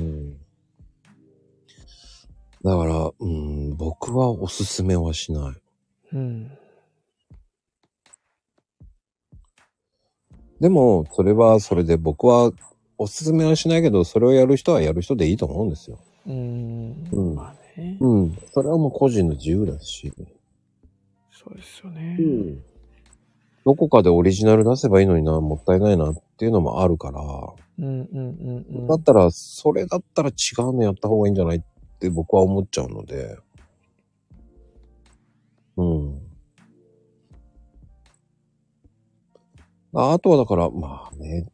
Speaker 1: うん。だから、うん、僕はおすすめはしない。
Speaker 3: うん。
Speaker 1: でも、それはそれで僕はおすすめはしないけど、それをやる人はやる人でいいと思うんですよ。
Speaker 3: うん。
Speaker 1: うん
Speaker 3: まあね。
Speaker 1: うん。それはもう個人の自由だし。
Speaker 3: そうですよね。
Speaker 1: どこかでオリジナル出せばいいのにな、もったいないなっていうのもあるから、
Speaker 3: うんうんうん
Speaker 1: だ
Speaker 3: うん
Speaker 1: っ。たら、それだったら違うのやった方がいいんじゃないって僕は思っちゃうので、うん。ああとはだから、まあね、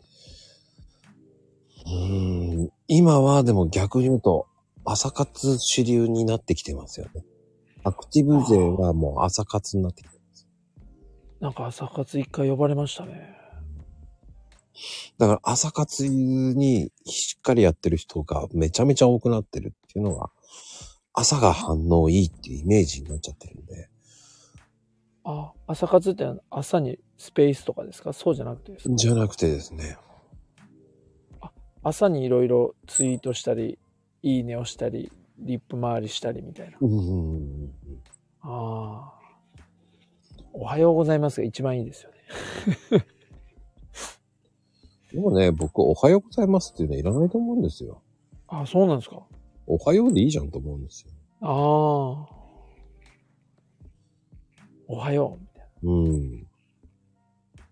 Speaker 1: うーん、今はでも逆に言うと、朝活主流になってきてますよね。アクティブ勢はもう朝活になってきてます。
Speaker 3: なんか朝活一回呼ばれましたね。
Speaker 1: だから朝活にしっかりやってる人がめちゃめちゃ多くなってるっていうのが、朝が反応いいっていうイメージになっちゃってるんで、
Speaker 3: あ、朝活って朝にスペースとかですかそうじゃなくてですか
Speaker 1: じゃなくてですね、
Speaker 3: 朝にいろいろツイートしたり、いいねをしたり、リップ回りしたりみたいな。
Speaker 1: うんうんうん
Speaker 3: ああ。おはようございますが一番いいですよね。
Speaker 1: でもね、僕、おはようございますっていうのはいらないと思うんですよ。
Speaker 3: あそうなんですか。
Speaker 1: おはようでいいじゃんと思うんですよ。
Speaker 3: ああ。おはようみたい
Speaker 1: うん。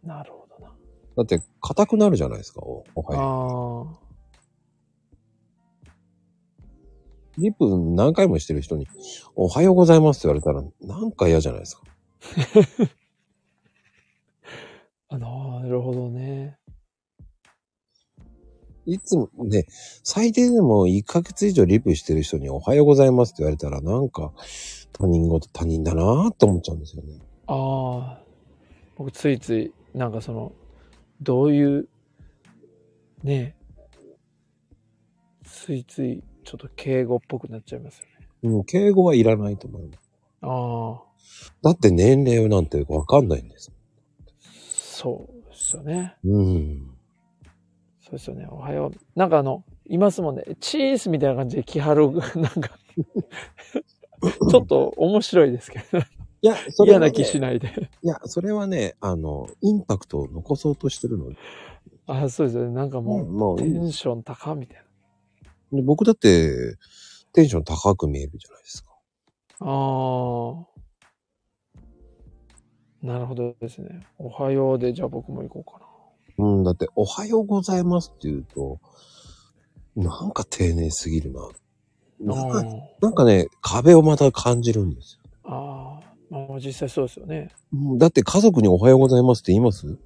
Speaker 3: な。なるほどな。
Speaker 1: だって、硬くなるじゃないですか、おおはよう。リップ何回もしてる人に、おはようございますって言われたら、なんか嫌じゃないですか。
Speaker 3: ああ。なるほどね。
Speaker 1: いつもね、最低でも1ヶ月以上リプしてる人におはようございますって言われたらなんか他人事他人だなーって思っちゃうんですよね。
Speaker 3: ああ。僕ついつい、なんかその、どういう、ねえついつい、ちょっと敬語っぽくなっちゃいますよね。
Speaker 1: うん、敬語はいらないと思います。
Speaker 3: ああ。
Speaker 1: だって年齢なんてわかんないんです。
Speaker 3: そうですよね。
Speaker 1: うん。
Speaker 3: そうですよね。おはよう。なんかあの、いますもんね。チーズみたいな感じで来はる、なんか、 ちょっと面白いですけど、
Speaker 1: いや、それ
Speaker 3: 嫌
Speaker 1: は、ね、
Speaker 3: な気しないで。
Speaker 1: いや、それはね、あの、インパクトを残そうとしてるので。
Speaker 3: あそうですよね。なんか
Speaker 1: もう
Speaker 3: も
Speaker 1: ん、も
Speaker 3: う、
Speaker 1: う
Speaker 3: テ
Speaker 1: いい
Speaker 3: ンション高みたいな。
Speaker 1: で僕だってテンション高く見えるじゃないですか。
Speaker 3: あー。なるほどですね。おはようで、じゃあ僕も行こうか
Speaker 1: うん、だっておはようございますって言うと、なんか丁寧すぎるな。
Speaker 3: な。
Speaker 1: なん
Speaker 3: あ
Speaker 1: か
Speaker 3: ー
Speaker 1: なんかね、壁をまた感じるんですよ。
Speaker 3: あー。まあ、実際そうですよね。
Speaker 1: うんだって家族におはようございますって言います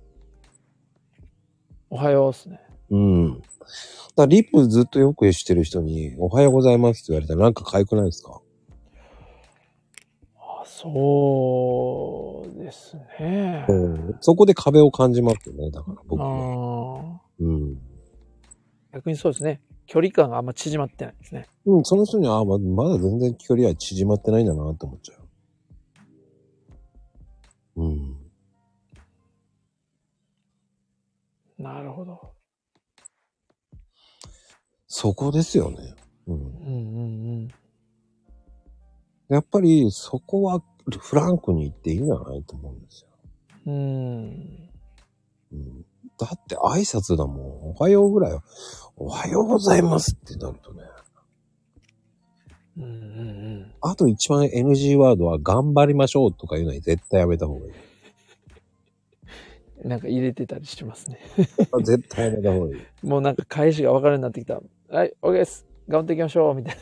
Speaker 3: おはようっすね。
Speaker 1: うん。だからリップずっとよくしてる人に、おはようございますって言われたらなんかかゆくないですか
Speaker 3: あそうですね。
Speaker 1: うん。そこで壁を感じますよね、だから僕
Speaker 3: あ
Speaker 1: は。
Speaker 3: ー。
Speaker 1: うん。
Speaker 3: 逆にそうですね。距離感があんま縮まってないですね。
Speaker 1: うん、その人に、ああ、ままだ全然距離は縮まってないんだなって思っちゃう。うん。
Speaker 3: なるほど。
Speaker 1: そこですよね。うん。
Speaker 3: うんうんうん。
Speaker 1: やっぱりそこはフランクに言っていいんじゃないと思うんですよ。
Speaker 3: うん。
Speaker 1: うんだって挨拶だもん。おはようぐらいは、おはようございますってなるとね。
Speaker 3: うんうんうん。
Speaker 1: あと一番 NG ワードは、頑張りましょうとか言うのに絶対やめた方がいい。
Speaker 3: なんか入れてたりしてますね。
Speaker 1: あ 絶対やめた方がいい。
Speaker 3: もうなんか返しが分からなくなってきた。はい、OK です。頑張っていきましょう。みたいな。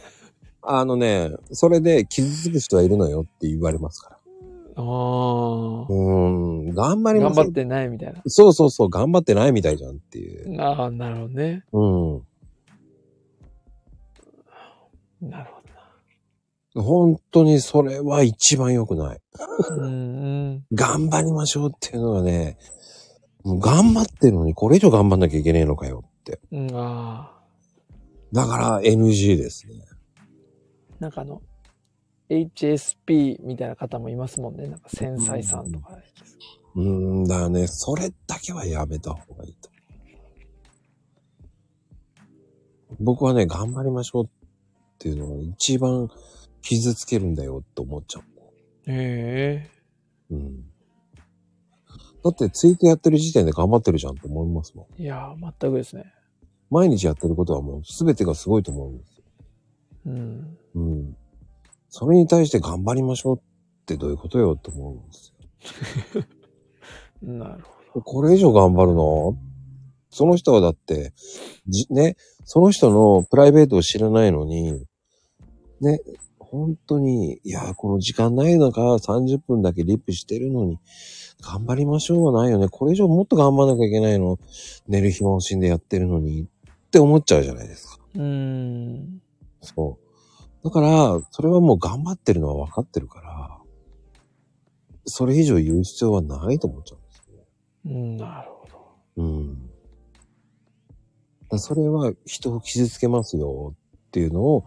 Speaker 1: あのね、それで傷つく人はいるのよって言われますから。
Speaker 3: ああ。
Speaker 1: うーん、頑張りま
Speaker 3: 頑
Speaker 1: す
Speaker 3: 張ってないみたいな。
Speaker 1: そうそうそう、頑張ってないみたいじゃんっていう。
Speaker 3: ああ、なるほどね。
Speaker 1: うん。
Speaker 3: なるほど
Speaker 1: 本当にそれは一番良くない。
Speaker 3: な。うんうん。
Speaker 1: 頑張りましょうっていうのがね、もう頑張ってるのにこれ以上頑張んなきゃいけねえのかよって。
Speaker 3: うん、あ
Speaker 1: だから NG ですね。
Speaker 3: あ。なんかあの、HSP みたいな方もいますもんね。なんか繊細さんとか。
Speaker 1: うーんだからね、それだけはやめた方がいいと。僕はね、頑張りましょうっていうのが一番傷つけるんだよって思っちゃ
Speaker 3: へえ。
Speaker 1: う。うん。だってツイートやってる時点で頑張ってるじゃんって思いますもん。
Speaker 3: いやー、全くですね。
Speaker 1: 毎日やってることはもう全てがすごいと思うんですよ。
Speaker 3: うん。
Speaker 1: うん。それに対して頑張りましょうってどういうことよって思うんですよ。
Speaker 3: なるほ
Speaker 1: これ以上頑張るのその人はだって、じね、その人のプライベートを知らないのに、ね、本当に、いや、この時間ない中、30分だけリップしてるのに、頑張りましょうはないよね。これ以上もっと頑張らなきゃいけないの。寝る暇を惜しんでやってるのに、って思っちゃうじゃないですか。
Speaker 3: ど。うーん。
Speaker 1: そう。だから、それはもう頑張ってるのは分かってるから、それ以上言う必要はないと思っちゃうんですよね。
Speaker 3: うんなるほど。
Speaker 1: うん。それは人を傷つけますよっていうのを、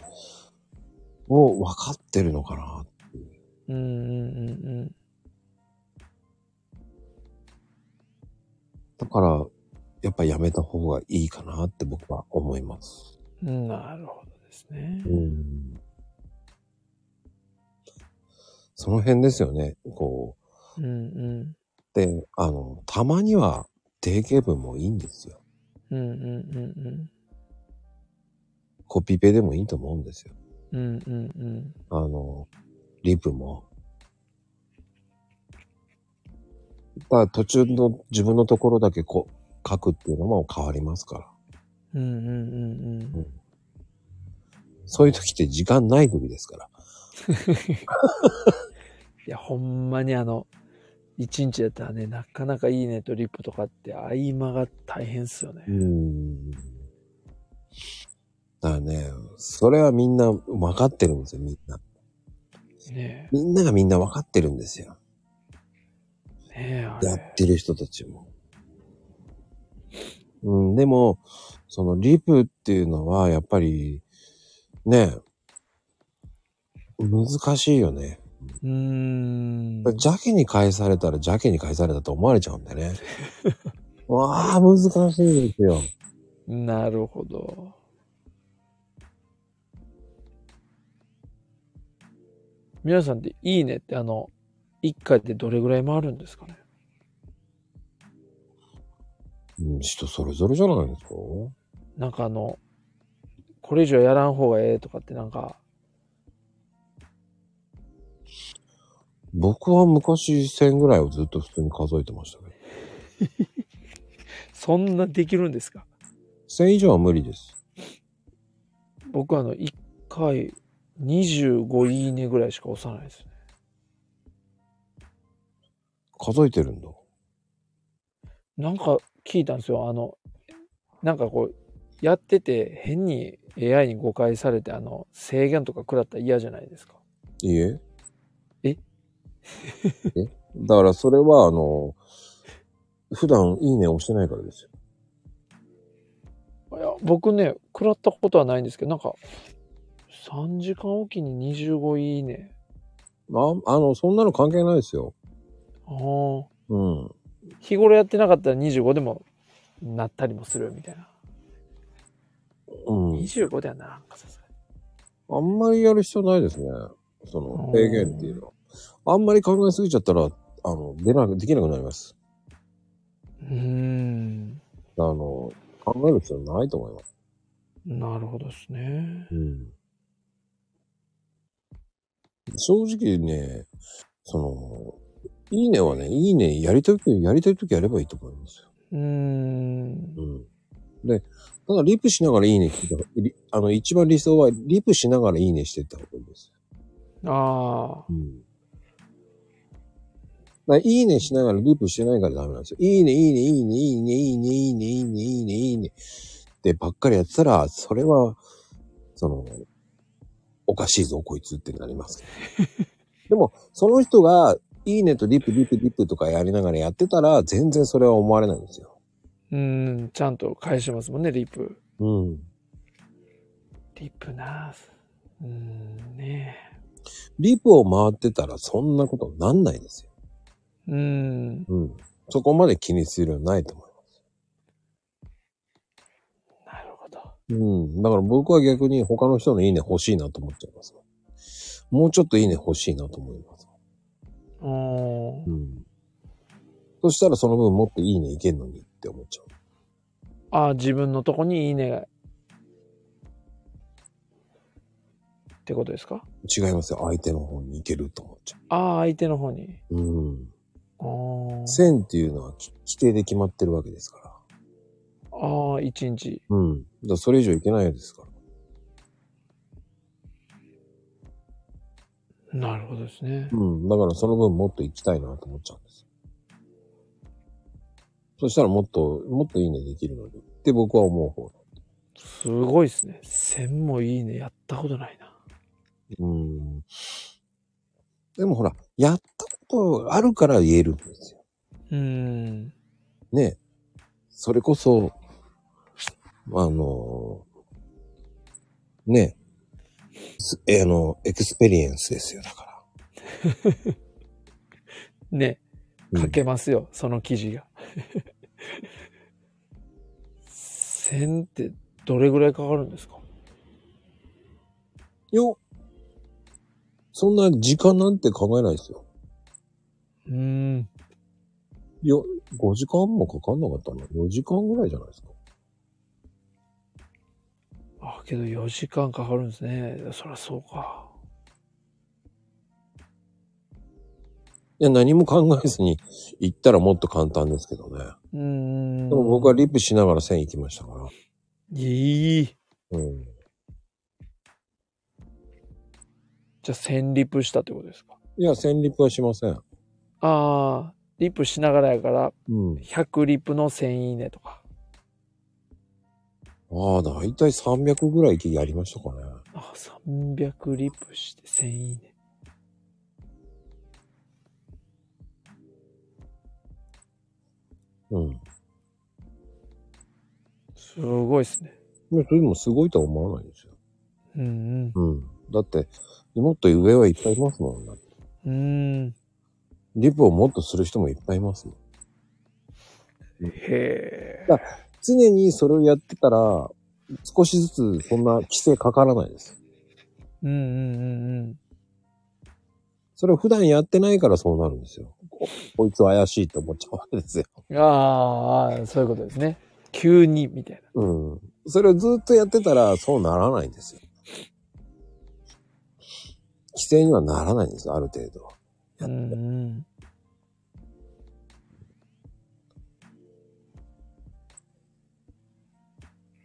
Speaker 1: を分かってるのかな。
Speaker 3: うんうんうん
Speaker 1: だから、やっぱやめた方がいいかなって僕は思います。
Speaker 3: うん。なるほどですね。
Speaker 1: うん。その辺ですよね。こう。
Speaker 3: うんうん。
Speaker 1: で、あの、たまには定型文もいいんですよ。
Speaker 3: うんうんうん
Speaker 1: コピペでもいいと思うんですよ。
Speaker 3: うん。うんうんうん。
Speaker 1: あの、リプも。だから途中の自分のところだけこう書くっていうのも変わりますから。
Speaker 3: うんうんうんうん。
Speaker 1: そういう時って時間ない時ですから。
Speaker 3: いや、ほんまにあの、一日やったらね、なかなかいいねとリップとかって合間が大変っすよね。
Speaker 1: ん。だからね、それはみんな分かってるんですよ、みんな。
Speaker 3: ね
Speaker 1: みんながみんな分かってるんですよ。
Speaker 3: え。ねえ、あ
Speaker 1: やっ
Speaker 3: れ。
Speaker 1: てる人たちも。うん、でも、そのリプっていうのは、やっぱり、ね、難しいよね。
Speaker 3: うーん。
Speaker 1: 邪気に返されたら邪気に返されたと思われちゃうんだよね。わあ、難しいですよ。
Speaker 3: なるほど。皆さんっていいねってあの、一回でどれぐらい回るんですかね
Speaker 1: うん、人それぞれじゃないですか。
Speaker 3: なんかあの、これ以上やらん方がええとかってなんか、
Speaker 1: 僕は昔1000ぐらいをずっと普通に数えてましたけど。
Speaker 3: そんなできるんですか
Speaker 1: 1000以上は無理です。
Speaker 3: 僕あの、一回25いいねぐらいしか押さないですね。
Speaker 1: 数えてるんだ。
Speaker 3: なんか聞いたんですよ。あの、なんかこう、やってて変に AI に誤解されてあの、制限とか食らったら嫌じゃないですか。
Speaker 1: いい え。
Speaker 3: え
Speaker 1: えだからそれは、あの、普段いいね押してないからですよ。
Speaker 3: いや僕ね食らったことはないんですけどなんか3時間おきに25いいね
Speaker 1: ああの、そんなの関係ないですよ。
Speaker 3: あー
Speaker 1: うん。
Speaker 3: 日頃やってなかったら25でもなったりもするみたいな
Speaker 1: うん。
Speaker 3: 25ではななんかさすがに
Speaker 1: あんまりやる必要ないですね。その、制限っていうのは。あんまり考えすぎちゃったら、あの、出なく、できなくなります。
Speaker 3: うーん
Speaker 1: あの、考える必要ないと思います。
Speaker 3: なるほどですね
Speaker 1: うん。正直ね、その、いいねはね、いいね、やりたいとき、やりたいときやればいいと思いますよ。
Speaker 3: うーん
Speaker 1: うん。で、ただリプしながらいいね聞いた方がリあの、一番理想はリプしながらいいねしてった方がいいです。
Speaker 3: あ
Speaker 1: うん。だからいいねしながらリプしてないからダメなんですよ。いいね、いいね、いいね、いいね、いいね、いいね、いいね、いいね、いいね。で、ばっかりやってたら、それは、その、おかしいぞ、こいつってなります。でも、その人が、いいねとリプ、リプ、リプとかやりながらやってたら、全然それは思われないんですよ。
Speaker 3: ーうーんちゃんと返してますもんねリップ
Speaker 1: うん。
Speaker 3: リップなうーんね
Speaker 1: リプを回ってたらそんなことなんないですよ。
Speaker 3: うーん
Speaker 1: うん。そこまで気にするようないと思いま
Speaker 3: なるほど
Speaker 1: す。うん。だから僕は逆に他の人のいいね欲しいなと思っちゃいます。もうちょっといいね欲しいなと思います。
Speaker 3: お
Speaker 1: う
Speaker 3: ー
Speaker 1: ん。そしたらその分もっといいねいけんのにって思っちゃ
Speaker 3: あー自分のとこにいいねがってことですか
Speaker 1: う。違いますよ。相手の方に行けると思っちゃ
Speaker 3: ああ、相手の方に。
Speaker 1: う。うん。
Speaker 3: ああ。
Speaker 1: 1000っていうのはき規定で決まってるわけですから。
Speaker 3: ああ、一日。
Speaker 1: うん。だからそれ以上いけないですから。
Speaker 3: なるほどですね。
Speaker 1: うん。だからその分もっと行きたいなと思っちゃうんです。そしたらもっと、もっといいねできるのに。って僕は思う方。
Speaker 3: すごいですね。1000もいいね。やったことないな。
Speaker 1: うん。でもほら、やったことあるから言えるんですよ。
Speaker 3: うーん。
Speaker 1: ね。それこそ、あの、ね。すえあの、エクスペリエンスですよ、だから。
Speaker 3: ね、
Speaker 1: うん
Speaker 3: 書けますよ、その記事が。1000ってどれぐらいかかるんですか
Speaker 1: よそんな時間なんて考えないですよ。
Speaker 3: うーん。
Speaker 1: いや、5時間もかかんなかったの ?4 時間ぐらいじゃないですか。
Speaker 3: あ、けど4時間かかるんですね。そりゃそうか。
Speaker 1: いや、何も考えずに行ったらもっと簡単ですけどね。
Speaker 3: うーん。
Speaker 1: でも僕はリップしながら1000行きましたから。
Speaker 3: いい。
Speaker 1: うん。
Speaker 3: じゃあ1000リプしたってことですか
Speaker 1: いや、1000リップはしません。
Speaker 3: ああ、リプしながらやから、
Speaker 1: うん。
Speaker 3: 100リプの1000いいねとか。
Speaker 1: ああ、だいたい300ぐらいやりましたかね。
Speaker 3: あ、300リプして1000いいね。
Speaker 1: うん。
Speaker 3: すごいですね。
Speaker 1: いやそれでもすごいとは思わないですよ。
Speaker 3: うん
Speaker 1: うん。だって、もっと上はいっぱいいますもん、ね。
Speaker 3: うん。うーん。
Speaker 1: リップをもっとする人もいっぱいいますもん。
Speaker 3: へえ。
Speaker 1: 常にそれをやってたら、少しずつそんな規制かからないです。
Speaker 3: うんうんうんうん。
Speaker 1: それを普段やってないからそうなるんですよ。ここいつ怪しいと思っちゃうわけですよ。
Speaker 3: ああ、そういうことですね。急に、みたい
Speaker 1: うん。それをずっとやってたらそうならないんですよ。規制にはならないんですよ、ある程度は。
Speaker 3: な。うんうん。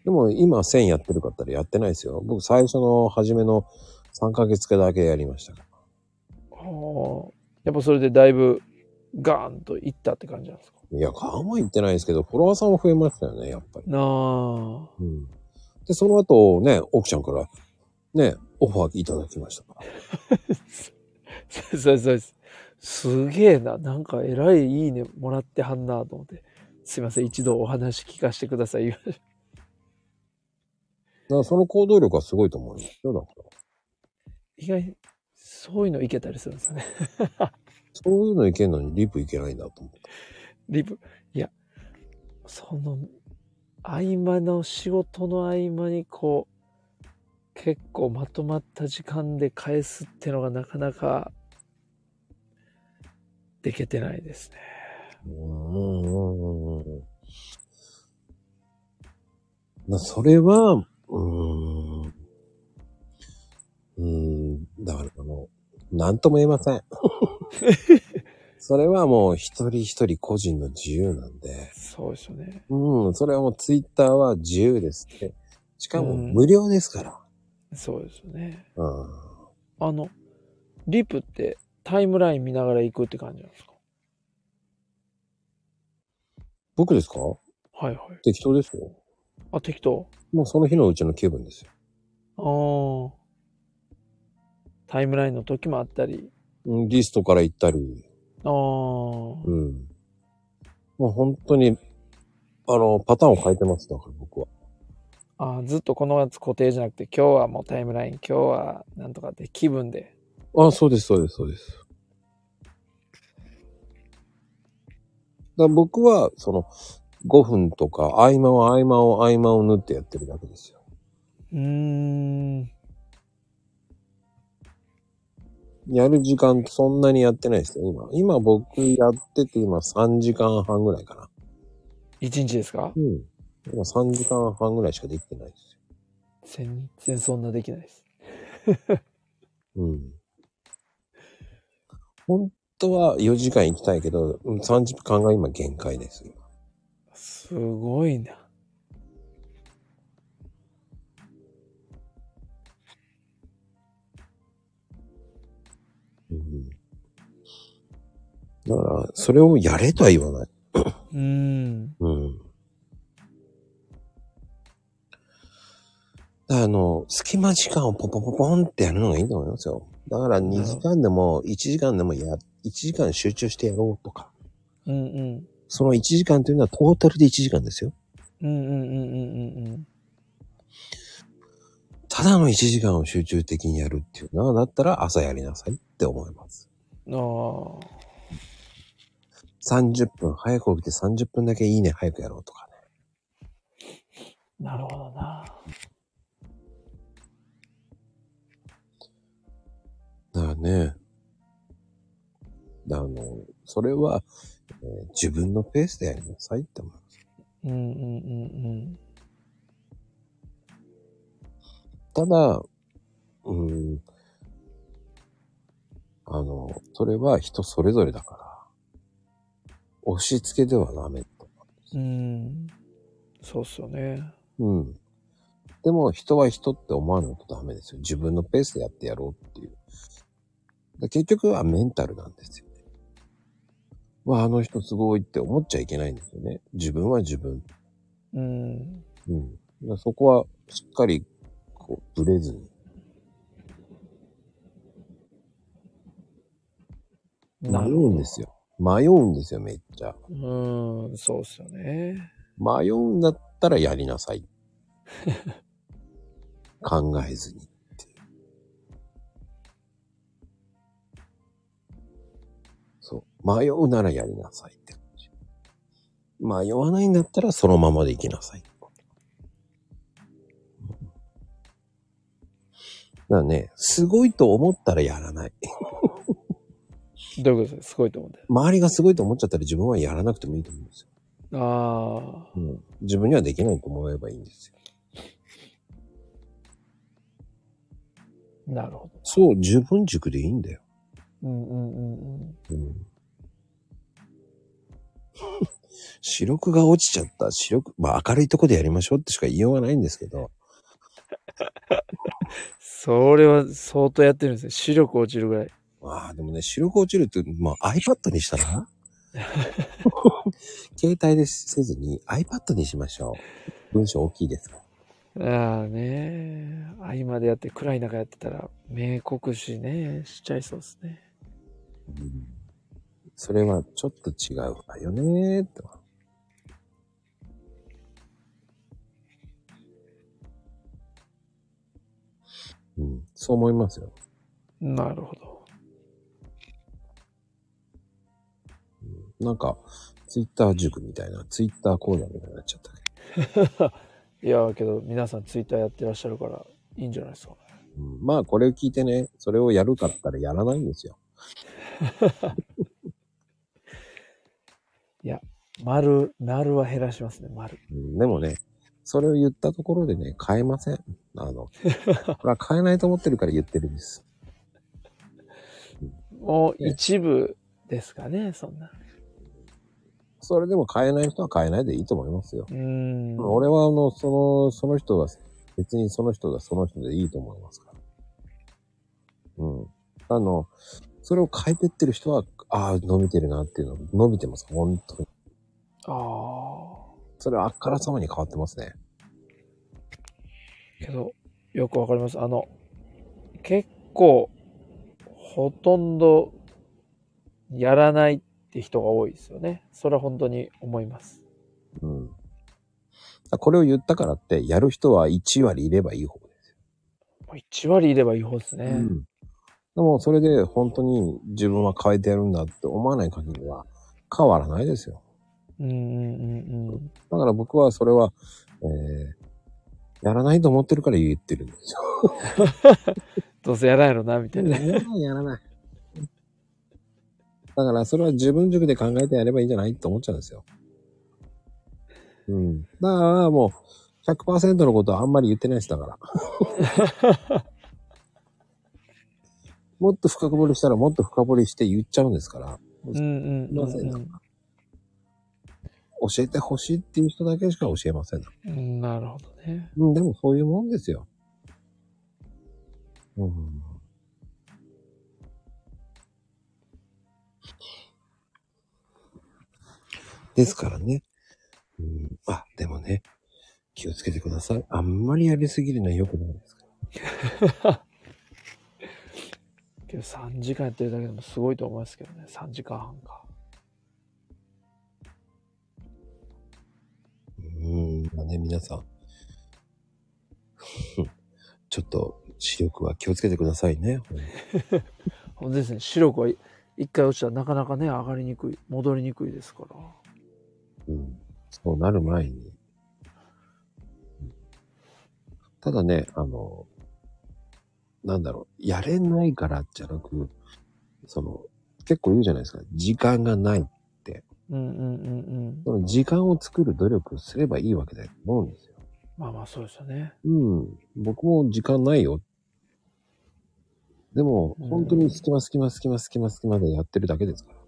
Speaker 1: でも今1000やってるかったらやってないですよ。僕最初の初めの3ヶ月かだけやりましたから。
Speaker 3: ああ。やっぱそれでだいぶ、ガーンといったって感じなんですか。
Speaker 1: いや、顔も言ってないですけど、フォロワーさんは増えましたよね、やっぱり。
Speaker 3: なあ。
Speaker 1: うんで、その後ね、奥ちゃんからね、オファーいただきましたから。
Speaker 3: そうそうそうです。すげえな。なんか偉いいいねもらってはんなと思って。すいません。一度お話聞かせてください。
Speaker 1: だからその行動力はすごいと思うんですよ。だから。
Speaker 3: 意外に、そういうのいけたりするんですよね。
Speaker 1: そういうのいけんのにリプいけないんだと思って。
Speaker 3: リプ。いや、その、合間の仕事の合間にこう、結構まとまった時間で返すってのがなかなかできてないですね。
Speaker 1: うーんうんうんうんまあ。それは、うーん。うーん。だから、あの、なんとも言えません。それはもう一人一人個人の自由なんで。
Speaker 3: そうですよね。
Speaker 1: うん、それはもうツイッターは自由ですって。しかも
Speaker 3: うん
Speaker 1: 無料ですから。
Speaker 3: そうですよね。
Speaker 1: うん。
Speaker 3: あの、リプってタイムライン見ながら行くって感じなんですか
Speaker 1: 僕ですか
Speaker 3: はいはい。
Speaker 1: 適当ですよ。
Speaker 3: あ、適当。
Speaker 1: もうその日のうちの気分ですよ。
Speaker 3: ああ。タイムラインの時もあったり。
Speaker 1: うんリストから行ったり、
Speaker 3: ああ。
Speaker 1: うん。もう本当に、あの、パターンを変えてます、だから僕は。
Speaker 3: あーずっとこのやつ固定じゃなくて今日はもうタイムライン今日はなんとかって気分で
Speaker 1: あ、そうです、そうです、そうです。だから僕は、その、5分とか、合間を合間を合間を縫ってやってるだけですよ。
Speaker 3: うーん
Speaker 1: やる時間そんなにやってないですよ、今。今僕やってて今3時間半ぐらいかな。
Speaker 3: 一日ですか
Speaker 1: うん。今3時間半ぐらいしかできてないです
Speaker 3: 全然そんなできないです
Speaker 1: よ。うん。本当は4時間行きたいけど、うん3時間が今限界です。
Speaker 3: すごいな。
Speaker 1: うん、だから、それをやれとは言わない。
Speaker 3: うん。
Speaker 1: うん。だからあの、隙間時間をポポポポンってやるのがいいと思いますよ。だから
Speaker 3: ほ
Speaker 1: 2
Speaker 3: ど
Speaker 1: 時間でも1時間でもや、1時間集中してやろうとか。
Speaker 3: うんうん。
Speaker 1: その1時間というのはトータルで1時間ですよ。
Speaker 3: うんうんうんうんうんうん。
Speaker 1: ただの1時間を集中的にやるっていうのは、だったら朝やりなさいって思います。
Speaker 3: ああ。
Speaker 1: 30分早く起きて30分だけいいね早くやろうとかね。
Speaker 3: なるほどな。
Speaker 1: だからね。あの、それは、えー自分のペースでやりなさいって思う。
Speaker 3: うんうんうん
Speaker 1: ただ、うん、あの、それは人それぞれだから、押し付けではダメと。
Speaker 3: うん。うん。そうっすよね。
Speaker 1: うん。でも人は人って思わないとダメですよ。自分のペースでやってやろうっていう。だ結局はメンタルなんですよね。わあ、あの人すごいって思っちゃいけないんですよね。自分は自分。
Speaker 3: うん。
Speaker 1: うん。だからそこはしっかり、こう、ぶれずに。迷
Speaker 3: なる
Speaker 1: うんですよ。迷うんですよ、めっちゃ。
Speaker 3: うん。そうっすよね。
Speaker 1: 迷うんだったらやりな さい。考えずに。そう。迷うならやりなさいって感じ。迷わないんだったらそのままでいきなさい。だからね、すごいと思ったらやらない。
Speaker 3: どういうことですかすごいと思って。
Speaker 1: 周りがすごいと思っちゃったら自分はやらなくてもいいと思うんですよ。
Speaker 3: ああ。
Speaker 1: うん、自分にはできないと思えばいいんですよ。
Speaker 3: なるほ
Speaker 1: そう、自分軸でいいんだよ。
Speaker 3: ど。うんうんうんうん。
Speaker 1: うん、 視力が落ちちゃった。視力、まあ明るいとこでやりましょうってしか言いようがないんですけど、
Speaker 3: それは相当やってるんですね。視力落ちるぐらい。
Speaker 1: まあでもね、視力落ちるって、まあ iPad にしたら 携帯でせずに iPad にしましょう。文章大きいですから。
Speaker 3: ああね合間でやって暗い中やってたら目酷使ねしちゃいそうですね
Speaker 1: うんそれはちょっと違うわよねーと。うん、そう思いますよ。
Speaker 3: なるほど
Speaker 1: なんか、ツイッター塾みたいな、ツイッター講座みたいになっちゃったけ
Speaker 3: いやけど皆さんツイッターやってらっしゃるからいいんじゃないですか
Speaker 1: ど、うん。まあ、これを聞いてね、それをやるかって言ったらやらないんですよ。
Speaker 3: 丸丸は減らしますね丸
Speaker 1: うん、でもね、それを言ったところでね、変えません。あの、これは変えないと思ってるから言ってるんです。
Speaker 3: もう一部ですかねそんな
Speaker 1: それでも変えない人は変えないでいいと思いますよ。
Speaker 3: うーん
Speaker 1: 俺はあの、その、その人が、別にその人がその人でいいと思いますから。うん。あの、それを変えてってる人は、ああ、伸びてるなっていうの、伸びてます。本当に。
Speaker 3: ああ
Speaker 1: それはあっからさまに変わってますね。
Speaker 3: けどよくわかりますあの結構ほとんどやらないって人が多いですよねそれは本当に思います
Speaker 1: うん。これを言ったからって、やる人は1割いればいい方ですよ。
Speaker 3: まあ1割いればいい方ですね。
Speaker 1: うん。でも、それで本当に自分は変えてやるんだって思わない限りは、変わらないですよ。
Speaker 3: うんうんうん
Speaker 1: だから僕はそれは、えー、やらないと思ってるから言ってるんですよ。
Speaker 3: どうせやらんやろな、みたいな。
Speaker 1: らない、やらない。だからそれは自分塾で考えてやればいいんじゃないって思っちゃうんですよ。うん。だからもう、100%のことはあんまり言ってないですだから。もっと深掘りしたらもっと深掘りして言っちゃうんですから、
Speaker 3: うんうん
Speaker 1: すいません
Speaker 3: う
Speaker 1: 教えてほしいっていう人だけしか教えません。
Speaker 3: んうん。なるほどね。
Speaker 1: うん、でもそういうもんですよ。うん。ですからね。うん、あ、でもね、気をつけてください。あんまりやりすぎるのは良くないですから。
Speaker 3: けど3時間やってるだけでもすごいと思いますけどね。3時間半か。
Speaker 1: うん、まあね、皆さん。 ちょっと、視力は気をつけてくださいね。
Speaker 3: ほんとですね。視力は一回落ちたらなかなかね、上がりにくい、戻りにくいですから。
Speaker 1: うん、そうなる前に。ただね、あの、なんだろう、やれないからじゃなく、その、結構言うじゃないですか、時間がない。
Speaker 3: うんうんうんうん。
Speaker 1: その時間を作る努力をすればいいわけだと思うんですよ。
Speaker 3: まあまあそうですよね。
Speaker 1: うん、僕も時間ないよ。でも
Speaker 3: うん、
Speaker 1: 本当に隙間隙間隙間隙間隙間でやってるだけですから。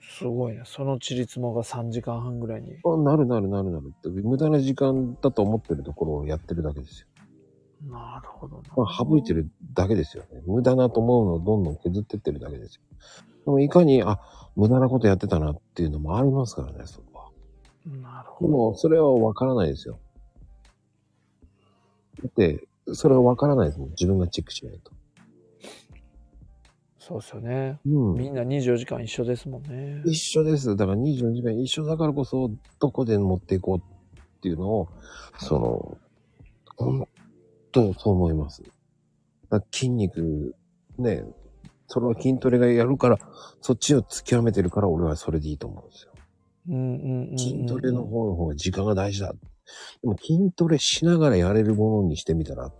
Speaker 3: すごいね。そのちりつもが3時間半ぐらいに。
Speaker 1: あなるなるなるなるって、無駄な時間だと思ってるところをやってるだけですよ。
Speaker 3: なるほどな。
Speaker 1: まあ、省いてるだけですよね。無駄なと思うのをどんどん削ってってるだけですよ。でもいかに、あ、無駄なことやってたなっていうのもありますからね、そこは。
Speaker 3: なる
Speaker 1: で
Speaker 3: ほど。
Speaker 1: も、それはわからないですよ。だって、それはわからないですもん。自分がチェックしないと。
Speaker 3: そうですよね。
Speaker 1: う
Speaker 3: み
Speaker 1: ん。
Speaker 3: んな24時間一緒ですもんね。
Speaker 1: 一緒です。だから24時間一緒だからこそ、どこで持っていこうっていうのを、その、本当そう思います。だから筋肉、ね、それは筋トレがやるから、そっちを突き止めてるから俺はそれでいいと思うんですよ。
Speaker 3: うんうんうんうん。
Speaker 1: 筋トレの方の方が時間が大事だ。でも筋トレしながらやれるものにしてみたら、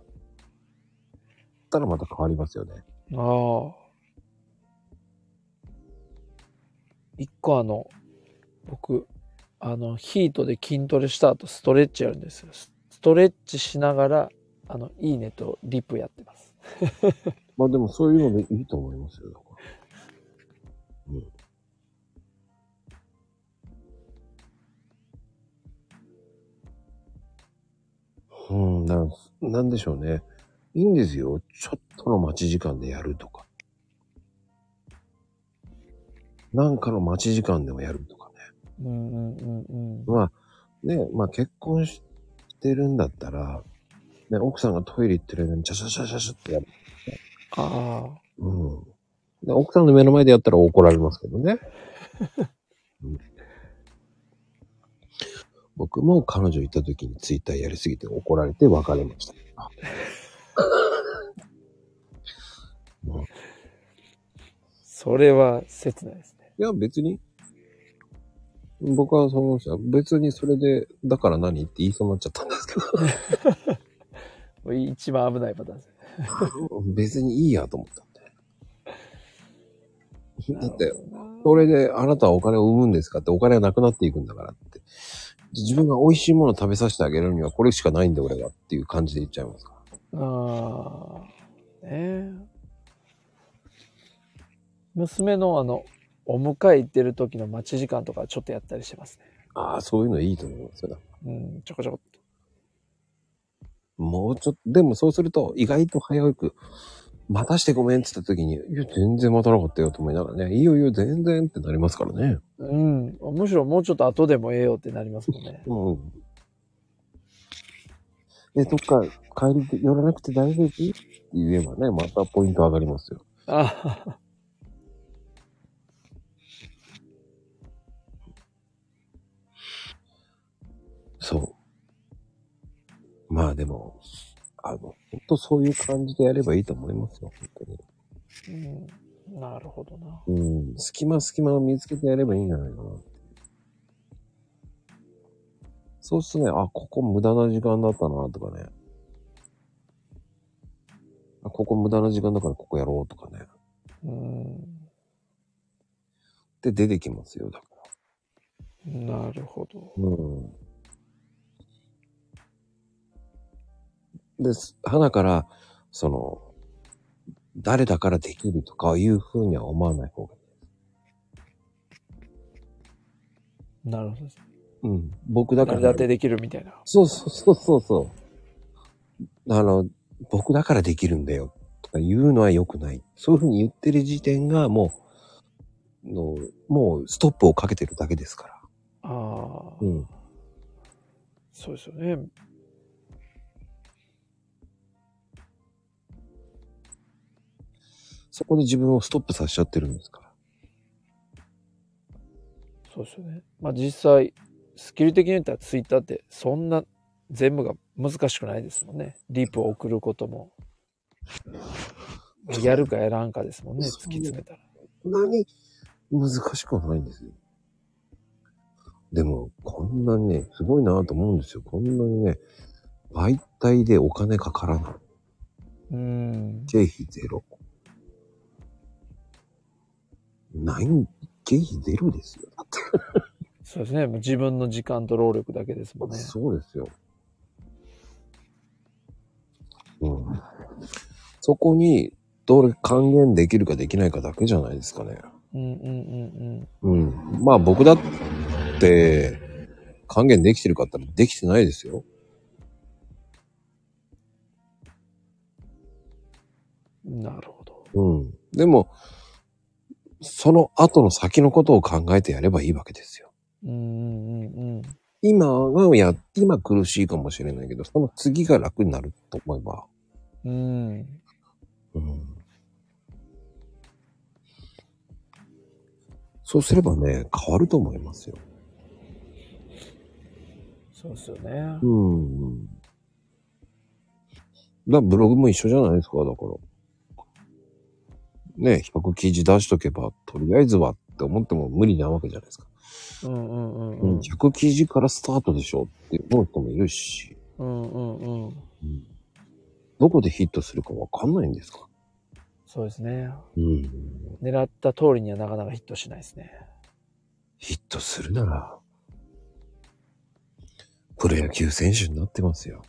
Speaker 1: たらまた変わりますよね。
Speaker 3: ああ。一個あの、僕、あの、ヒートで筋トレした後、ストレッチやるんですよ。スストレッチしながら、あの、いいねとリプやってます。
Speaker 1: まあでもそういうのでいいと思いますよ。だからうん。うん、なんなんでしょうね。いいんですよ。ちょっとの待ち時間でやるとか。なんかの待ち時間でもやるとかね。
Speaker 3: うんうんうんうん。
Speaker 1: まあ、ね、まあ結婚してるんだったら、ね、奥さんがトイレ行ってる間に、チャチャチャチャチャってやる。
Speaker 3: ああ。
Speaker 1: うん。で奥さんの目の前でやったら怒られますけどね。うん僕も彼女いた時にツイッターやりすぎて怒られて別れました。 うんい
Speaker 3: それは切ないですね。
Speaker 1: や、別に。僕はその人は別にそれで、だから何って言いそうになっちゃったんですけど。
Speaker 3: もう一番危ないパターンですね。
Speaker 1: 別にいいやと思ったんだよ。だって、
Speaker 3: なるほどな
Speaker 1: それであなたはお金を生むんですかってお金はなくなっていくんだからって。自分が美味しいものを食べさせてあげるにはこれしかないんだ俺がっていう感じで言っちゃいますから。
Speaker 3: ああ、ねえ。娘のあの、お迎え行ってる時の待ち時間とかちょっとやったりしてますね。
Speaker 1: ああ、そういうのいいと思いますよ。
Speaker 3: うん、ちょこちょこっと。
Speaker 1: もうちょっと、でもそうすると意外と早く、待たしてごめんって言った時に、いや、全然待たなかったよと思いながらね、いいよいいよ、全然ってなりますからね。
Speaker 3: うん、むしろもうちょっと後でもええよってなりますもんね。
Speaker 1: うん。え、どっか帰りで寄らなくて大丈夫って言えばね、またポイント上がりますよ。
Speaker 3: ああ、
Speaker 1: そう。まあでも、あの、ほんとそういう感じでやればいいと思いますよ、本
Speaker 3: うん、なるほどな。
Speaker 1: 当に。うん。隙間隙間を見つけてやればいいんじゃないかな。そうするとね、あ、ここ無駄な時間だったな、とかね。あ、ここ無駄な時間だからここやろうとかね。
Speaker 3: うん、
Speaker 1: で出てきますよ、だから。
Speaker 3: なるほど。
Speaker 1: うん。です、花から、その、誰だからできるとかいうふうには思わない方がいい。
Speaker 3: なるほどです。
Speaker 1: うん。僕だか
Speaker 3: 誰
Speaker 1: ら
Speaker 3: だっ。てできるみたいな。
Speaker 1: そうそうそうそうそう。あの、僕だからできるんだよとか言うのは良くない。そういうふうに言ってる時点がもう、のもうストップをかけてるだけですから。
Speaker 3: ああ、
Speaker 1: うん。
Speaker 3: そうですよね。
Speaker 1: そこで自分をストップさせちゃってるんですから。
Speaker 3: そうですよね。まあ実際、スキル的に言ったらツイッターってそんな全部が難しくないですもんね。リプを送ることも。やるかやらんかですもんね、突き詰めたら。
Speaker 1: そんなに難しくはないんですよ。でも、こんなにね、すごいなと思うんですよ。こんなにね、媒体でお金かからない。
Speaker 3: うん。
Speaker 1: 経費ゼロ。ない、経費ゼロですよ。だって
Speaker 3: そうですね。もう自分の時間と労力だけですもんね。
Speaker 1: そうですよ。うん。そこに、どれ還元できるかできないかだけじゃないですかね。
Speaker 3: うんうんうん
Speaker 1: うん。まあ僕だって、還元できてるかって言ったらできてないですよ。
Speaker 3: うん。なるほど。
Speaker 1: うん。でも、その後の先のことを考えてやればいいわけですよ。
Speaker 3: うんうんうん
Speaker 1: 今はや、今苦しいかもしれないけど、その次が楽になると思えば。
Speaker 3: うん。うん。
Speaker 1: うん。そうすればね、変わると思いますよ。
Speaker 3: そうですよね。
Speaker 1: うん。だブログも一緒じゃないですか、だから。ね100記事出しとけば、とりあえずはって思っても無理なわけじゃないですか。
Speaker 3: うんうんうん
Speaker 1: うん、
Speaker 3: うん。
Speaker 1: 100記事からスタートでしょって思う人もいるし、
Speaker 3: うんうんうん。
Speaker 1: どこでヒットするかわかんないんですか
Speaker 3: そうですね。
Speaker 1: うん。
Speaker 3: 狙った通りにはなかなかヒットしないですね。
Speaker 1: ヒットするなら、プロ野球選手になってますよ。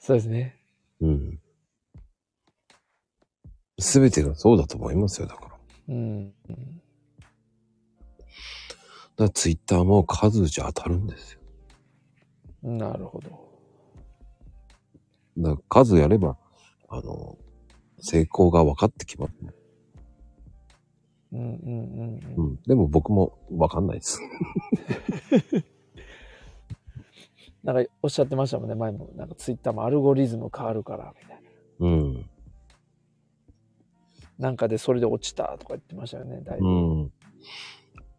Speaker 3: そうですね。
Speaker 1: うん。すべてがそうだと思いますよ、だから。だか
Speaker 3: うん。うん
Speaker 1: らツイッターも数打ち当たるんですよ。
Speaker 3: なるほど。
Speaker 1: だから数やれば、あの、成功が分かってきます、
Speaker 3: うんうんうん
Speaker 1: う
Speaker 3: うん。
Speaker 1: ん。でも僕も分かんないです。
Speaker 3: なんかおっしゃってましたもんね、前も。なんかツイッターもアルゴリズム変わるから、みたいな。
Speaker 1: うん。
Speaker 3: なんかでそれで落ちたとか言ってましたよね、だいぶ。
Speaker 1: うん。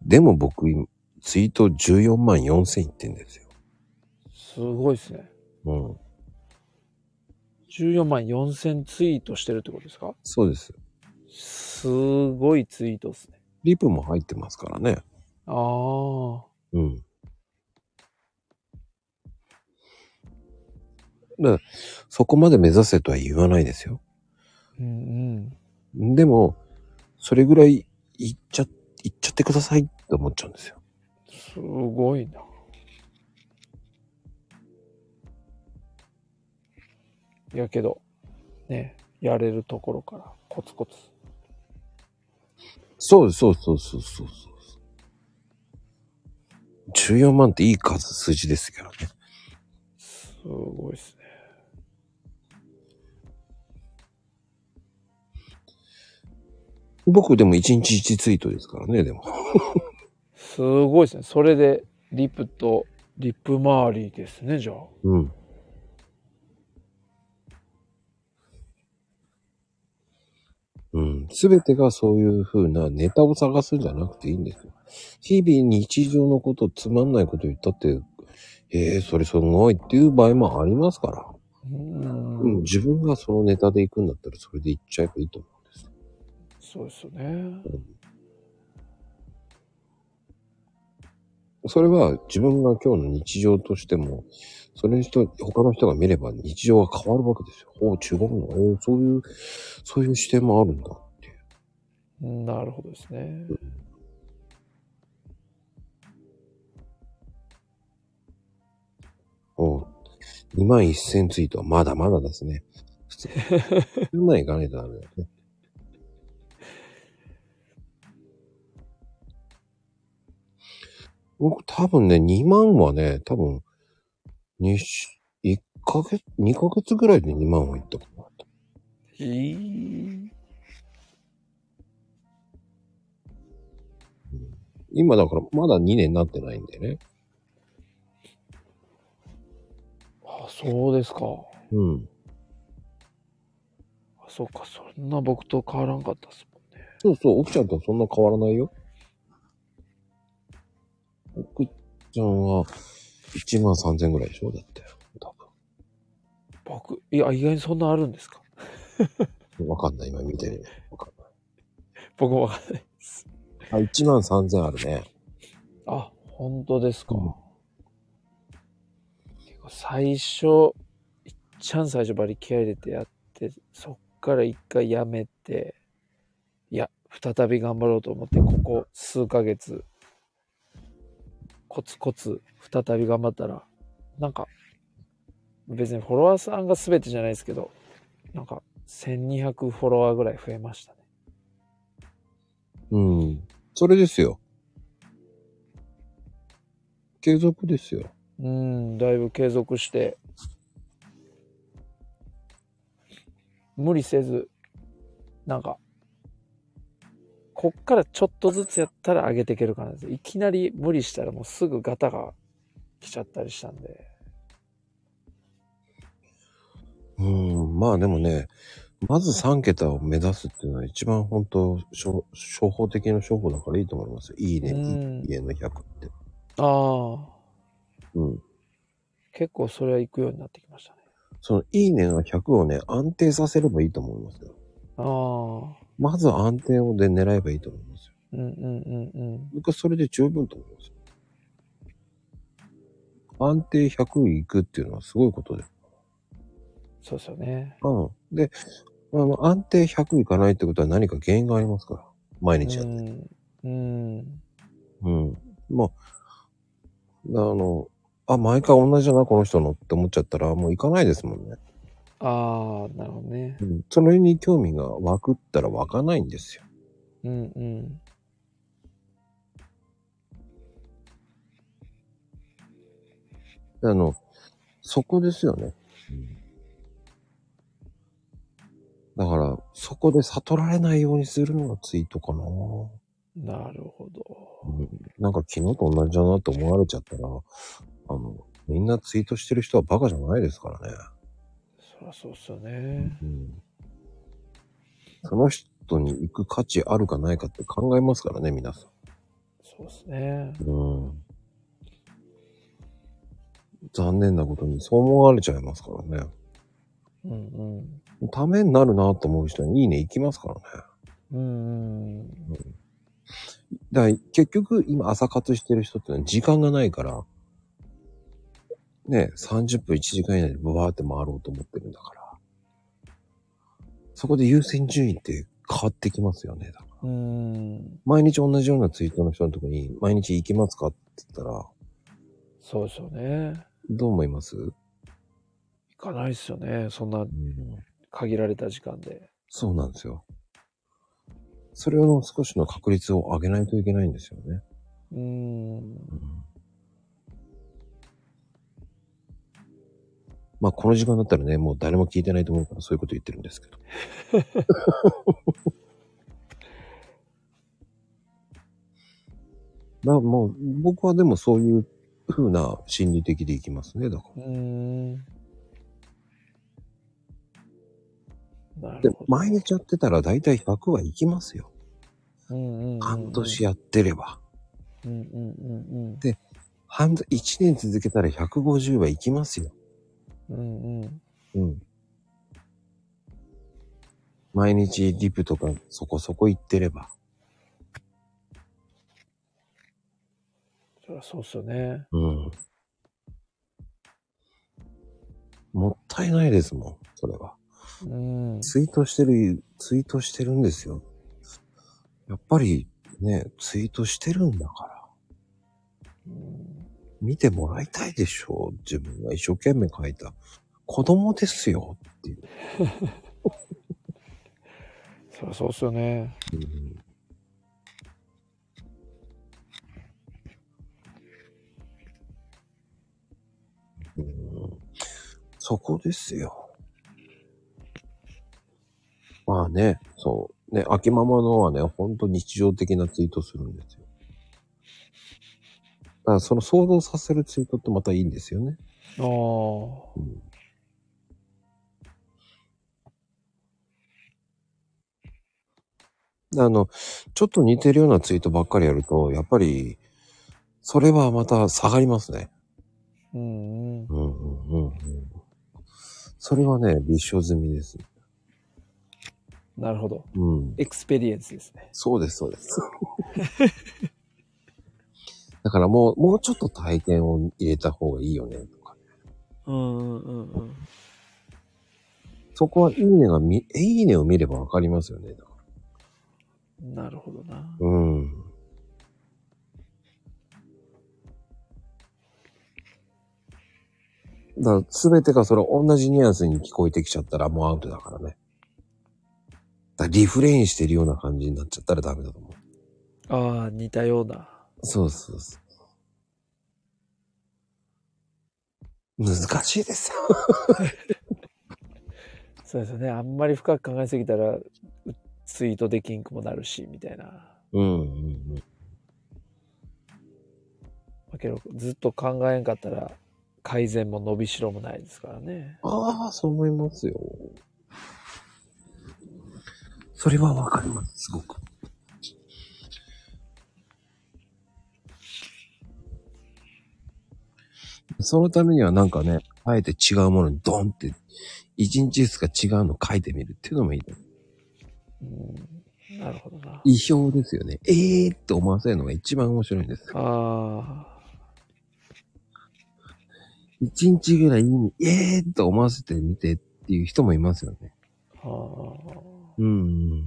Speaker 1: でも僕、今ツイート14万4千いってんですよ。
Speaker 3: すごいですね。
Speaker 1: うん。
Speaker 3: 14万4000ツイートしてるってことですか
Speaker 1: そうです。
Speaker 3: すごいツイートですね。
Speaker 1: リプも入ってますからね。
Speaker 3: ああ。
Speaker 1: うん。だからそこまで目指せとは言わないですよ。
Speaker 3: うんうん。
Speaker 1: でも、それぐらいいっちゃ、いっちゃってくださいって思っちゃうんですよ。
Speaker 3: すごいな。いやけど、ね、やれるところからコツコツ。
Speaker 1: そうそうそうそうそうそう。14万っていい数、数字ですからね。
Speaker 3: すごいですね。
Speaker 1: 僕でも1日1ツイートですからね、でも。
Speaker 3: すごいですね。それで、リプと、リプ周りですね、じゃあ。
Speaker 1: うん。うん。すべてがそういうふうなネタを探すんじゃなくていいんですよ。日々日常のこと、つまんないこと言ったって、ええそれすごいっていう場合もありますから。
Speaker 3: う。
Speaker 1: うんん、自分がそのネタで行くんだったらそれで行っちゃえばいいと思うんですよ。
Speaker 3: そうですよね。
Speaker 1: それは自分が今日の日常としても、それに人、他の人が見れば日常が変わるわけですよ。ほう、中国の、えーそういう、そういう視点もあるんだっていう。
Speaker 3: なるほどですね。
Speaker 1: おう2万1000ツイートはまだまだですね。普ですよ。そんなん行かないとダメだよね。僕多分ね、2万はね、多分、2し、1ヶ月、2ヶ月ぐらいで2万は行ったことあった。
Speaker 3: えー
Speaker 1: 今だからまだ2年なってないんでね。
Speaker 3: あ、そうですか。
Speaker 1: うん。
Speaker 3: あそっか、そんな僕と変わらんかったっすもんね。
Speaker 1: そうそう、奥ちゃんとはそんな変わらないよ。奥ちゃんは1万3000ぐらいでしょだって。多
Speaker 3: 僕、いや、意外にそんなあるんですか
Speaker 1: 分。わかんない、今見てるね。わかんない。
Speaker 3: 僕もわかんないです。
Speaker 1: あ、1万3000あるね。
Speaker 3: あ、本当ですか。
Speaker 1: うん
Speaker 3: 結構最初、いっちゃん最初バリ気合入れてやって、そっから一回やめて、いや、再び頑張ろうと思って、ここ数ヶ月、コツコツ再び頑張ったら、なんか、別にフォロワーさんが全てじゃないですけど、なんか、1200フォロワーぐらい増えましたね。
Speaker 1: うん。それですよ。継続ですよ。
Speaker 3: うん、だいぶ継続して、無理せず、なんか、こっからちょっとずつやったら上げていけるかなって。いきなり無理したらもうすぐガタが来ちゃったりしたんで。
Speaker 1: うん。まあでもね、まず3桁を目指すっていうのは一番本当、処処方的な処方だからいいと思いますよ。いいね、
Speaker 3: うん
Speaker 1: いいねの100って。
Speaker 3: ああ、
Speaker 1: うん。
Speaker 3: 結構それは行くようになってきましたね。
Speaker 1: そのいいねの100をね、安定させればいいと思いますよ。
Speaker 3: ああ、
Speaker 1: まず安定をで狙えばいいと思いますよ。
Speaker 3: うんうんうんうん。
Speaker 1: 僕はそれで十分と思いますよ。安定100いくっていうのはすごいことです。
Speaker 3: そうですよね。
Speaker 1: うん。で、あの、安定100いかないってことは何か原因がありますから。毎日や
Speaker 3: う
Speaker 1: って。
Speaker 3: ん。うん。
Speaker 1: うん。まあ、あの、あ、毎回同じだな、この人のって思っちゃったら、もう行かないですもんね。
Speaker 3: ああ、なるほどね。
Speaker 1: うん。それに興味が湧くったら湧かないんですよ。
Speaker 3: うんうん。
Speaker 1: あの、そこですよね。だから、そこで悟られないようにするのがツイートかな。
Speaker 3: なるほど。
Speaker 1: なんか昨日と同じだなと思われちゃったら、あの、みんなツイートしてる人はバカじゃないですからね。
Speaker 3: そりゃそうっすよね。
Speaker 1: うん、その人に行く価値あるかないかって考えますからね、皆さ
Speaker 3: そうっすね。
Speaker 1: ん。うん、残念なことにそう思われちゃいますからね。
Speaker 3: うんうん。
Speaker 1: ためになるなと思う人にいいね行きますからね。
Speaker 3: うんうん。
Speaker 1: だから結局今朝活してる人ってのは時間がないから、ね、30分1時間以内でブワーって回ろうと思ってるんだから。そこで優先順位って変わってきますよね。だから
Speaker 3: うん。
Speaker 1: 毎日同じようなツイートの人のとこに毎日行きますかって言ったら、
Speaker 3: そうですよね。
Speaker 1: どう思います、
Speaker 3: 行かないっすよね。そんな限られた時間で。
Speaker 1: そうなんですよ。それの少しの確率を上げないといけないんですよね。
Speaker 3: うん。
Speaker 1: まあ、この時間だったらね、もう誰も聞いてないと思うから、そういうこと言ってるんですけ ど。まあ、もう、僕はでもそういう風な心理的でいきますね、だか
Speaker 3: うん。な
Speaker 1: ら。で
Speaker 3: るほ、ど。
Speaker 1: 毎日やってたら大体100はいきますよ。
Speaker 3: うんうんうん
Speaker 1: 半年やってれば。
Speaker 3: うんうんうんうん。
Speaker 1: 半年、1年続けたら150はいきますよ。
Speaker 3: うんうん。
Speaker 1: うん。毎日リプとかそこそこ行ってれば。
Speaker 3: そりゃそうっすよね。
Speaker 1: うん。もったいないですもん、それは。
Speaker 3: うん。
Speaker 1: ツイートしてる、ツイートしてるんですよ。やっぱりね、ツイートしてるんだから。
Speaker 3: うん
Speaker 1: 見てもらいたいでしょう。自分が一生懸命書いた。子供ですよ。っていう。
Speaker 3: そりゃそうっすよね。
Speaker 1: うんうんそこですよ。まあね、そう。ね、秋ママのはね、ほんと日常的なツイートするんですよ。だからその想像させるツイートってまたいいんですよね。
Speaker 3: ああ。
Speaker 1: うんあの、ちょっと似てるようなツイートばっかりやると、やっぱり、それはまた下がりますね。
Speaker 3: うんうん。
Speaker 1: うんうんうんうん。それはね、立証済みです。
Speaker 3: なるほど。
Speaker 1: うん。
Speaker 3: エクスペリエンスですね。
Speaker 1: そうです、そうです。だからもう、もうちょっと体験を入れた方がいいよね、とか。
Speaker 3: うんうんうん。
Speaker 1: そこは、いいねが見、いいねを見ればわかりますよね。だか
Speaker 3: なるほどな。
Speaker 1: らうん。だから、すべてがそれ同じニュアンスに聞こえてきちゃったらもうアウトだからね。だからリフレインしてるような感じになっちゃったらダメだと思う。
Speaker 3: ああ、似たような。
Speaker 1: そうそうそう。難しいですよ。
Speaker 3: そうですよね。あんまり深く考えすぎたら、うツイートできんくもなるし、みたいな。
Speaker 1: うんうん
Speaker 3: まあけど、ずっと考えんかったら、改善も伸びしろもないですからね。
Speaker 1: ああ、そう思いますよ。それはわかります、すごく。そのためにはなんかね、あえて違うものにドンって、一日ずつか違うの書いてみるっていうのもいいと思う。
Speaker 3: うん。なるほどな。
Speaker 1: 意表ですよね。ええー、って思わせるのが一番面白いんです。
Speaker 3: あ
Speaker 1: 一日ぐらいに、ええー、と思わせてみてっていう人もいますよね。
Speaker 3: あ。あ
Speaker 1: うん。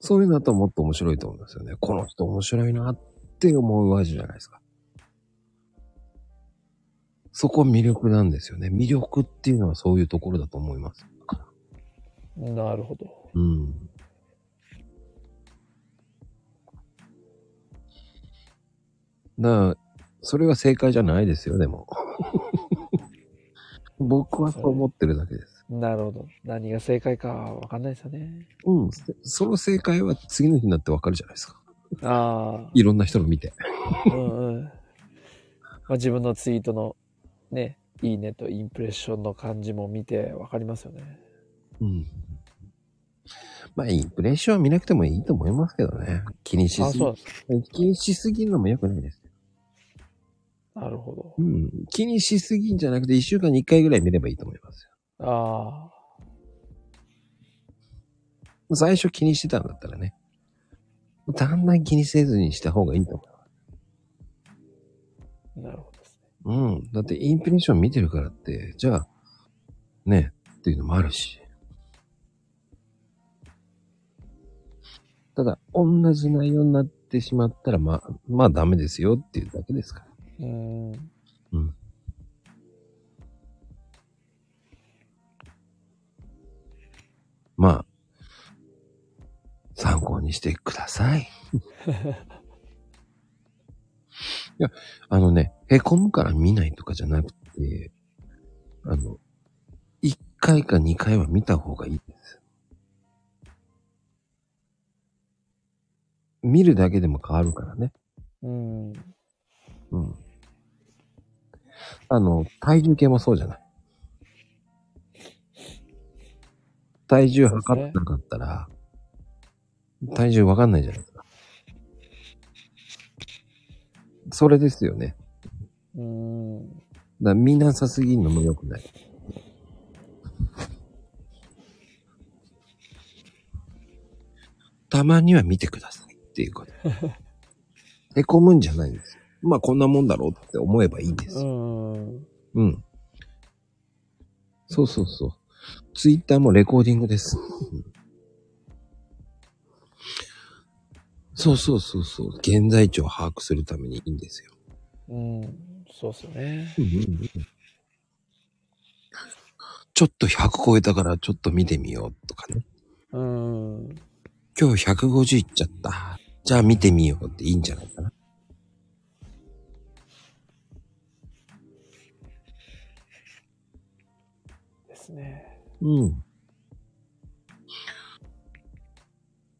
Speaker 1: そういうのだともっと面白いと思うんですよね。この人面白いなって思うわけじゃないですか。そこ魅力なんですよね。魅力っていうのはそういうところだと思います。
Speaker 3: あ。なるほど。
Speaker 1: うん。なあ、それは正解じゃないですよ、で も。僕はそう思ってるだけです。
Speaker 3: なるほど。何が正解かわかんないですよね。
Speaker 1: うん。せその正解は次の日になってわかるじゃないですか。
Speaker 3: あ
Speaker 1: いろんな人の見て。
Speaker 3: あ。うんうん。まあ、自分のツイートの、ね、いいねとインプレッションの感じも見てわかりますよね。
Speaker 1: うん。まあ、インプレッションは見なくてもいいと思いますけどね。気にし
Speaker 3: ああ、
Speaker 1: す
Speaker 3: そうなんです。
Speaker 1: ぎ、気にしすぎるのも良くないです。
Speaker 3: なるほ
Speaker 1: うん。気にしすぎんじゃなくて、一週間に一回ぐらい見ればいいと思います
Speaker 3: ど。ああ。
Speaker 1: よ。最初気にしてたんだったらね。だんだん気にせずにした方がいいと思
Speaker 3: なるほどですね。
Speaker 1: う。うん。だって、インプレッション見てるからって、じゃあ、ね、っていうのもあるし。ただ、同じ内容になってしまったら、まあ、まあダメですよっていうだけですから。
Speaker 3: うーん。
Speaker 1: うん。まあ、参考にしてください。 いや、あのね、へこむから見ないとかじゃなくて、あの、一回か二回は見た方がいいです。見るだけでも変わるからね。
Speaker 3: うん。
Speaker 1: うん。あの、体重計もそうじゃない。体重測ってなかったら、体重わかんないじゃないですか。それですよね。
Speaker 3: うーん。
Speaker 1: だから見なさすぎるのも良くない。たまには見てくださいっていうこと。へこむんじゃないんですよ。まあこんなもんだろうって思えばいいんです
Speaker 3: う
Speaker 1: よ。
Speaker 3: ん。
Speaker 1: うん。そうそうそう。ツイッターもレコーディングです。そうそうそうそう。現在地を把握するためにいいんですよ。
Speaker 3: うん。そうっすよね。
Speaker 1: うんうんうんちょっと100超えたからちょっと見てみようとかね。
Speaker 3: うーん。
Speaker 1: 今日150いっちゃった。じゃあ見てみようっていいんじゃないかな。
Speaker 3: ですね。
Speaker 1: うん。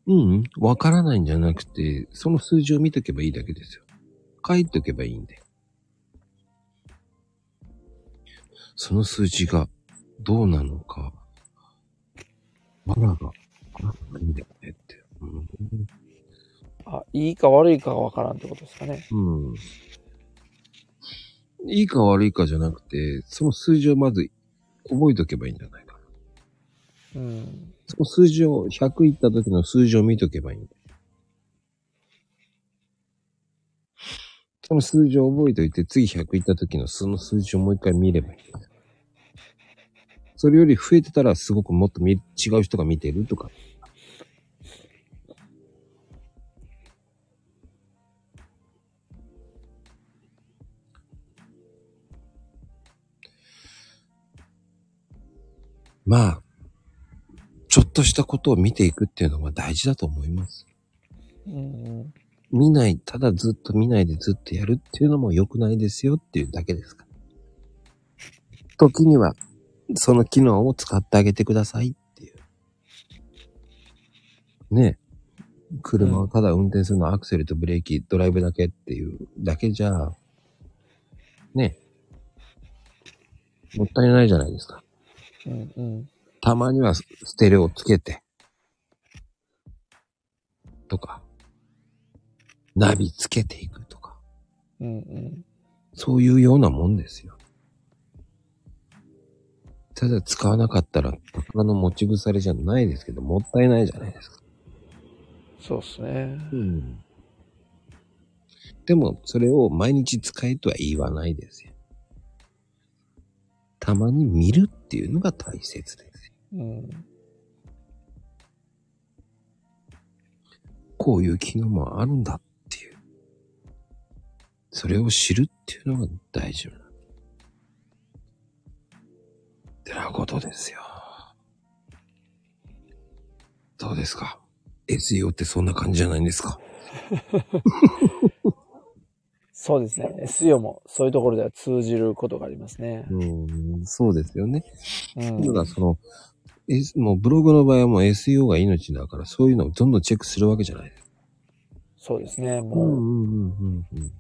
Speaker 1: うん、わからないんじゃなくて、その数字を見とけばいいだけですよ。書いとけばいいんで。その数字がどうなのか、マナーが、あ、いいんだよねって。
Speaker 3: あ、いいか悪いかがわからんってことですかね。
Speaker 1: うん。うん。いいか悪いかじゃなくて、その数字をまず覚えとけばいいんじゃないかな。
Speaker 3: うん。
Speaker 1: その数字を、100いった時の数字を見とけばいいんだよ。その数字を覚えておいて、次100いった時のその数字をもう一回見ればいいんだよ。それより増えてたらすごくもっと見違う人が見てるとか。まあ、ちょっとしたことを見ていくっていうのが大事だと思います。
Speaker 3: うん。
Speaker 1: 見ない、ただずっと見ないでずっとやるっていうのも良くないですよっていうだけですから。時には、その機能を使ってあげてくださいっていう。ねえ。車をただ運転するのはアクセルとブレーキ、ドライブだけっていうだけじゃ、ねえ。もったいないじゃないですか。
Speaker 3: うん。うん。
Speaker 1: たまにはスステレオつけて、とか、ナビつけていくとか、
Speaker 3: うん。うん。
Speaker 1: そういうようなもんですよ。ただ使わなかったら、宝の持ち腐れじゃないですけど、もったいないじゃないですか。
Speaker 3: そうっすね。
Speaker 1: うん。でも、それを毎日使えとは言わないですよ。たまに見るっていうのが大切ですよ。
Speaker 3: うん。
Speaker 1: こういう機能もあるんだっていう。それを知るっていうのが大事な。てなことですよ。どうですか ?SEO ってそんな感じじゃないんですか
Speaker 3: そうですね。SEO もそういうところでは通じることがありますね。
Speaker 1: うん、そうですよね。
Speaker 3: うん。
Speaker 1: ただその、えもうブログの場合はもう SEO が命だから、そういうのをどんどんチェックするわけじゃないですか。
Speaker 3: そうですね。
Speaker 1: う
Speaker 3: もう、
Speaker 1: んうんうん。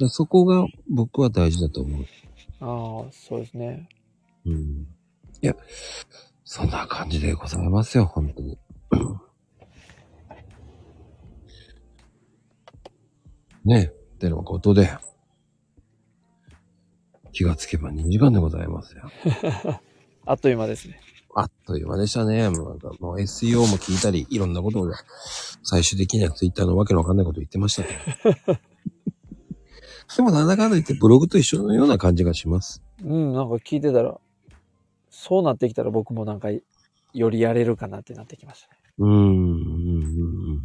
Speaker 1: だそこが僕は大事だと思う。
Speaker 3: ああ、そうですね。
Speaker 1: うんいや、そんな感じでございますよ、本当に。 ねえ、ってのことで、気がつけば2時間でございますよ。
Speaker 3: あっという間ですね。
Speaker 1: あっという間でしたね。もうなんかもう SEO も聞いたり、いろんなことを、最終的には Twitter のわけのわかんないこと言ってましたね。 でもなんだかんだ言ってブログと一緒のような感じがします。
Speaker 3: うん、なんか聞いてたら、そうなってきたら僕もなんか、よりやれるかなってなってきましたね。
Speaker 1: うーんうんうんうん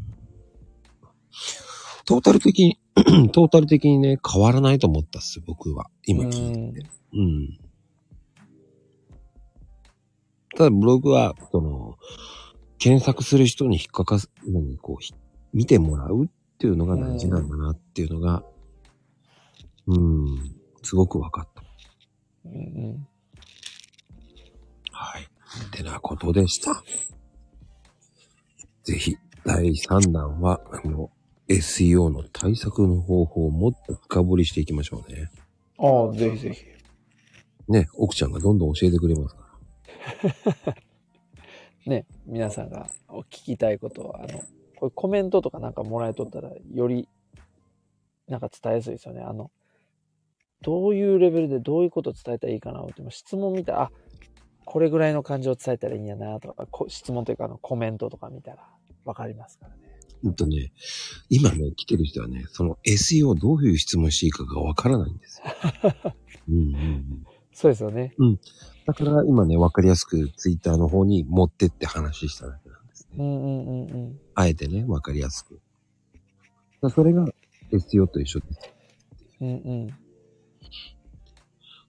Speaker 1: トータル的に、 トータル的にね、変わらないと思ったっす、僕は。今聞いてて。うん。ただ、ブログは、その、検索する人に引っかかす、何、こう、ひ見てもらうっていうのが大事なんだなっていうのが、うん、すごく分かった。
Speaker 3: うんうん。
Speaker 1: はい。てなことでした。ぜひ、第3弾は、あの、SEO の対策の方法をもっと深掘りしていきましょうね。
Speaker 3: ああ、ぜひぜひ。
Speaker 1: ね、奥ちゃんがどんどん教えてくれますから。
Speaker 3: ね、皆さんがお聞きたいことは、あの、これコメントとかなんかもらえとったら、より、なんか伝えやすいですよね。あの、どういうレベルでどういうことを伝えたらいいかなって、質問見たら、あ、これぐらいの感情を伝えたらいいんやなとか、こ質問というかあのコメントとか見たらわかりますからね。
Speaker 1: うんとね、今ね、来てる人はね、その SEO をどういう質問していいかがわからないんですよ。うんうんうん、
Speaker 3: そうですよね。
Speaker 1: だから今ね、わかりやすく Twitter の方に持ってって話しただけなんですね。
Speaker 3: うんうんうんうん。
Speaker 1: あえてね、わかりやすく。だからそれが SEO と一緒です。
Speaker 3: うんうん。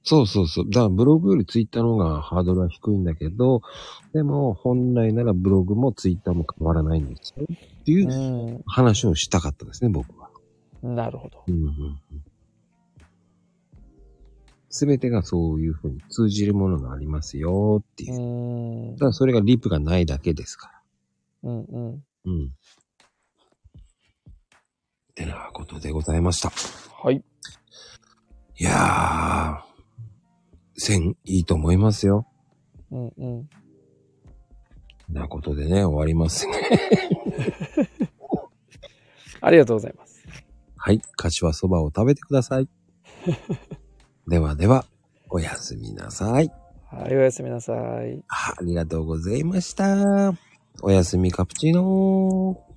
Speaker 1: そうそうそう。だからブログよりツイッターの方がハードルは低いんだけど、でも本来ならブログもツイッターも変わらないんですよ。っていう
Speaker 3: う
Speaker 1: 話をしたかったですね、僕は。
Speaker 3: ん。なるほど。
Speaker 1: すべてがそういうふうに通じるものがありますよっていうう。
Speaker 3: ん。うん
Speaker 1: ただそれがリプがないだけですから。
Speaker 3: うん。
Speaker 1: うん。ってなことでございました。
Speaker 3: はい。
Speaker 1: いやー、線いいと思いますよ。
Speaker 3: うんうん。
Speaker 1: なことでね、終わりますね。
Speaker 3: ありがとうございます。
Speaker 1: はい、柏そばを食べてください。ではでは、おやすみなさい。
Speaker 3: はい、おやすみなさい。
Speaker 1: あありがとうございました。おやすみカプチーノー。